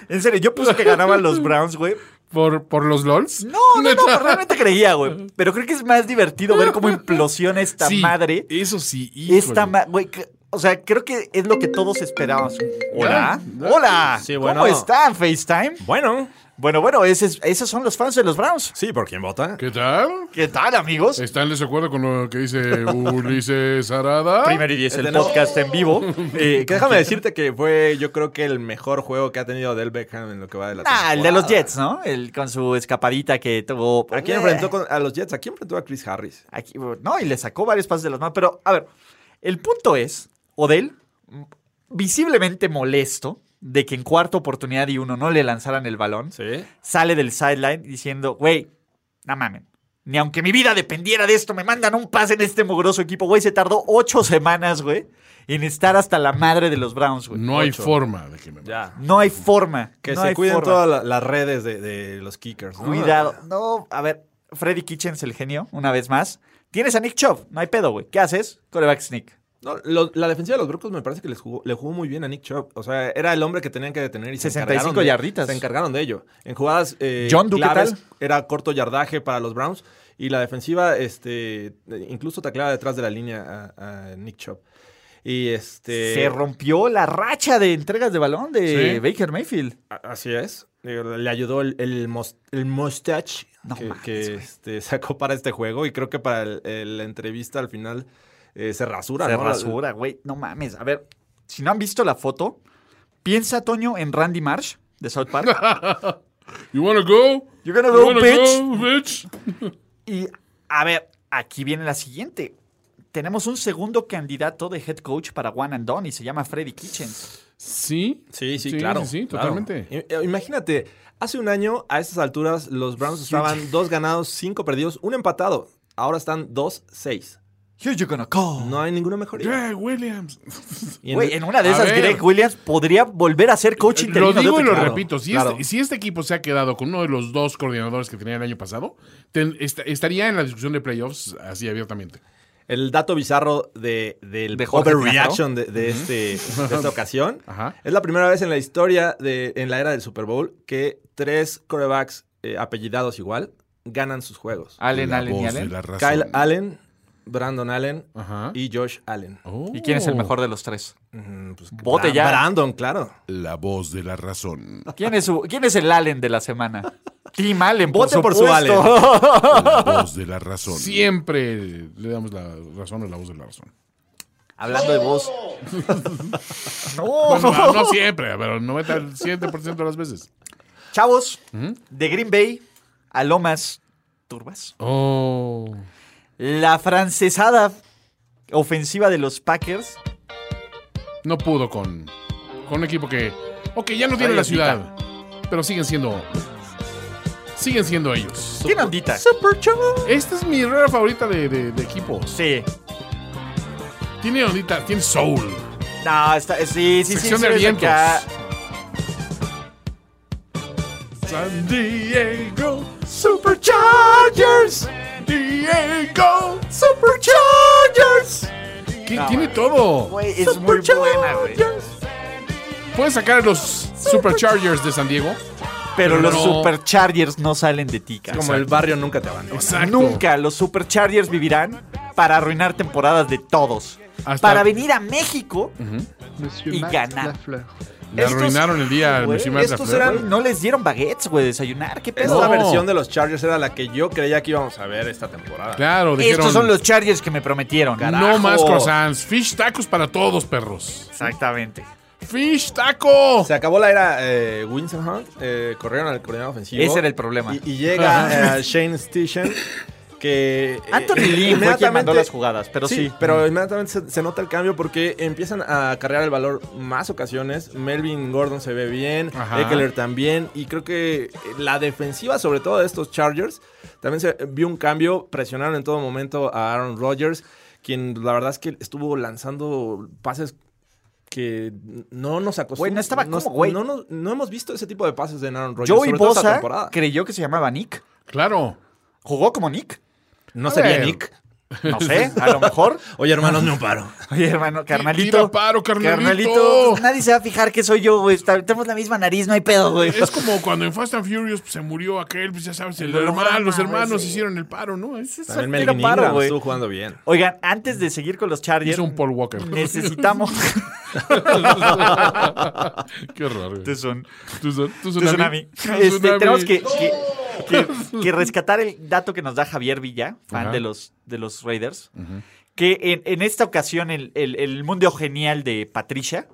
[SPEAKER 2] En serio, yo puse que ganaban los Browns, güey.
[SPEAKER 3] ¿Por, por los LOLs?
[SPEAKER 2] No, no, no, realmente creía, güey. Pero creo que es más divertido ver cómo implosiona esta
[SPEAKER 3] Sí,
[SPEAKER 2] madre.
[SPEAKER 3] Eso sí. híjole.
[SPEAKER 2] Esta ma- güey, que- o sea, creo que es lo que todos esperábamos. Hola, hola.
[SPEAKER 4] Sí, bueno.
[SPEAKER 2] ¿Cómo están, FaceTime?
[SPEAKER 4] Bueno,
[SPEAKER 2] Bueno, bueno, ese es- esos son los fans de los Browns.
[SPEAKER 4] Sí, ¿por quién vota?
[SPEAKER 3] ¿Qué tal?
[SPEAKER 2] ¿Qué tal, amigos?
[SPEAKER 3] ¿Están en desacuerdo con lo que dice Ulises Arada?
[SPEAKER 2] Primero y diez, el
[SPEAKER 4] de nuevo.
[SPEAKER 2] podcast en vivo.
[SPEAKER 4] Eh, que déjame decirte que fue, yo creo que el mejor juego que ha tenido Del Beckham en lo que va de la temporada.
[SPEAKER 2] Ah, el de los Jets, ¿no? El con su escapadita que tuvo.
[SPEAKER 4] ¿A quién enfrentó con- a los Jets? ¿A quién enfrentó a Chris Harris?
[SPEAKER 2] Aquí- no, y le sacó varios pases de las manos. Pero, a ver, el punto es, Odell, m- visiblemente molesto de que en cuarta oportunidad y uno no le lanzaran el balón,
[SPEAKER 4] Sí.
[SPEAKER 2] sale del sideline diciendo, güey, no mamen. Ni aunque mi vida dependiera de esto, me mandan un pase en este mugroso equipo. Güey, se tardó ocho semanas, güey, en estar hasta la madre de los Browns, güey.
[SPEAKER 3] No hay
[SPEAKER 4] Ocho.
[SPEAKER 3] forma de que me.
[SPEAKER 4] Ya.
[SPEAKER 2] No hay forma.
[SPEAKER 4] Que
[SPEAKER 2] no
[SPEAKER 4] se
[SPEAKER 2] hay
[SPEAKER 4] cuiden
[SPEAKER 2] forma.
[SPEAKER 4] todas la- las redes de, de los kickers. ¿no?
[SPEAKER 2] Cuidado. No, a ver, Freddy Kitchens, el genio, una vez más. Tienes a Nick Chubb, no hay pedo, güey. ¿Qué haces? Coreback sneak.
[SPEAKER 4] No, lo- la defensiva de los Broncos me parece que les jugó, le jugó muy bien a Nick Chubb. O sea, era el hombre que tenían que detener y se
[SPEAKER 2] 65
[SPEAKER 4] encargaron de-
[SPEAKER 2] yarditas.
[SPEAKER 4] Se encargaron de ello. En jugadas eh,
[SPEAKER 2] John Doe, ¿qué
[SPEAKER 4] claves,
[SPEAKER 2] tal?
[SPEAKER 4] era corto yardaje para los Browns y la defensiva este, eh, incluso tacleaba detrás de la línea a, a Nick Chubb. Y este...
[SPEAKER 2] Se rompió la racha de entregas de balón de
[SPEAKER 3] Sí.
[SPEAKER 2] Baker Mayfield.
[SPEAKER 4] A- Así es. Eh, Le ayudó el, el, mos- el mustache
[SPEAKER 2] No
[SPEAKER 4] que,
[SPEAKER 2] mames,
[SPEAKER 4] que,
[SPEAKER 2] güey.
[SPEAKER 4] este, sacó para este juego. Y creo que para el- el- la entrevista al final eh, se rasura.
[SPEAKER 2] Se
[SPEAKER 4] ¿no?
[SPEAKER 2] rasura, güey. No mames. A ver, si no han visto la foto, piensa, Toño, en Randy Marsh de South Park.
[SPEAKER 3] You wanna go?
[SPEAKER 2] You're gonna go,
[SPEAKER 3] wanna
[SPEAKER 2] bitch.
[SPEAKER 3] go, bitch?
[SPEAKER 2] y, a ver, aquí viene la siguiente. Tenemos un segundo candidato de head coach para One and Done y se llama Freddy Kitchens.
[SPEAKER 3] Sí.
[SPEAKER 4] Sí, sí, claro.
[SPEAKER 3] Sí, sí,
[SPEAKER 4] claro.
[SPEAKER 3] totalmente.
[SPEAKER 4] I- eh, Imagínate, hace un año, a estas alturas, los Browns estaban dos ganados, cinco perdidos, un empatado. Ahora están dos, seis.
[SPEAKER 2] Here you gonna call.
[SPEAKER 4] No hay ninguna mejoría.
[SPEAKER 3] Yeah, Williams.
[SPEAKER 4] Y en-
[SPEAKER 2] Güey, en una de
[SPEAKER 3] A
[SPEAKER 2] esas,
[SPEAKER 3] ver. Eh,
[SPEAKER 2] Greg Williams podría volver a ser coach interino
[SPEAKER 3] Lo digo
[SPEAKER 2] de
[SPEAKER 3] y lo
[SPEAKER 2] otro equipo.
[SPEAKER 3] repito, si,
[SPEAKER 4] claro.
[SPEAKER 3] este, si este equipo se ha quedado con uno de los dos coordinadores que tenía el año pasado, ten- est- estaría en la discusión de playoffs así abiertamente.
[SPEAKER 4] El dato bizarro de, del
[SPEAKER 2] De Jorge
[SPEAKER 4] overreaction de, de este, de esta ocasión
[SPEAKER 3] Ajá.
[SPEAKER 4] es la primera vez en la historia, de, en la era del Super Bowl, que tres corebacks eh, apellidados igual ganan sus juegos.
[SPEAKER 2] Allen,
[SPEAKER 3] La
[SPEAKER 2] Allen y
[SPEAKER 3] voz
[SPEAKER 2] Allen.
[SPEAKER 3] de la razón.
[SPEAKER 4] Kyle Allen, Brandon Allen
[SPEAKER 3] Ajá.
[SPEAKER 4] y Josh Allen.
[SPEAKER 3] Oh.
[SPEAKER 2] ¿Y quién es el mejor de los tres?
[SPEAKER 4] Mm, pues,
[SPEAKER 2] Bote
[SPEAKER 4] Bra-
[SPEAKER 2] ya.
[SPEAKER 4] Brandon, claro.
[SPEAKER 1] La voz de la razón.
[SPEAKER 2] ¿Quién es, su- quién es el Allen de la semana? Tim Allen, por
[SPEAKER 4] Vote por su
[SPEAKER 2] supuesto.
[SPEAKER 1] La voz de la razón.
[SPEAKER 3] Siempre le damos la razón a la voz de la razón.
[SPEAKER 2] Hablando de vos.
[SPEAKER 3] Bueno, no,
[SPEAKER 2] no.
[SPEAKER 3] no siempre, pero el 97% de las veces.
[SPEAKER 2] Chavos, de Green Bay a Lomas Turbas.
[SPEAKER 3] Oh.
[SPEAKER 2] La francesada ofensiva de los Packers.
[SPEAKER 3] No pudo con, con un equipo que. Ok, ya no tiene
[SPEAKER 2] Ay,
[SPEAKER 3] la
[SPEAKER 2] Anita.
[SPEAKER 3] ciudad, pero siguen siendo. Siguen siendo ellos.
[SPEAKER 2] ¿Qué ondita?
[SPEAKER 3] Esta es mi rara favorita de, de- de equipos.
[SPEAKER 2] Sí.
[SPEAKER 3] Tiene ondita, tiene soul.
[SPEAKER 2] No, está, sí, sí, sí.
[SPEAKER 3] Sección
[SPEAKER 2] sí,
[SPEAKER 3] de
[SPEAKER 2] ves
[SPEAKER 3] vientos.
[SPEAKER 2] acá.
[SPEAKER 3] San Diego Superchargers. Diego Superchargers. tiene todo.
[SPEAKER 2] Güey, es muy buena, güey.
[SPEAKER 3] Puedes sacar a los Superchargers de San Diego.
[SPEAKER 2] Pero los
[SPEAKER 3] No.
[SPEAKER 2] Superchargers no salen de ti, cara.
[SPEAKER 4] Como el barrio nunca te abandona.
[SPEAKER 3] Exacto.
[SPEAKER 2] Nunca los Superchargers vivirán para arruinar temporadas de todos.
[SPEAKER 3] Hasta-
[SPEAKER 2] Para venir a México
[SPEAKER 5] Monsieur
[SPEAKER 2] y
[SPEAKER 5] Max
[SPEAKER 2] ganar.
[SPEAKER 5] Lafleur.
[SPEAKER 3] Le
[SPEAKER 2] Estos-
[SPEAKER 3] arruinaron el día al
[SPEAKER 2] Güey,
[SPEAKER 3] Monsieur Max
[SPEAKER 2] Estos
[SPEAKER 3] Lafleur,
[SPEAKER 2] eran, no les dieron baguettes, güey, desayunar. ¿Qué pedo?
[SPEAKER 4] Esta
[SPEAKER 3] No.
[SPEAKER 4] versión de los Chargers era la que yo creía que íbamos a ver esta temporada.
[SPEAKER 3] Claro, dijeron.
[SPEAKER 2] Estos son los Chargers que me prometieron.
[SPEAKER 3] No
[SPEAKER 2] carajo.
[SPEAKER 3] más croissants. Fish tacos para todos, perros.
[SPEAKER 2] Exactamente.
[SPEAKER 3] ¡Fish taco!
[SPEAKER 4] Se acabó la era eh, Winston Hunt, eh, corrieron al coordinador ofensivo.
[SPEAKER 2] Ese era el problema.
[SPEAKER 4] Y, y llega eh, Shane Station, que... eh,
[SPEAKER 2] Anthony Lee fue quien mandó
[SPEAKER 4] inmediatamente-
[SPEAKER 2] las jugadas, pero sí.
[SPEAKER 4] pero inmediatamente se, se nota el cambio porque empiezan a cargar el valor más ocasiones. Melvin Gordon se ve bien,
[SPEAKER 3] Ajá.
[SPEAKER 4] Eckler también. Y creo que eh, la defensiva, sobre todo de estos Chargers, también se vio un cambio. Presionaron en todo momento a Aaron Rodgers, quien la verdad es que estuvo lanzando pases que no nos acostumbramos.
[SPEAKER 2] Güey, no estaba
[SPEAKER 4] no,
[SPEAKER 2] como, güey.
[SPEAKER 4] no nos- no hemos visto ese tipo de pases de Aaron Rodgers.
[SPEAKER 2] Joey
[SPEAKER 4] sobre todo esta
[SPEAKER 2] Bosa
[SPEAKER 4] temporada.
[SPEAKER 2] creyó que se llamaba Nick.
[SPEAKER 3] Claro.
[SPEAKER 2] ¿Jugó como Nick?
[SPEAKER 4] No
[SPEAKER 3] A
[SPEAKER 4] sería
[SPEAKER 3] ver.
[SPEAKER 4] Nick.
[SPEAKER 2] No sé, a lo mejor.
[SPEAKER 4] Oye, hermanos, no paro.
[SPEAKER 2] Oye, hermano, carnalito.
[SPEAKER 3] Tira paro, carnalito.
[SPEAKER 2] pues nadie se va a fijar que soy yo, güey. Está- Tenemos la misma nariz, no hay pedo, güey.
[SPEAKER 3] Es como cuando en Fast and Furious pues, se murió aquel, pues ya sabes, el
[SPEAKER 2] Pero
[SPEAKER 3] hermano, los
[SPEAKER 2] hermano,
[SPEAKER 3] hermanos
[SPEAKER 2] sí.
[SPEAKER 3] hicieron el paro, ¿no? Es- es-
[SPEAKER 4] También
[SPEAKER 2] Tiro
[SPEAKER 4] Melvin
[SPEAKER 2] paro,
[SPEAKER 4] Ingram
[SPEAKER 2] güey.
[SPEAKER 4] estuvo jugando bien.
[SPEAKER 2] Oigan, antes de seguir con los Chargers,
[SPEAKER 3] Hizo un Paul Walker.
[SPEAKER 2] necesitamos.
[SPEAKER 3] Qué horror. güey.
[SPEAKER 2] este son.
[SPEAKER 3] Tu su- tu tsunami.
[SPEAKER 2] Tsunami.
[SPEAKER 3] Tu
[SPEAKER 2] Este,
[SPEAKER 3] tsunami.
[SPEAKER 2] tenemos que, que- que- que rescatar el dato que nos da Javier Villa, fan
[SPEAKER 3] Ajá.
[SPEAKER 2] de los, de los Raiders, que en, en esta ocasión el, el, el mundo genial de Patricia,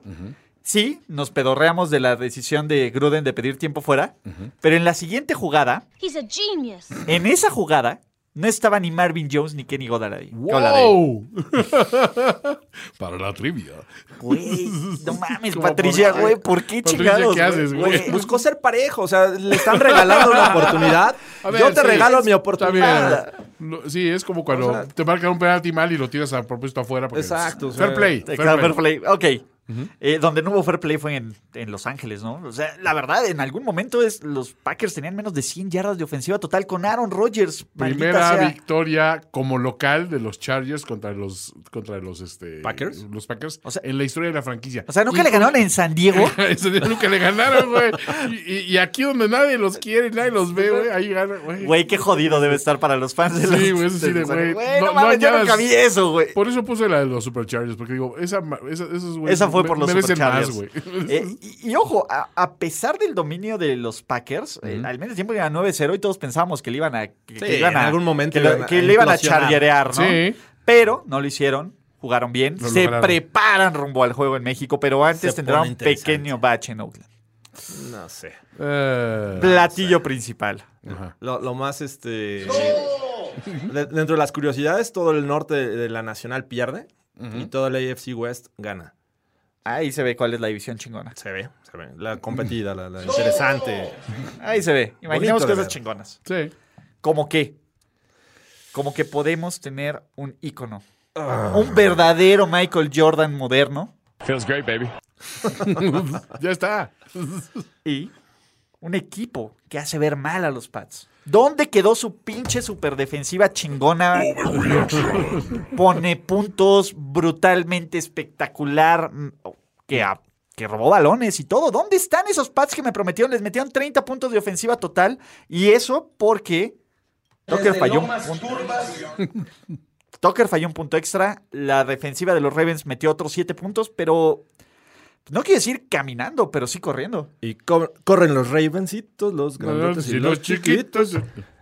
[SPEAKER 2] sí, nos pedorreamos de la decisión de Gruden de pedir tiempo fuera, pero en la siguiente jugada,
[SPEAKER 7] He's a genius.
[SPEAKER 2] en esa jugada, no estaba ni Marvin Jones ni Kenny Goddard ahí.
[SPEAKER 3] ¡Wow! Para la trivia.
[SPEAKER 2] Güey, no mames,
[SPEAKER 3] Como
[SPEAKER 2] Patricia,
[SPEAKER 3] por-
[SPEAKER 2] güey, ¿por qué
[SPEAKER 3] Patricia,
[SPEAKER 2] chingados?
[SPEAKER 3] ¿qué haces, güey?
[SPEAKER 4] Buscó ser parejo, o sea, le están regalando una oportunidad.
[SPEAKER 3] A ver,
[SPEAKER 4] Yo te
[SPEAKER 3] sí,
[SPEAKER 4] regalo mi
[SPEAKER 3] Está
[SPEAKER 4] oportunidad.
[SPEAKER 3] bien. Lo- sí, es como cuando
[SPEAKER 4] O sea-
[SPEAKER 3] te marcan un penalti mal y lo tiras a propósito afuera. porque-
[SPEAKER 4] Exacto, o sea-
[SPEAKER 3] Fair play. fair
[SPEAKER 2] Exacto,
[SPEAKER 3] play.
[SPEAKER 2] fair play. Ok. Eh, donde no hubo fair play fue en, en Los Ángeles, ¿no? O sea, la verdad, en algún momento es, los Packers tenían menos de 100 yardas de ofensiva total con Aaron Rodgers. maldita
[SPEAKER 3] Primera
[SPEAKER 2] sea.
[SPEAKER 3] victoria como local de los Chargers contra los contra los este
[SPEAKER 4] ¿Packers?
[SPEAKER 3] los Packers
[SPEAKER 2] sea-
[SPEAKER 3] en la historia de la franquicia.
[SPEAKER 2] O sea, nunca le ganaron en San Diego.
[SPEAKER 3] Ese día nunca le ganaron, güey. Y, y- y aquí donde nadie los quiere, nadie los ve, güey, ahí ganan, güey.
[SPEAKER 2] Güey, qué jodido debe estar para los fans de
[SPEAKER 3] Sí,
[SPEAKER 2] los
[SPEAKER 3] güey, eso sí de,
[SPEAKER 2] los-
[SPEAKER 3] güey,
[SPEAKER 2] Güey, no,
[SPEAKER 3] no- no
[SPEAKER 2] mames, yo nunca
[SPEAKER 3] añadas-
[SPEAKER 2] vi eso, güey.
[SPEAKER 3] Por eso puse la de los Superchargers, porque digo, esa, ma- esa, esos güeyes
[SPEAKER 2] Esa fue
[SPEAKER 3] me-
[SPEAKER 2] por los
[SPEAKER 3] merecen más,
[SPEAKER 2] Superchargers.
[SPEAKER 3] güey.
[SPEAKER 2] Eh, y, y ojo, a, a pesar del dominio de los Packers, eh, al menos tiempo iban 9-0 y todos pensábamos que le iban a. Que, que
[SPEAKER 4] Sí,
[SPEAKER 2] iban
[SPEAKER 4] en
[SPEAKER 2] a-
[SPEAKER 4] algún momento
[SPEAKER 2] Que, lo-
[SPEAKER 4] iban a
[SPEAKER 2] que le iban a
[SPEAKER 4] implosionar.
[SPEAKER 2] chargerear, ¿no?
[SPEAKER 3] Sí.
[SPEAKER 2] Pero no lo hicieron, jugaron bien,
[SPEAKER 3] Lo
[SPEAKER 2] se
[SPEAKER 3] lograron.
[SPEAKER 2] preparan rumbo al juego en México, pero antes
[SPEAKER 4] Se
[SPEAKER 2] tendrán
[SPEAKER 4] pone
[SPEAKER 2] un
[SPEAKER 4] interesante.
[SPEAKER 2] pequeño bache en Oakland.
[SPEAKER 4] No sé. Ah,
[SPEAKER 3] Eh,
[SPEAKER 2] Platillo principal.
[SPEAKER 4] Lo, lo más, este... de- dentro de las curiosidades, todo el norte de, de la Nacional pierde y todo el AFC West gana.
[SPEAKER 2] Ahí se ve cuál es la división chingona.
[SPEAKER 4] Se ve, se ve. La competida, la, la interesante.
[SPEAKER 2] Ahí se ve. Imaginemos
[SPEAKER 4] Bonito de
[SPEAKER 2] cosas
[SPEAKER 4] ver.
[SPEAKER 2] chingonas.
[SPEAKER 3] sí.
[SPEAKER 2] ¿Cómo qué? Como que podemos tener un ícono.
[SPEAKER 4] Ah.
[SPEAKER 2] Un verdadero Michael Jordan moderno.
[SPEAKER 6] Feels great, baby.
[SPEAKER 3] ya está.
[SPEAKER 2] y un equipo que hace ver mal a los Pats. ¿Dónde quedó su pinche superdefensiva chingona? Pone puntos brutalmente espectacular mm, que, a- que robó balones y todo. ¿Dónde están esos Pats que me prometieron? Les metieron 30 puntos de ofensiva total y eso porque Tucker falló un punto. Tucker falló un punto extra, la defensiva de los Ravens metió otros 7 puntos, pero no quiere decir caminando, pero sí corriendo.
[SPEAKER 4] Y co- corren los Ravencitos, los grandotes y,
[SPEAKER 3] Si
[SPEAKER 4] los chiquitos.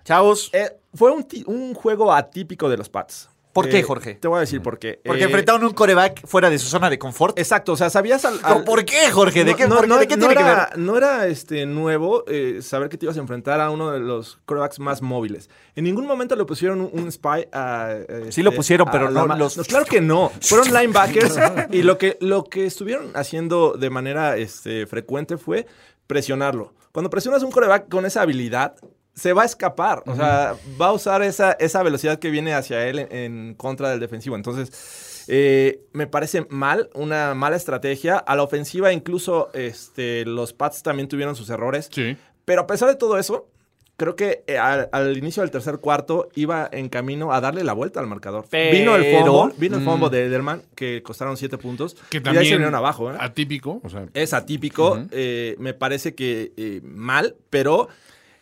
[SPEAKER 2] Chavos,
[SPEAKER 4] Eh, fue un, ti- un juego atípico de los Pats.
[SPEAKER 2] ¿Por qué,
[SPEAKER 4] Eh,
[SPEAKER 2] Jorge?
[SPEAKER 4] Te voy a decir por qué.
[SPEAKER 2] porque
[SPEAKER 4] Eh,
[SPEAKER 2] enfrentaron un coreback fuera de su zona de confort.
[SPEAKER 4] Exacto, o sea, sabías al- al-
[SPEAKER 2] ¿Por qué, Jorge? ¿De
[SPEAKER 4] No,
[SPEAKER 2] qué,
[SPEAKER 4] no,
[SPEAKER 2] por qué?
[SPEAKER 4] no,
[SPEAKER 2] ¿De qué
[SPEAKER 4] no
[SPEAKER 2] tiene que
[SPEAKER 4] era,
[SPEAKER 2] ver?
[SPEAKER 4] No era este, nuevo eh, saber que te ibas a enfrentar a uno de los quarterbacks más móviles. En ningún momento le pusieron un, un spy a... eh,
[SPEAKER 2] Sí lo
[SPEAKER 4] este,
[SPEAKER 2] pusieron,
[SPEAKER 4] a
[SPEAKER 2] pero
[SPEAKER 4] la
[SPEAKER 2] no
[SPEAKER 4] ma-
[SPEAKER 2] los-
[SPEAKER 4] Claro que no. Fueron linebackers y lo que, lo que estuvieron haciendo de manera este, frecuente fue presionarlo. Cuando presionas un quarterback con esa habilidad... Se va a escapar, o sea, va a usar esa, esa velocidad que viene hacia él en, en contra del defensivo. Entonces, eh, me parece mal, una mala estrategia. A la ofensiva, incluso este, los Pats también tuvieron sus errores.
[SPEAKER 3] Sí.
[SPEAKER 4] Pero a pesar de todo eso, creo que eh, al, al inicio del tercer cuarto iba en camino a darle la vuelta al marcador. vino el fombo, vino el fombo de Ederman, que costaron siete puntos.
[SPEAKER 3] Mm. Que
[SPEAKER 4] y de
[SPEAKER 3] también
[SPEAKER 4] ahí se vinieron abajo. ¿eh?
[SPEAKER 3] atípico, o sea,
[SPEAKER 4] Es atípico, eh, me parece que eh, mal, pero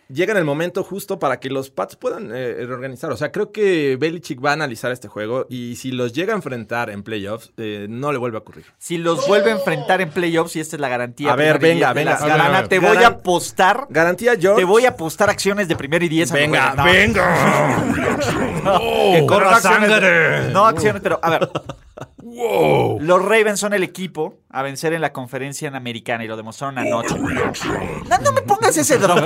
[SPEAKER 4] llega en el momento justo para que los Pats puedan eh, reorganizar. O sea, creo que Belichick va a analizar este juego y si los llega a enfrentar en playoffs, eh, no le vuelve a ocurrir.
[SPEAKER 2] Si los vuelve a enfrentar en playoffs, y esta es la garantía.
[SPEAKER 4] A ver,
[SPEAKER 2] primera y diez
[SPEAKER 4] venga,
[SPEAKER 2] de
[SPEAKER 4] venga,
[SPEAKER 2] las
[SPEAKER 3] a ver,
[SPEAKER 2] Gana,
[SPEAKER 3] a ver.
[SPEAKER 2] te voy a
[SPEAKER 4] Garan-
[SPEAKER 2] apostar.
[SPEAKER 4] Garantía George.
[SPEAKER 2] Te voy a apostar acciones de primera y diez. a
[SPEAKER 4] Venga,
[SPEAKER 2] mi juego. No,
[SPEAKER 4] que corra
[SPEAKER 2] acciones-
[SPEAKER 4] sangre.
[SPEAKER 2] No acciones, pero a ver. Los Ravens son el equipo a vencer en la conferencia en americana y lo demostraron anoche. No, no me pongas ese drop.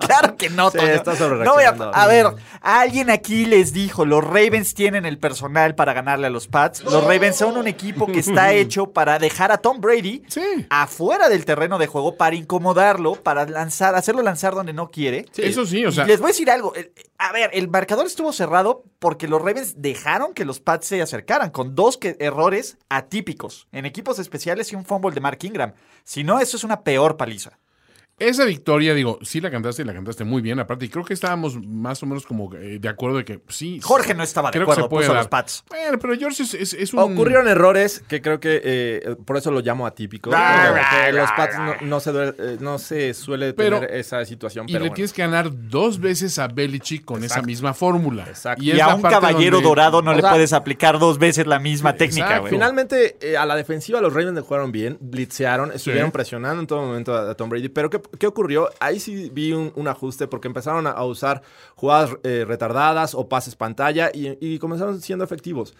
[SPEAKER 2] claro que no,
[SPEAKER 4] Sí,
[SPEAKER 2] Toño.
[SPEAKER 4] estás
[SPEAKER 2] no voy a,
[SPEAKER 4] sobrereaccionando.
[SPEAKER 2] a ver, alguien aquí les dijo, los Ravens tienen el personal para ganarle a los Pats. Los Ravens son un equipo que está hecho para dejar a Tom Brady
[SPEAKER 3] Sí.
[SPEAKER 2] afuera del terreno de juego para incomodarlo, para lanzar, hacerlo lanzar donde no quiere.
[SPEAKER 3] eso sí, o sea,
[SPEAKER 2] Y les voy a decir algo. El- A ver, el marcador estuvo cerrado porque los Ravens dejaron que los Pats se acercaran con dos que- errores atípicos en equipos especiales y un fumble de Mark Ingram. Si no, eso es una peor paliza.
[SPEAKER 3] Esa victoria, digo, sí la cantaste y la cantaste muy bien, aparte, y creo que estábamos más o menos como eh, de acuerdo de que sí.
[SPEAKER 2] Jorge
[SPEAKER 3] sí,
[SPEAKER 2] no estaba de
[SPEAKER 3] creo que
[SPEAKER 2] acuerdo,
[SPEAKER 3] se puede
[SPEAKER 2] puso a
[SPEAKER 3] dar.
[SPEAKER 2] los Pats.
[SPEAKER 3] Bueno, pero George es, es- es un...
[SPEAKER 4] Ocurrieron errores que creo que eh, por eso lo llamo atípico.
[SPEAKER 2] Ra, ra,
[SPEAKER 4] Que los
[SPEAKER 2] ra,
[SPEAKER 4] Pats
[SPEAKER 2] ra.
[SPEAKER 4] no, no se, duele- eh, no se suele
[SPEAKER 3] Pero-
[SPEAKER 4] tener esa situación.
[SPEAKER 3] Y
[SPEAKER 4] pero
[SPEAKER 3] le
[SPEAKER 4] bueno.
[SPEAKER 3] tienes que ganar dos veces a Belichick con esa misma fórmula.
[SPEAKER 4] Exacto.
[SPEAKER 2] Y,
[SPEAKER 3] es
[SPEAKER 2] a
[SPEAKER 3] la
[SPEAKER 2] un
[SPEAKER 3] parte
[SPEAKER 2] caballero
[SPEAKER 3] donde-
[SPEAKER 2] dorado no
[SPEAKER 4] o
[SPEAKER 2] le
[SPEAKER 4] sea-
[SPEAKER 2] puedes aplicar dos veces la misma técnica,
[SPEAKER 3] exacto.
[SPEAKER 2] güey.
[SPEAKER 4] Finalmente, eh, a la defensiva los Ravens le jugaron bien, blitzearon, estuvieron presionando en todo momento a, a Tom Brady. Pero ¿qué, qué ocurrió? Ahí sí vi un, un ajuste porque empezaron a, a usar jugadas eh, retardadas o pases pantalla y, y comenzaron siendo efectivos.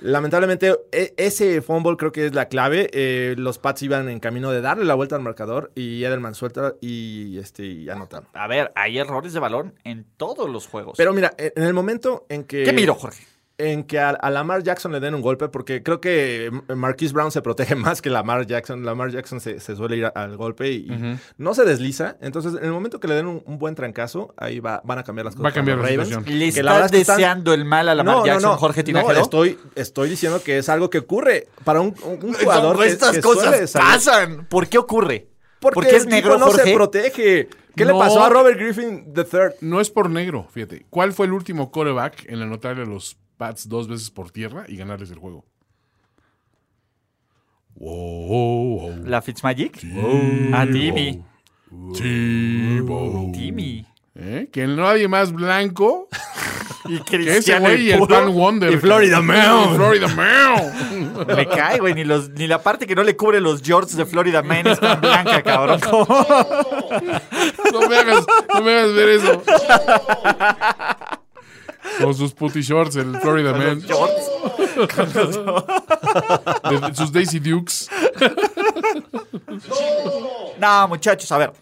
[SPEAKER 4] Lamentablemente, e- ese fumble creo que es la clave. Eh, los Pats iban en camino de darle la vuelta al marcador y Edelman suelta y, este, y anotaron.
[SPEAKER 2] A ver, hay errores de balón en todos los juegos.
[SPEAKER 4] Pero eh, mira, en en el momento en que...
[SPEAKER 2] Pues ¿Qué miro, Jorge?
[SPEAKER 4] en que a, a Lamar Jackson le den un golpe, porque creo que eh, Marquise Brown se protege más que Lamar Jackson. Lamar Jackson se, se suele ir a- al golpe y, y no se desliza. Entonces, en el momento que le den un, un buen trancazo, ahí va- van a cambiar las cosas.
[SPEAKER 3] Va a cambiar
[SPEAKER 4] para
[SPEAKER 3] la
[SPEAKER 4] los
[SPEAKER 3] situación.
[SPEAKER 2] ¿Le
[SPEAKER 4] que
[SPEAKER 2] estás
[SPEAKER 4] la verdad es que están-
[SPEAKER 2] deseando el mal a la
[SPEAKER 4] No, no,
[SPEAKER 2] Jackson,
[SPEAKER 4] no.
[SPEAKER 2] Jorge
[SPEAKER 4] No,
[SPEAKER 2] Tinajero?
[SPEAKER 4] estoy, estoy diciendo que es algo que ocurre para un, un- un
[SPEAKER 2] Son-
[SPEAKER 4] jugador. que-
[SPEAKER 2] estas
[SPEAKER 4] que suele
[SPEAKER 2] cosas
[SPEAKER 4] salir-
[SPEAKER 2] pasan. ¿Por qué ocurre?
[SPEAKER 4] Porque,
[SPEAKER 2] Porque es
[SPEAKER 4] el tipo
[SPEAKER 2] negro,
[SPEAKER 4] no
[SPEAKER 2] Jorge.
[SPEAKER 4] se protege. ¿Qué
[SPEAKER 3] No.
[SPEAKER 4] le pasó a Robert Griffin III?
[SPEAKER 3] No es por negro, fíjate. ¿Cuál fue el último coreback en anotarle a los Pats dos veces por tierra y ganarles el juego? Wow.
[SPEAKER 2] ¿La Fitzmagic? a Timmy.
[SPEAKER 3] Tebow.
[SPEAKER 2] Timmy.
[SPEAKER 3] ¿Eh? Que nadie más blanco
[SPEAKER 2] Y
[SPEAKER 3] que ese
[SPEAKER 2] Cristiano
[SPEAKER 3] güey y el
[SPEAKER 2] puro.
[SPEAKER 3] Pan Wonder.
[SPEAKER 4] Y Florida Man.
[SPEAKER 3] Y Florida Man.
[SPEAKER 2] Me cae, güey. Ni, los- ni la parte que no le cubre los shorts de Florida Man es tan blanca, cabrón. ¿Cómo?
[SPEAKER 3] No me hagas, no me hagas ver eso. Con sus putty shorts, el Florida Man.
[SPEAKER 2] Shorts.
[SPEAKER 3] De- sus Daisy Dukes.
[SPEAKER 2] No, muchachos, a ver.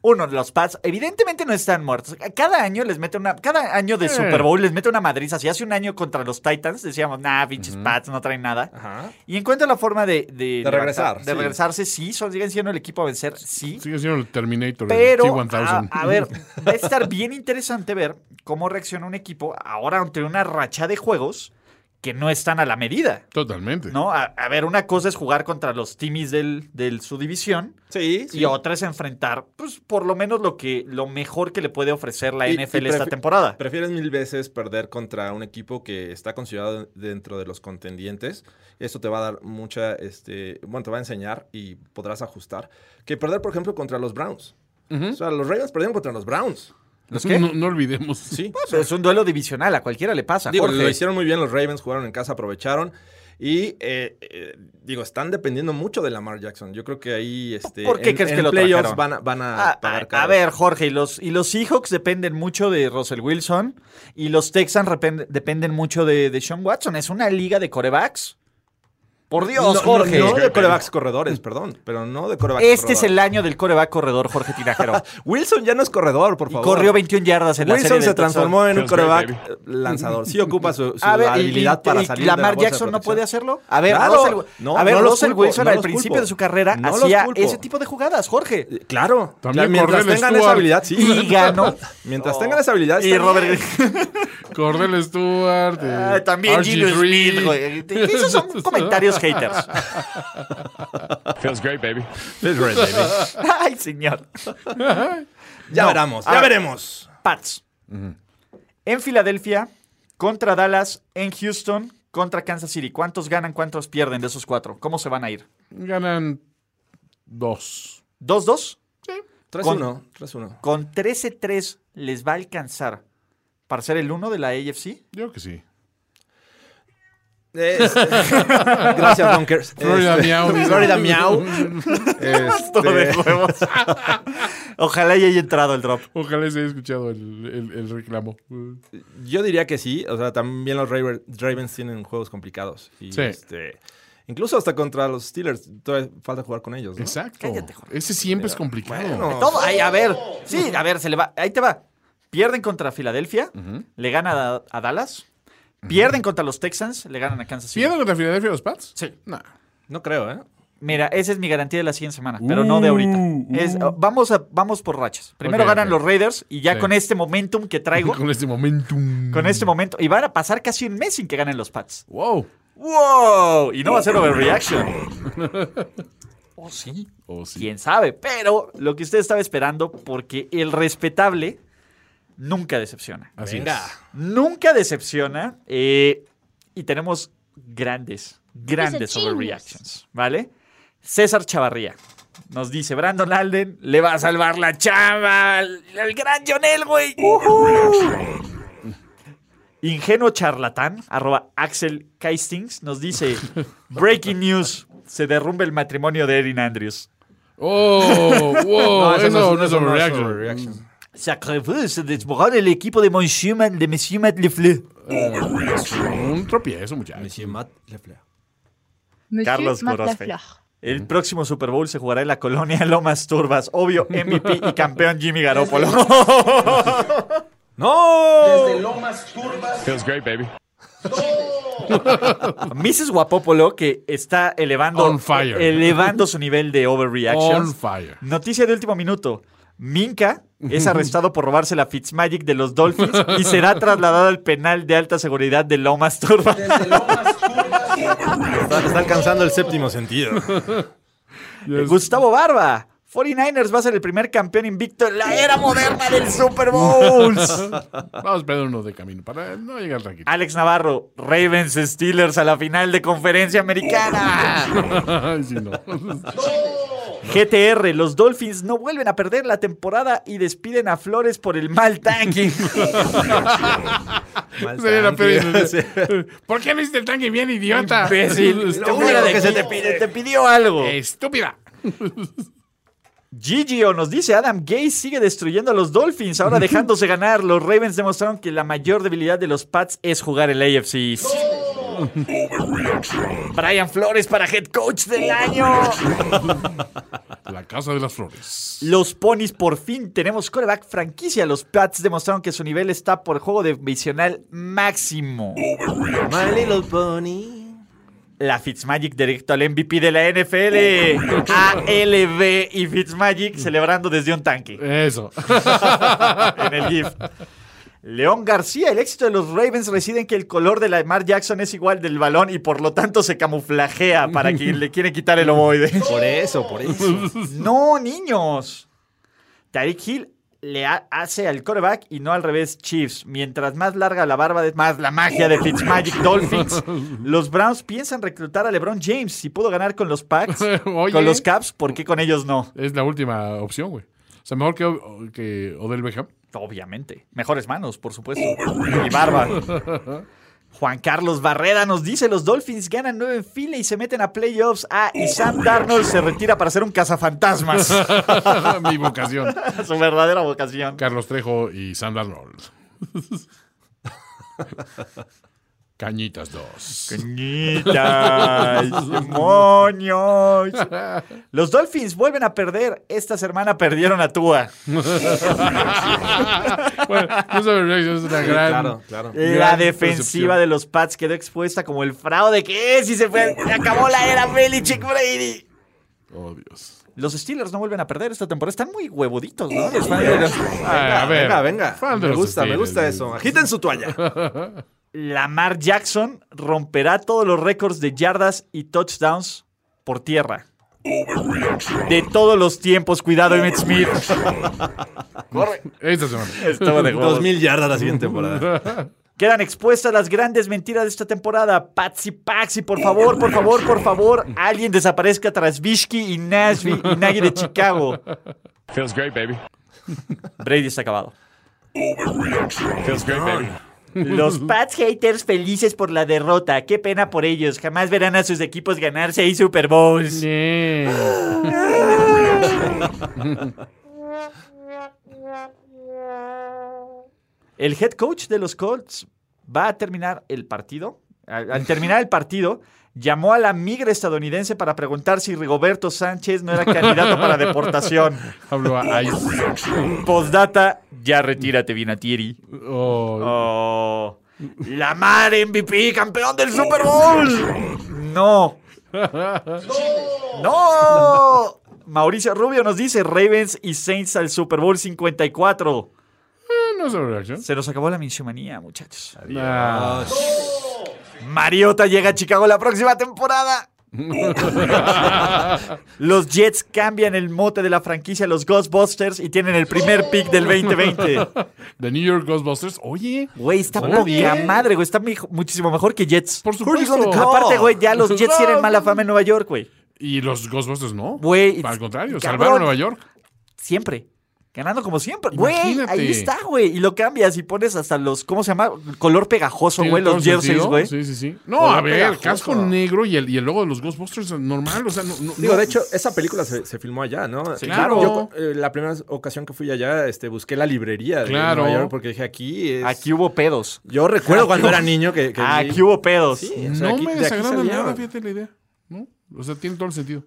[SPEAKER 2] Uno, los Pats evidentemente no están muertos. Cada año les mete una. Cada año
[SPEAKER 3] Eh.
[SPEAKER 2] de Super Bowl les mete una madriza. Si hace un año contra los Titans decíamos, nah, pinches Pats no traen nada. Y encuentra la forma de. De, levantar-
[SPEAKER 4] regresar,
[SPEAKER 2] De
[SPEAKER 4] sí.
[SPEAKER 2] regresarse, sí. Son, siguen siendo el equipo a vencer, sí.
[SPEAKER 3] Sigue siendo el Terminator. el
[SPEAKER 2] Pero, a,
[SPEAKER 3] T-1000.
[SPEAKER 2] a ver, va a estar bien interesante ver cómo reacciona un equipo ahora ante una racha de juegos que no están a la medida.
[SPEAKER 3] Totalmente.
[SPEAKER 2] ¿No? A, a ver, una cosa es jugar contra los timis del, del su división
[SPEAKER 4] Sí,
[SPEAKER 2] y otra es enfrentar, pues, por lo menos lo que lo mejor que le puede ofrecer la
[SPEAKER 4] Y- y
[SPEAKER 2] NFL esta
[SPEAKER 4] prefi-
[SPEAKER 2] temporada.
[SPEAKER 4] Prefieres mil veces perder contra un equipo que está considerado dentro de los contendientes. Esto te va a dar mucha, este, bueno, te va a enseñar y podrás ajustar. Que perder, por ejemplo, contra los Browns. O sea, los Ravens perdieron contra los Browns.
[SPEAKER 2] ¿Los qué?
[SPEAKER 3] No, no olvidemos.
[SPEAKER 4] Sí.
[SPEAKER 2] Pues, es un duelo divisional, a cualquiera le pasa.
[SPEAKER 4] Digo,
[SPEAKER 2] Jorge.
[SPEAKER 4] lo hicieron muy bien los Ravens, jugaron en casa, aprovecharon. Y, eh, eh, digo, están dependiendo mucho de Lamar Jackson. Yo creo que ahí, este,
[SPEAKER 2] ¿Por qué
[SPEAKER 4] en,
[SPEAKER 2] crees
[SPEAKER 4] en
[SPEAKER 2] que lo
[SPEAKER 4] playoffs
[SPEAKER 2] trajeron?
[SPEAKER 4] van a, van a
[SPEAKER 2] Ah,
[SPEAKER 4] pagar
[SPEAKER 2] a,
[SPEAKER 4] caro.
[SPEAKER 2] a ver, Jorge, y los, y los Seahawks dependen mucho de Russell Wilson y los Texans repen- dependen mucho de, de Sean Watson. Es una liga de corebacks. Por Dios,
[SPEAKER 4] No,
[SPEAKER 2] Jorge.
[SPEAKER 4] No, no de corebacks corredores, perdón, pero no de corebacks
[SPEAKER 2] este es
[SPEAKER 4] corredores.
[SPEAKER 2] el año del coreback corredor, Jorge Tinajero.
[SPEAKER 4] Wilson ya no es corredor, por
[SPEAKER 2] y
[SPEAKER 4] favor.
[SPEAKER 2] corrió 21 yardas en la serie
[SPEAKER 4] Wilson
[SPEAKER 2] del
[SPEAKER 4] se transformó en un
[SPEAKER 6] Feels great,
[SPEAKER 4] coreback eh, lanzador. Sí ocupa su, su
[SPEAKER 2] touchdown. A ver, y-
[SPEAKER 4] habilidad
[SPEAKER 2] y-
[SPEAKER 4] para
[SPEAKER 2] y
[SPEAKER 4] salir de la
[SPEAKER 2] Lamar
[SPEAKER 4] bolsa de
[SPEAKER 2] Jackson no
[SPEAKER 4] protección.
[SPEAKER 2] puede hacerlo. A ver,
[SPEAKER 4] Claro,
[SPEAKER 2] Russell,
[SPEAKER 4] no,
[SPEAKER 2] a ver,
[SPEAKER 4] no los
[SPEAKER 2] Russell
[SPEAKER 4] culpo,
[SPEAKER 2] Wilson
[SPEAKER 4] no
[SPEAKER 2] al
[SPEAKER 4] los
[SPEAKER 2] principio
[SPEAKER 4] culpo.
[SPEAKER 2] de su carrera
[SPEAKER 4] No los
[SPEAKER 2] hacía
[SPEAKER 4] culpo.
[SPEAKER 2] ese tipo de jugadas, Jorge.
[SPEAKER 4] Eh, Claro.
[SPEAKER 3] También
[SPEAKER 4] Ya, mientras
[SPEAKER 3] Cordell
[SPEAKER 4] tengan esa
[SPEAKER 3] Stewart.
[SPEAKER 4] habilidad, sí.
[SPEAKER 2] Y ganó.
[SPEAKER 4] Mientras tengan esa habilidad,
[SPEAKER 2] Y
[SPEAKER 4] está
[SPEAKER 2] Robert
[SPEAKER 4] bien.
[SPEAKER 3] Cordell Stewart. eh,
[SPEAKER 2] Ah, también
[SPEAKER 3] RG3.
[SPEAKER 2] Gino Smith, güey. Esos son comentarios haters.
[SPEAKER 6] Feels great, baby.
[SPEAKER 4] Feels great, baby.
[SPEAKER 2] Ay, señor.
[SPEAKER 4] Ya
[SPEAKER 2] No.
[SPEAKER 4] veremos,
[SPEAKER 2] A
[SPEAKER 4] ya
[SPEAKER 2] ver.
[SPEAKER 4] veremos.
[SPEAKER 2] Pats. En Filadelfia, contra Dallas, en Houston, contra Kansas City. ¿Cuántos ganan, cuántos pierden de esos cuatro? ¿Cómo se van a ir?
[SPEAKER 3] Ganan dos.
[SPEAKER 2] ¿Dos, dos?
[SPEAKER 4] 3-1, 3-1.
[SPEAKER 2] Con 13-3 les va a alcanzar para ser el uno de la AFC.
[SPEAKER 3] Yo creo que sí.
[SPEAKER 4] Este- Gracias, Donkers.
[SPEAKER 3] Florida
[SPEAKER 4] Este-
[SPEAKER 3] Miau, dice.
[SPEAKER 4] Florida Miau. Este-
[SPEAKER 2] huevos. Ojalá ya haya entrado el drop.
[SPEAKER 3] Ojalá se haya escuchado el, el- el reclamo.
[SPEAKER 4] Yo diría que sí. O sea, también los Raver- Ravens tienen juegos complicados. Y,
[SPEAKER 3] Sí.
[SPEAKER 4] este, incluso hasta contra los Steelers. Todavía falta jugar con ellos. ¿no?
[SPEAKER 3] Exacto.
[SPEAKER 2] Cállate, Jorge.
[SPEAKER 3] Ese siempre es complicado.
[SPEAKER 4] Bueno.
[SPEAKER 2] Todo, ahí, a ver. Sí, a ver, se le va. Ahí te va. Pierden contra Filadelfia, le ganan a, a Dallas. Pierden contra los Texans, le ganan a Kansas City.
[SPEAKER 3] ¿Pierden contra Filadelfia los Pats?
[SPEAKER 2] Sí.
[SPEAKER 3] No.
[SPEAKER 4] No creo, ¿eh?
[SPEAKER 2] Mira, esa es mi garantía de la siguiente semana, pero no de ahorita. Es- vamos, a- vamos por rachas. Primero
[SPEAKER 3] Ok,
[SPEAKER 2] ganan
[SPEAKER 3] ok.
[SPEAKER 2] los Raiders y ya
[SPEAKER 3] Sí.
[SPEAKER 2] con este momentum que traigo,
[SPEAKER 3] Con este momentum.
[SPEAKER 2] con este momento, y van a pasar casi un mes sin que ganen los Pats.
[SPEAKER 3] Wow.
[SPEAKER 2] ¡Wow! Y no va a ser overreaction. ¿O sí?
[SPEAKER 3] Oh, sí.
[SPEAKER 2] ¿Quién sabe? Pero lo que usted estaba esperando, porque el respetable nunca decepciona.
[SPEAKER 3] Así
[SPEAKER 4] Venga.
[SPEAKER 3] es.
[SPEAKER 2] Nunca decepciona. eh, y tenemos grandes, grandes
[SPEAKER 5] He's a genius.
[SPEAKER 2] overreactions, ¿vale? César Chavarría nos dice, Brandon Alden le va a salvar la chava al, al gran John Elway. Ingenuo charlatán, arroba Axel Keistings, nos dice, breaking news, se derrumba el matrimonio de Erin Andrews.
[SPEAKER 3] Oh, wow.
[SPEAKER 4] No,
[SPEAKER 3] eso,
[SPEAKER 4] eso
[SPEAKER 3] no,
[SPEAKER 4] no-
[SPEAKER 3] es
[SPEAKER 4] eso no es
[SPEAKER 3] overreaction.
[SPEAKER 4] overreaction.
[SPEAKER 2] Sacré-feu, se desborró el equipo de Monsieur Mat- de Monsieur Matt Lefleur.
[SPEAKER 3] Un tropiezo, muchachos.
[SPEAKER 4] Monsieur Matt Lefleur.
[SPEAKER 2] Carlos
[SPEAKER 5] Matt
[SPEAKER 2] Gorospe.
[SPEAKER 5] Lafleur.
[SPEAKER 2] El próximo Super Bowl se jugará en la colonia Lomas Turbas. Obvio, MVP y campeón Jimmy Garoppolo.
[SPEAKER 4] ¡No!
[SPEAKER 6] Feels great, baby.
[SPEAKER 2] Mrs. Guapopolo, que está elevando,
[SPEAKER 3] On fire.
[SPEAKER 2] elevando su nivel de overreaction.
[SPEAKER 3] On fire.
[SPEAKER 2] Noticia de último minuto. Minka es arrestado por robarse la Fitzmagic de los Dolphins y será trasladado al penal de alta seguridad de Lomas Turbas.
[SPEAKER 4] Está, está alcanzando el séptimo sentido.
[SPEAKER 2] Gustavo Barba. 49ers va a ser el primer campeón invicto en la era moderna del Super Bowl.
[SPEAKER 3] Vamos a esperar uno de camino para no llegar tranquilo.
[SPEAKER 2] Alex Navarro, Ravens Steelers a la final de conferencia americana.
[SPEAKER 3] Ay, sí, no.
[SPEAKER 2] GTR, los Dolphins no vuelven a perder la temporada y despiden a Flores por el mal tanking.
[SPEAKER 4] Mal
[SPEAKER 3] Sería la
[SPEAKER 4] tanque.
[SPEAKER 3] peor-
[SPEAKER 4] Sí.
[SPEAKER 3] ¿Por qué no hiciste el tanque bien, idiota?
[SPEAKER 2] Imbécil.
[SPEAKER 3] Estúpida.
[SPEAKER 2] Lo único que se te pide, te pidió algo.
[SPEAKER 3] Estúpida.
[SPEAKER 2] Gigio nos dice, Adam Gay sigue destruyendo a los Dolphins, ahora dejándose ganar. Los Ravens demostraron que la mayor debilidad de los Pats es jugar el AFC. East. Brian Flores para head coach del año.
[SPEAKER 3] La casa de las flores.
[SPEAKER 2] Los ponis por fin tenemos coreback franquicia. Los Pats demostraron que su nivel está por juego divisional máximo.
[SPEAKER 4] My little pony.
[SPEAKER 2] La Fitzmagic directo al MVP de la NFL. ALB y Fitzmagic celebrando desde un tanque.
[SPEAKER 3] Eso.
[SPEAKER 2] en el GIF. León García, el éxito de los Ravens reside en que el color de la Mar Jackson es igual del balón y por lo tanto se camuflajea para quien le quiere quitar el ovoide.
[SPEAKER 4] Por eso, por eso.
[SPEAKER 2] no, niños. Tariq Hill le ha- hace al coreback y no al revés Chiefs. Mientras más larga la barba, de- más la magia de Fitzmagic Dolphins. Los Browns piensan reclutar a LeBron James. Si pudo ganar con los Packs,
[SPEAKER 3] Oye.
[SPEAKER 2] con los Caps, ¿por qué con ellos no?
[SPEAKER 3] Es la última opción, güey. O sea, mejor que, que Odell Beckham.
[SPEAKER 2] Obviamente. Mejores manos, por supuesto. Y barba. Juan Carlos Barreda nos dice: los Dolphins ganan nueve en fila y se meten a playoffs. Ah, y Sam Darnold se retira para ser un cazafantasmas.
[SPEAKER 3] Mi vocación.
[SPEAKER 2] Su verdadera vocación.
[SPEAKER 3] Carlos Trejo y Sam Darnold. Cañitas 2.
[SPEAKER 2] Cañitas, demonios. Los Dolphins vuelven a perder. Esta semana perdieron a Tua.
[SPEAKER 3] Bueno, no sabe, es una gran. Eh,
[SPEAKER 4] Claro, claro.
[SPEAKER 2] La
[SPEAKER 3] Gran decepción.
[SPEAKER 2] defensiva de los Pats quedó expuesta como el fraude que es y se fue. Se acabó la era Belichick Brady.
[SPEAKER 3] Oh, Dios.
[SPEAKER 2] Los Steelers no vuelven a perder esta temporada. Están muy huevoditos, ¿no? Los fans de los-
[SPEAKER 3] Ay, a ver.
[SPEAKER 4] Venga, venga.
[SPEAKER 3] Fan de
[SPEAKER 4] Me
[SPEAKER 3] los
[SPEAKER 4] gusta, me
[SPEAKER 3] Steelers.
[SPEAKER 4] gusta eso. Agiten su toalla.
[SPEAKER 2] Lamar Jackson romperá todos los récords de yardas y touchdowns por tierra. De todos los tiempos, cuidado, Emmett Smith.
[SPEAKER 3] Esta semana.
[SPEAKER 2] Estaba de huevos.
[SPEAKER 4] 2000 yardas la siguiente temporada.
[SPEAKER 2] Quedan expuestas las grandes mentiras de esta temporada. Patsy Paxi, por favor, por favor, por favor, alguien desaparezca tras Bishki y Nashville y Nagy de Chicago.
[SPEAKER 6] Feels great, baby.
[SPEAKER 2] Brady está acabado.
[SPEAKER 6] Feels great, baby.
[SPEAKER 2] Los Pats haters felices por la derrota. Qué pena por ellos. Jamás verán a sus equipos ganar seis Super Bowls. El head coach de los Colts va a terminar el partido. Al, al terminar el partido, llamó a la migra estadounidense para preguntar si Rigoberto Sánchez no era candidato para deportación.
[SPEAKER 3] Hablo a Ice.
[SPEAKER 2] Postdata, ya retírate, Vinatieri.
[SPEAKER 3] Oh,
[SPEAKER 2] Oh, Lamar MVP, campeón del Super Bowl. No. No. Mauricio Rubio nos dice Ravens y Saints al Super Bowl 54.
[SPEAKER 3] no es overreaction.
[SPEAKER 2] Se nos acabó la minchomanía, muchachos.
[SPEAKER 3] Ah,
[SPEAKER 2] Mariota llega a Chicago la próxima temporada. los Jets cambian el mote de la franquicia a los Ghostbusters y tienen el primer pick del 2020.
[SPEAKER 3] The New York Ghostbusters. Oye,
[SPEAKER 2] Güey, está poca madre, güey. Está mejo- muchísimo mejor que Jets.
[SPEAKER 3] Por supuesto.
[SPEAKER 2] Aparte, güey, ya los Jets tienen mala fama en Nueva York, güey.
[SPEAKER 3] y los Ghostbusters no.
[SPEAKER 2] Güey,
[SPEAKER 3] Al contrario,
[SPEAKER 2] cabrón.
[SPEAKER 3] salvaron a Nueva York.
[SPEAKER 2] Siempre. Ganando como siempre. Güey,
[SPEAKER 3] Imagínate.
[SPEAKER 2] ahí está, güey. Y lo cambias y pones hasta los, ¿cómo se llama? Color pegajoso,
[SPEAKER 3] Tiene
[SPEAKER 2] güey,
[SPEAKER 3] todo
[SPEAKER 2] los
[SPEAKER 3] el
[SPEAKER 2] jerseys,
[SPEAKER 3] sentido.
[SPEAKER 2] güey.
[SPEAKER 3] Sí, sí, sí. No,
[SPEAKER 2] Color
[SPEAKER 3] a ver,
[SPEAKER 2] pegajoso.
[SPEAKER 3] casco negro y el, y el logo de los Ghostbusters normal. O sea, no. no-
[SPEAKER 4] Digo,
[SPEAKER 3] no-
[SPEAKER 4] de hecho, esa película se, se filmó allá, ¿no?
[SPEAKER 3] Sí, claro.
[SPEAKER 4] Yo, eh, la primera ocasión que fui allá, este, busqué la librería de
[SPEAKER 3] Claro.
[SPEAKER 4] Nueva York porque dije, aquí es...
[SPEAKER 2] Aquí hubo pedos.
[SPEAKER 4] Yo recuerdo cuando era niño que... que vi-
[SPEAKER 2] Aquí hubo pedos.
[SPEAKER 4] Sí, o sea,
[SPEAKER 3] No
[SPEAKER 4] aquí-
[SPEAKER 3] me
[SPEAKER 4] de aquí
[SPEAKER 3] desagrada
[SPEAKER 4] salía.
[SPEAKER 3] nada, fíjate la idea. ¿No? O sea, tiene todo el sentido.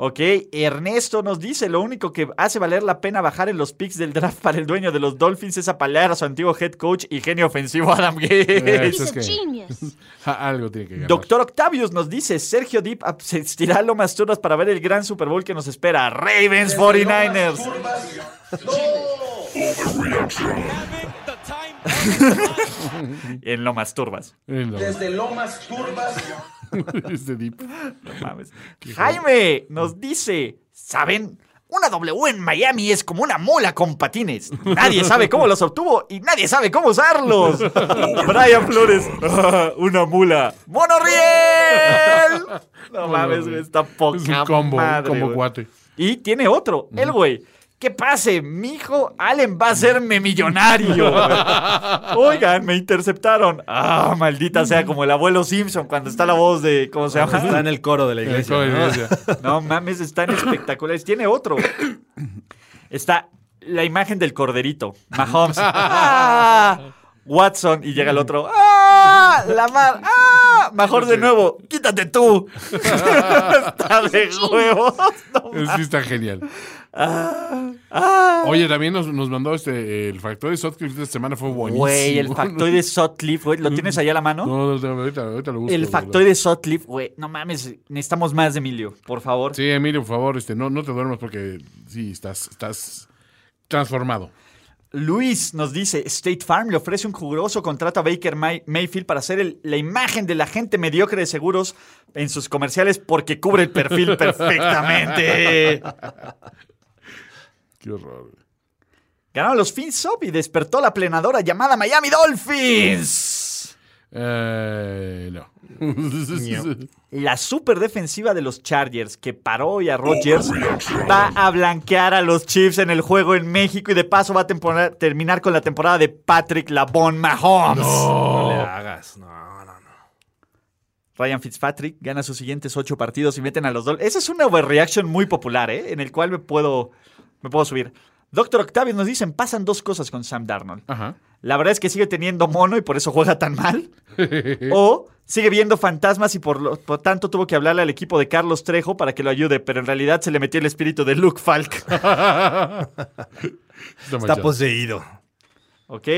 [SPEAKER 2] Ok, Ernesto nos dice, lo único que hace valer la pena bajar en los picks del draft para el dueño de los Dolphins es apalar a su antiguo head coach y genio ofensivo Adam Gates.
[SPEAKER 3] Eso es que-
[SPEAKER 5] genius.
[SPEAKER 3] Ja, algo tiene que ganar.
[SPEAKER 2] Doctor Octavius nos dice, Sergio Deep asistirá a Lomas Turbas para ver el gran Super Bowl que nos espera. Ravens 49ers. en Lomas Turbas.
[SPEAKER 3] Eh, no. Este deep.
[SPEAKER 2] Mames. Jaime nos dice, ¿saben? Una W en Miami es como una mola con patines. Nadie sabe cómo los obtuvo y nadie sabe cómo usarlos. Brian Flores, "Ah, una mula. ¡Monorriel! No mames, güey, está poca
[SPEAKER 3] Es un combo,
[SPEAKER 2] madre,
[SPEAKER 3] como
[SPEAKER 2] güey.
[SPEAKER 3] cuate.
[SPEAKER 2] Y tiene otro, el güey. ¿Qué pase, mijo? Allen va a hacerme millonario. Oigan, me interceptaron. Ah, maldita sea, como el abuelo Simpson cuando está la voz de. ¿Cómo se llama?
[SPEAKER 4] Está en el coro de la iglesia.
[SPEAKER 3] Eso
[SPEAKER 4] ¿no?
[SPEAKER 3] es, ya.
[SPEAKER 2] No mames, están espectaculares. Tiene otro. Está la imagen del corderito. Mahomes. ¡Ah! Watson. Y llega el otro. ¡Ah! Lamar. ¡Ah! Mejor de nuevo. ¡Quítate tú! Está de huevos. No.
[SPEAKER 3] Sí, está genial.
[SPEAKER 2] ¡Ah!
[SPEAKER 3] Oye, también nos, nos mandó este el factor de Sotcliffe de esta semana fue buenísimo.
[SPEAKER 2] Güey, el factoide de Sutcliffe, güey. ¿Lo tienes ahí a la
[SPEAKER 3] No,
[SPEAKER 2] mano?
[SPEAKER 3] no, no, ahorita, ahorita lo busco.
[SPEAKER 2] El
[SPEAKER 3] güey.
[SPEAKER 2] factoide de Sutcliffe, güey. No mames, necesitamos más de Emilio, por favor.
[SPEAKER 3] Sí, Emilio, por favor, este, no, no te duermas porque sí, estás, estás transformado.
[SPEAKER 2] Luis nos dice, State Farm le ofrece un jugoso contrato a Baker May- Mayfield para ser el- la imagen de la gente mediocre de seguros en sus comerciales porque cubre el perfil perfectamente.
[SPEAKER 3] Qué horror. güey.
[SPEAKER 2] Ganaron los Fins Up y despertó la plenadora llamada Miami Dolphins.
[SPEAKER 3] Eh, no.
[SPEAKER 2] La superdefensiva de los Chargers que paró hoy a Rodgers va a blanquear a los Chiefs en el juego en México y de paso va a tempora- terminar con la temporada de Patrick Labon Mahomes.
[SPEAKER 4] No le hagas. No, no, no.
[SPEAKER 2] Ryan Fitzpatrick gana sus siguientes ocho partidos y meten a los Dolphins. Esa es una overreaction muy popular, ¿eh? En el cual me puedo, me puedo subir. Doctor Octavio nos dicen, pasan dos cosas con Sam Darnold.
[SPEAKER 3] Ajá.
[SPEAKER 2] La verdad es que sigue teniendo mono y por eso juega tan mal. o sigue viendo fantasmas y por lo por tanto tuvo que hablarle al equipo de Carlos Trejo para que lo ayude, pero en realidad se le metió el espíritu de Luke Falk.
[SPEAKER 4] Está
[SPEAKER 3] manchado.
[SPEAKER 4] poseído.
[SPEAKER 2] ¿Ok?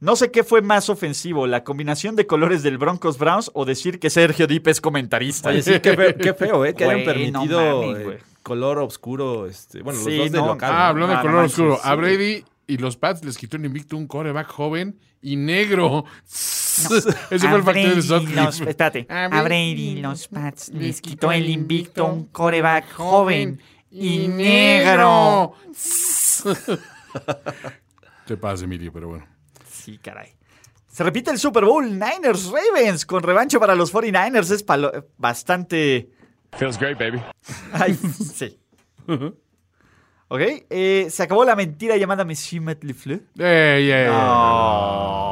[SPEAKER 2] No sé qué fue más ofensivo, la combinación de colores del Broncos Browns o decir que Sergio Dip es comentarista.
[SPEAKER 4] Oye, sí, qué feo, qué feo ¿eh? Que hayan
[SPEAKER 2] Güey, no
[SPEAKER 4] permitido
[SPEAKER 2] mames,
[SPEAKER 4] eh,
[SPEAKER 2] güey.
[SPEAKER 4] color oscuro. Este, bueno,
[SPEAKER 2] Sí,
[SPEAKER 4] los dos de
[SPEAKER 2] no.
[SPEAKER 4] local.
[SPEAKER 3] Ah,
[SPEAKER 4] ¿no?
[SPEAKER 3] hablando
[SPEAKER 2] Ah,
[SPEAKER 3] de
[SPEAKER 2] no
[SPEAKER 3] color
[SPEAKER 2] manches,
[SPEAKER 3] oscuro.
[SPEAKER 2] sí.
[SPEAKER 3] A Brady y los Pats les quitó el invicto un coreback joven y negro. Ese fue el factor de
[SPEAKER 5] Brady los,
[SPEAKER 3] Sutcliffe.
[SPEAKER 5] espérate. A Brady los Pats les quitó el invicto un coreback joven y negro.
[SPEAKER 3] Te pasa, Emilio, pero bueno.
[SPEAKER 2] Sí, caray. Se repite el Super Bowl Niners Ravens con revancho para los 49ers. Es palo- bastante.
[SPEAKER 6] Feels great, baby.
[SPEAKER 2] Ay, sí. Ok, eh, se acabó la mentira llamada Monsieur Metlifleur.
[SPEAKER 3] Ey, ey,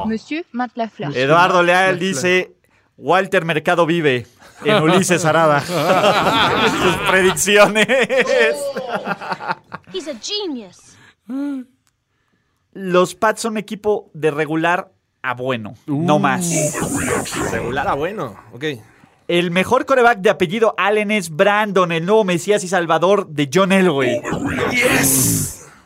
[SPEAKER 7] Monsieur Matt Lafleur.
[SPEAKER 2] Eduardo Leal dice: Walter Mercado vive en Ulises Arada. Sus predicciones.
[SPEAKER 8] He's a genius.
[SPEAKER 2] Los Pats son un equipo de regular a bueno, no más.
[SPEAKER 4] Regular a Ah, bueno. Ok.
[SPEAKER 2] El mejor coreback de apellido Allen es Brandon, el nuevo Mesías y Salvador de John Elway.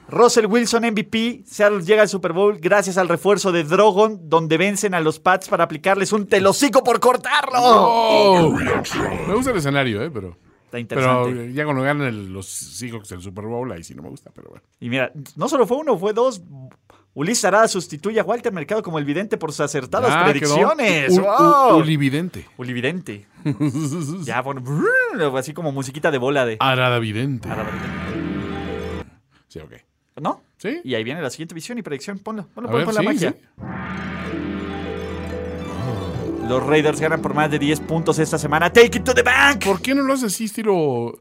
[SPEAKER 2] Russell Wilson MVP, Seattle llega al Super Bowl gracias al refuerzo de Drogon, donde vencen a los Pats para aplicarles un telocico por cortarlo.
[SPEAKER 3] Oh. Me gusta el escenario, ¿eh? Pero,
[SPEAKER 2] Está interesante.
[SPEAKER 3] pero ya cuando ganan el- los Seahawks el Super Bowl, ahí sí no me gusta, pero bueno.
[SPEAKER 2] Y mira, no solo fue uno, fue dos. Ulises Arada sustituye a Walter Mercado como el vidente por sus acertadas
[SPEAKER 3] Ah,
[SPEAKER 2] predicciones.
[SPEAKER 3] quedó un- un-
[SPEAKER 2] ¡Wow!
[SPEAKER 3] Ulividente.
[SPEAKER 2] Ulividente. ya, bueno, así como musiquita de bola de...
[SPEAKER 3] Aradavidente. Sí, ok.
[SPEAKER 2] ¿No?
[SPEAKER 3] Sí.
[SPEAKER 2] Y ahí viene la siguiente visión y predicción. Ponlo, ponlo,
[SPEAKER 3] A
[SPEAKER 2] ponlo,
[SPEAKER 3] ver,
[SPEAKER 2] pon la
[SPEAKER 3] sí,
[SPEAKER 2] magia.
[SPEAKER 3] sí.
[SPEAKER 2] Los Raiders ganan por más de 10 puntos esta semana. ¡Take it to the bank!
[SPEAKER 3] ¿Por qué no lo haces así, estilo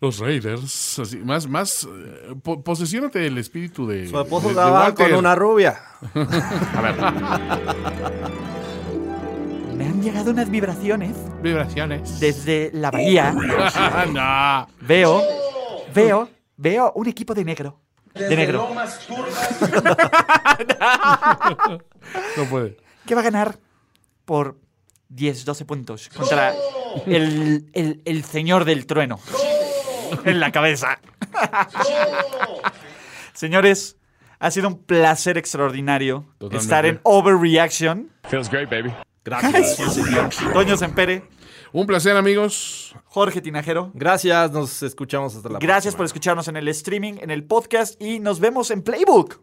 [SPEAKER 3] los Raiders? Así, más, más. eh, po- posesiónate del espíritu de.
[SPEAKER 4] Su esposo
[SPEAKER 3] de- de
[SPEAKER 4] estaba
[SPEAKER 3] Walter.
[SPEAKER 4] con una rubia.
[SPEAKER 2] Me han llegado unas vibraciones
[SPEAKER 3] Vibraciones.
[SPEAKER 2] desde la bahía.
[SPEAKER 3] no.
[SPEAKER 2] Veo, veo, veo un equipo de negro. de negro.
[SPEAKER 3] No puede.
[SPEAKER 2] que va a ganar por 10, 12 puntos contra el, el- el señor del trueno en la cabeza. Señores, ha sido un placer extraordinario
[SPEAKER 3] Totalmente.
[SPEAKER 2] estar en Overreaction.
[SPEAKER 6] Feels great, baby.
[SPEAKER 4] Gracias.
[SPEAKER 2] Toño Sempere,
[SPEAKER 3] Un placer, amigos.
[SPEAKER 2] Jorge Tinajero.
[SPEAKER 4] Gracias. Nos escuchamos hasta la
[SPEAKER 2] Gracias por
[SPEAKER 4] próxima.
[SPEAKER 2] escucharnos en el streaming, en el podcast y nos vemos en Playbook.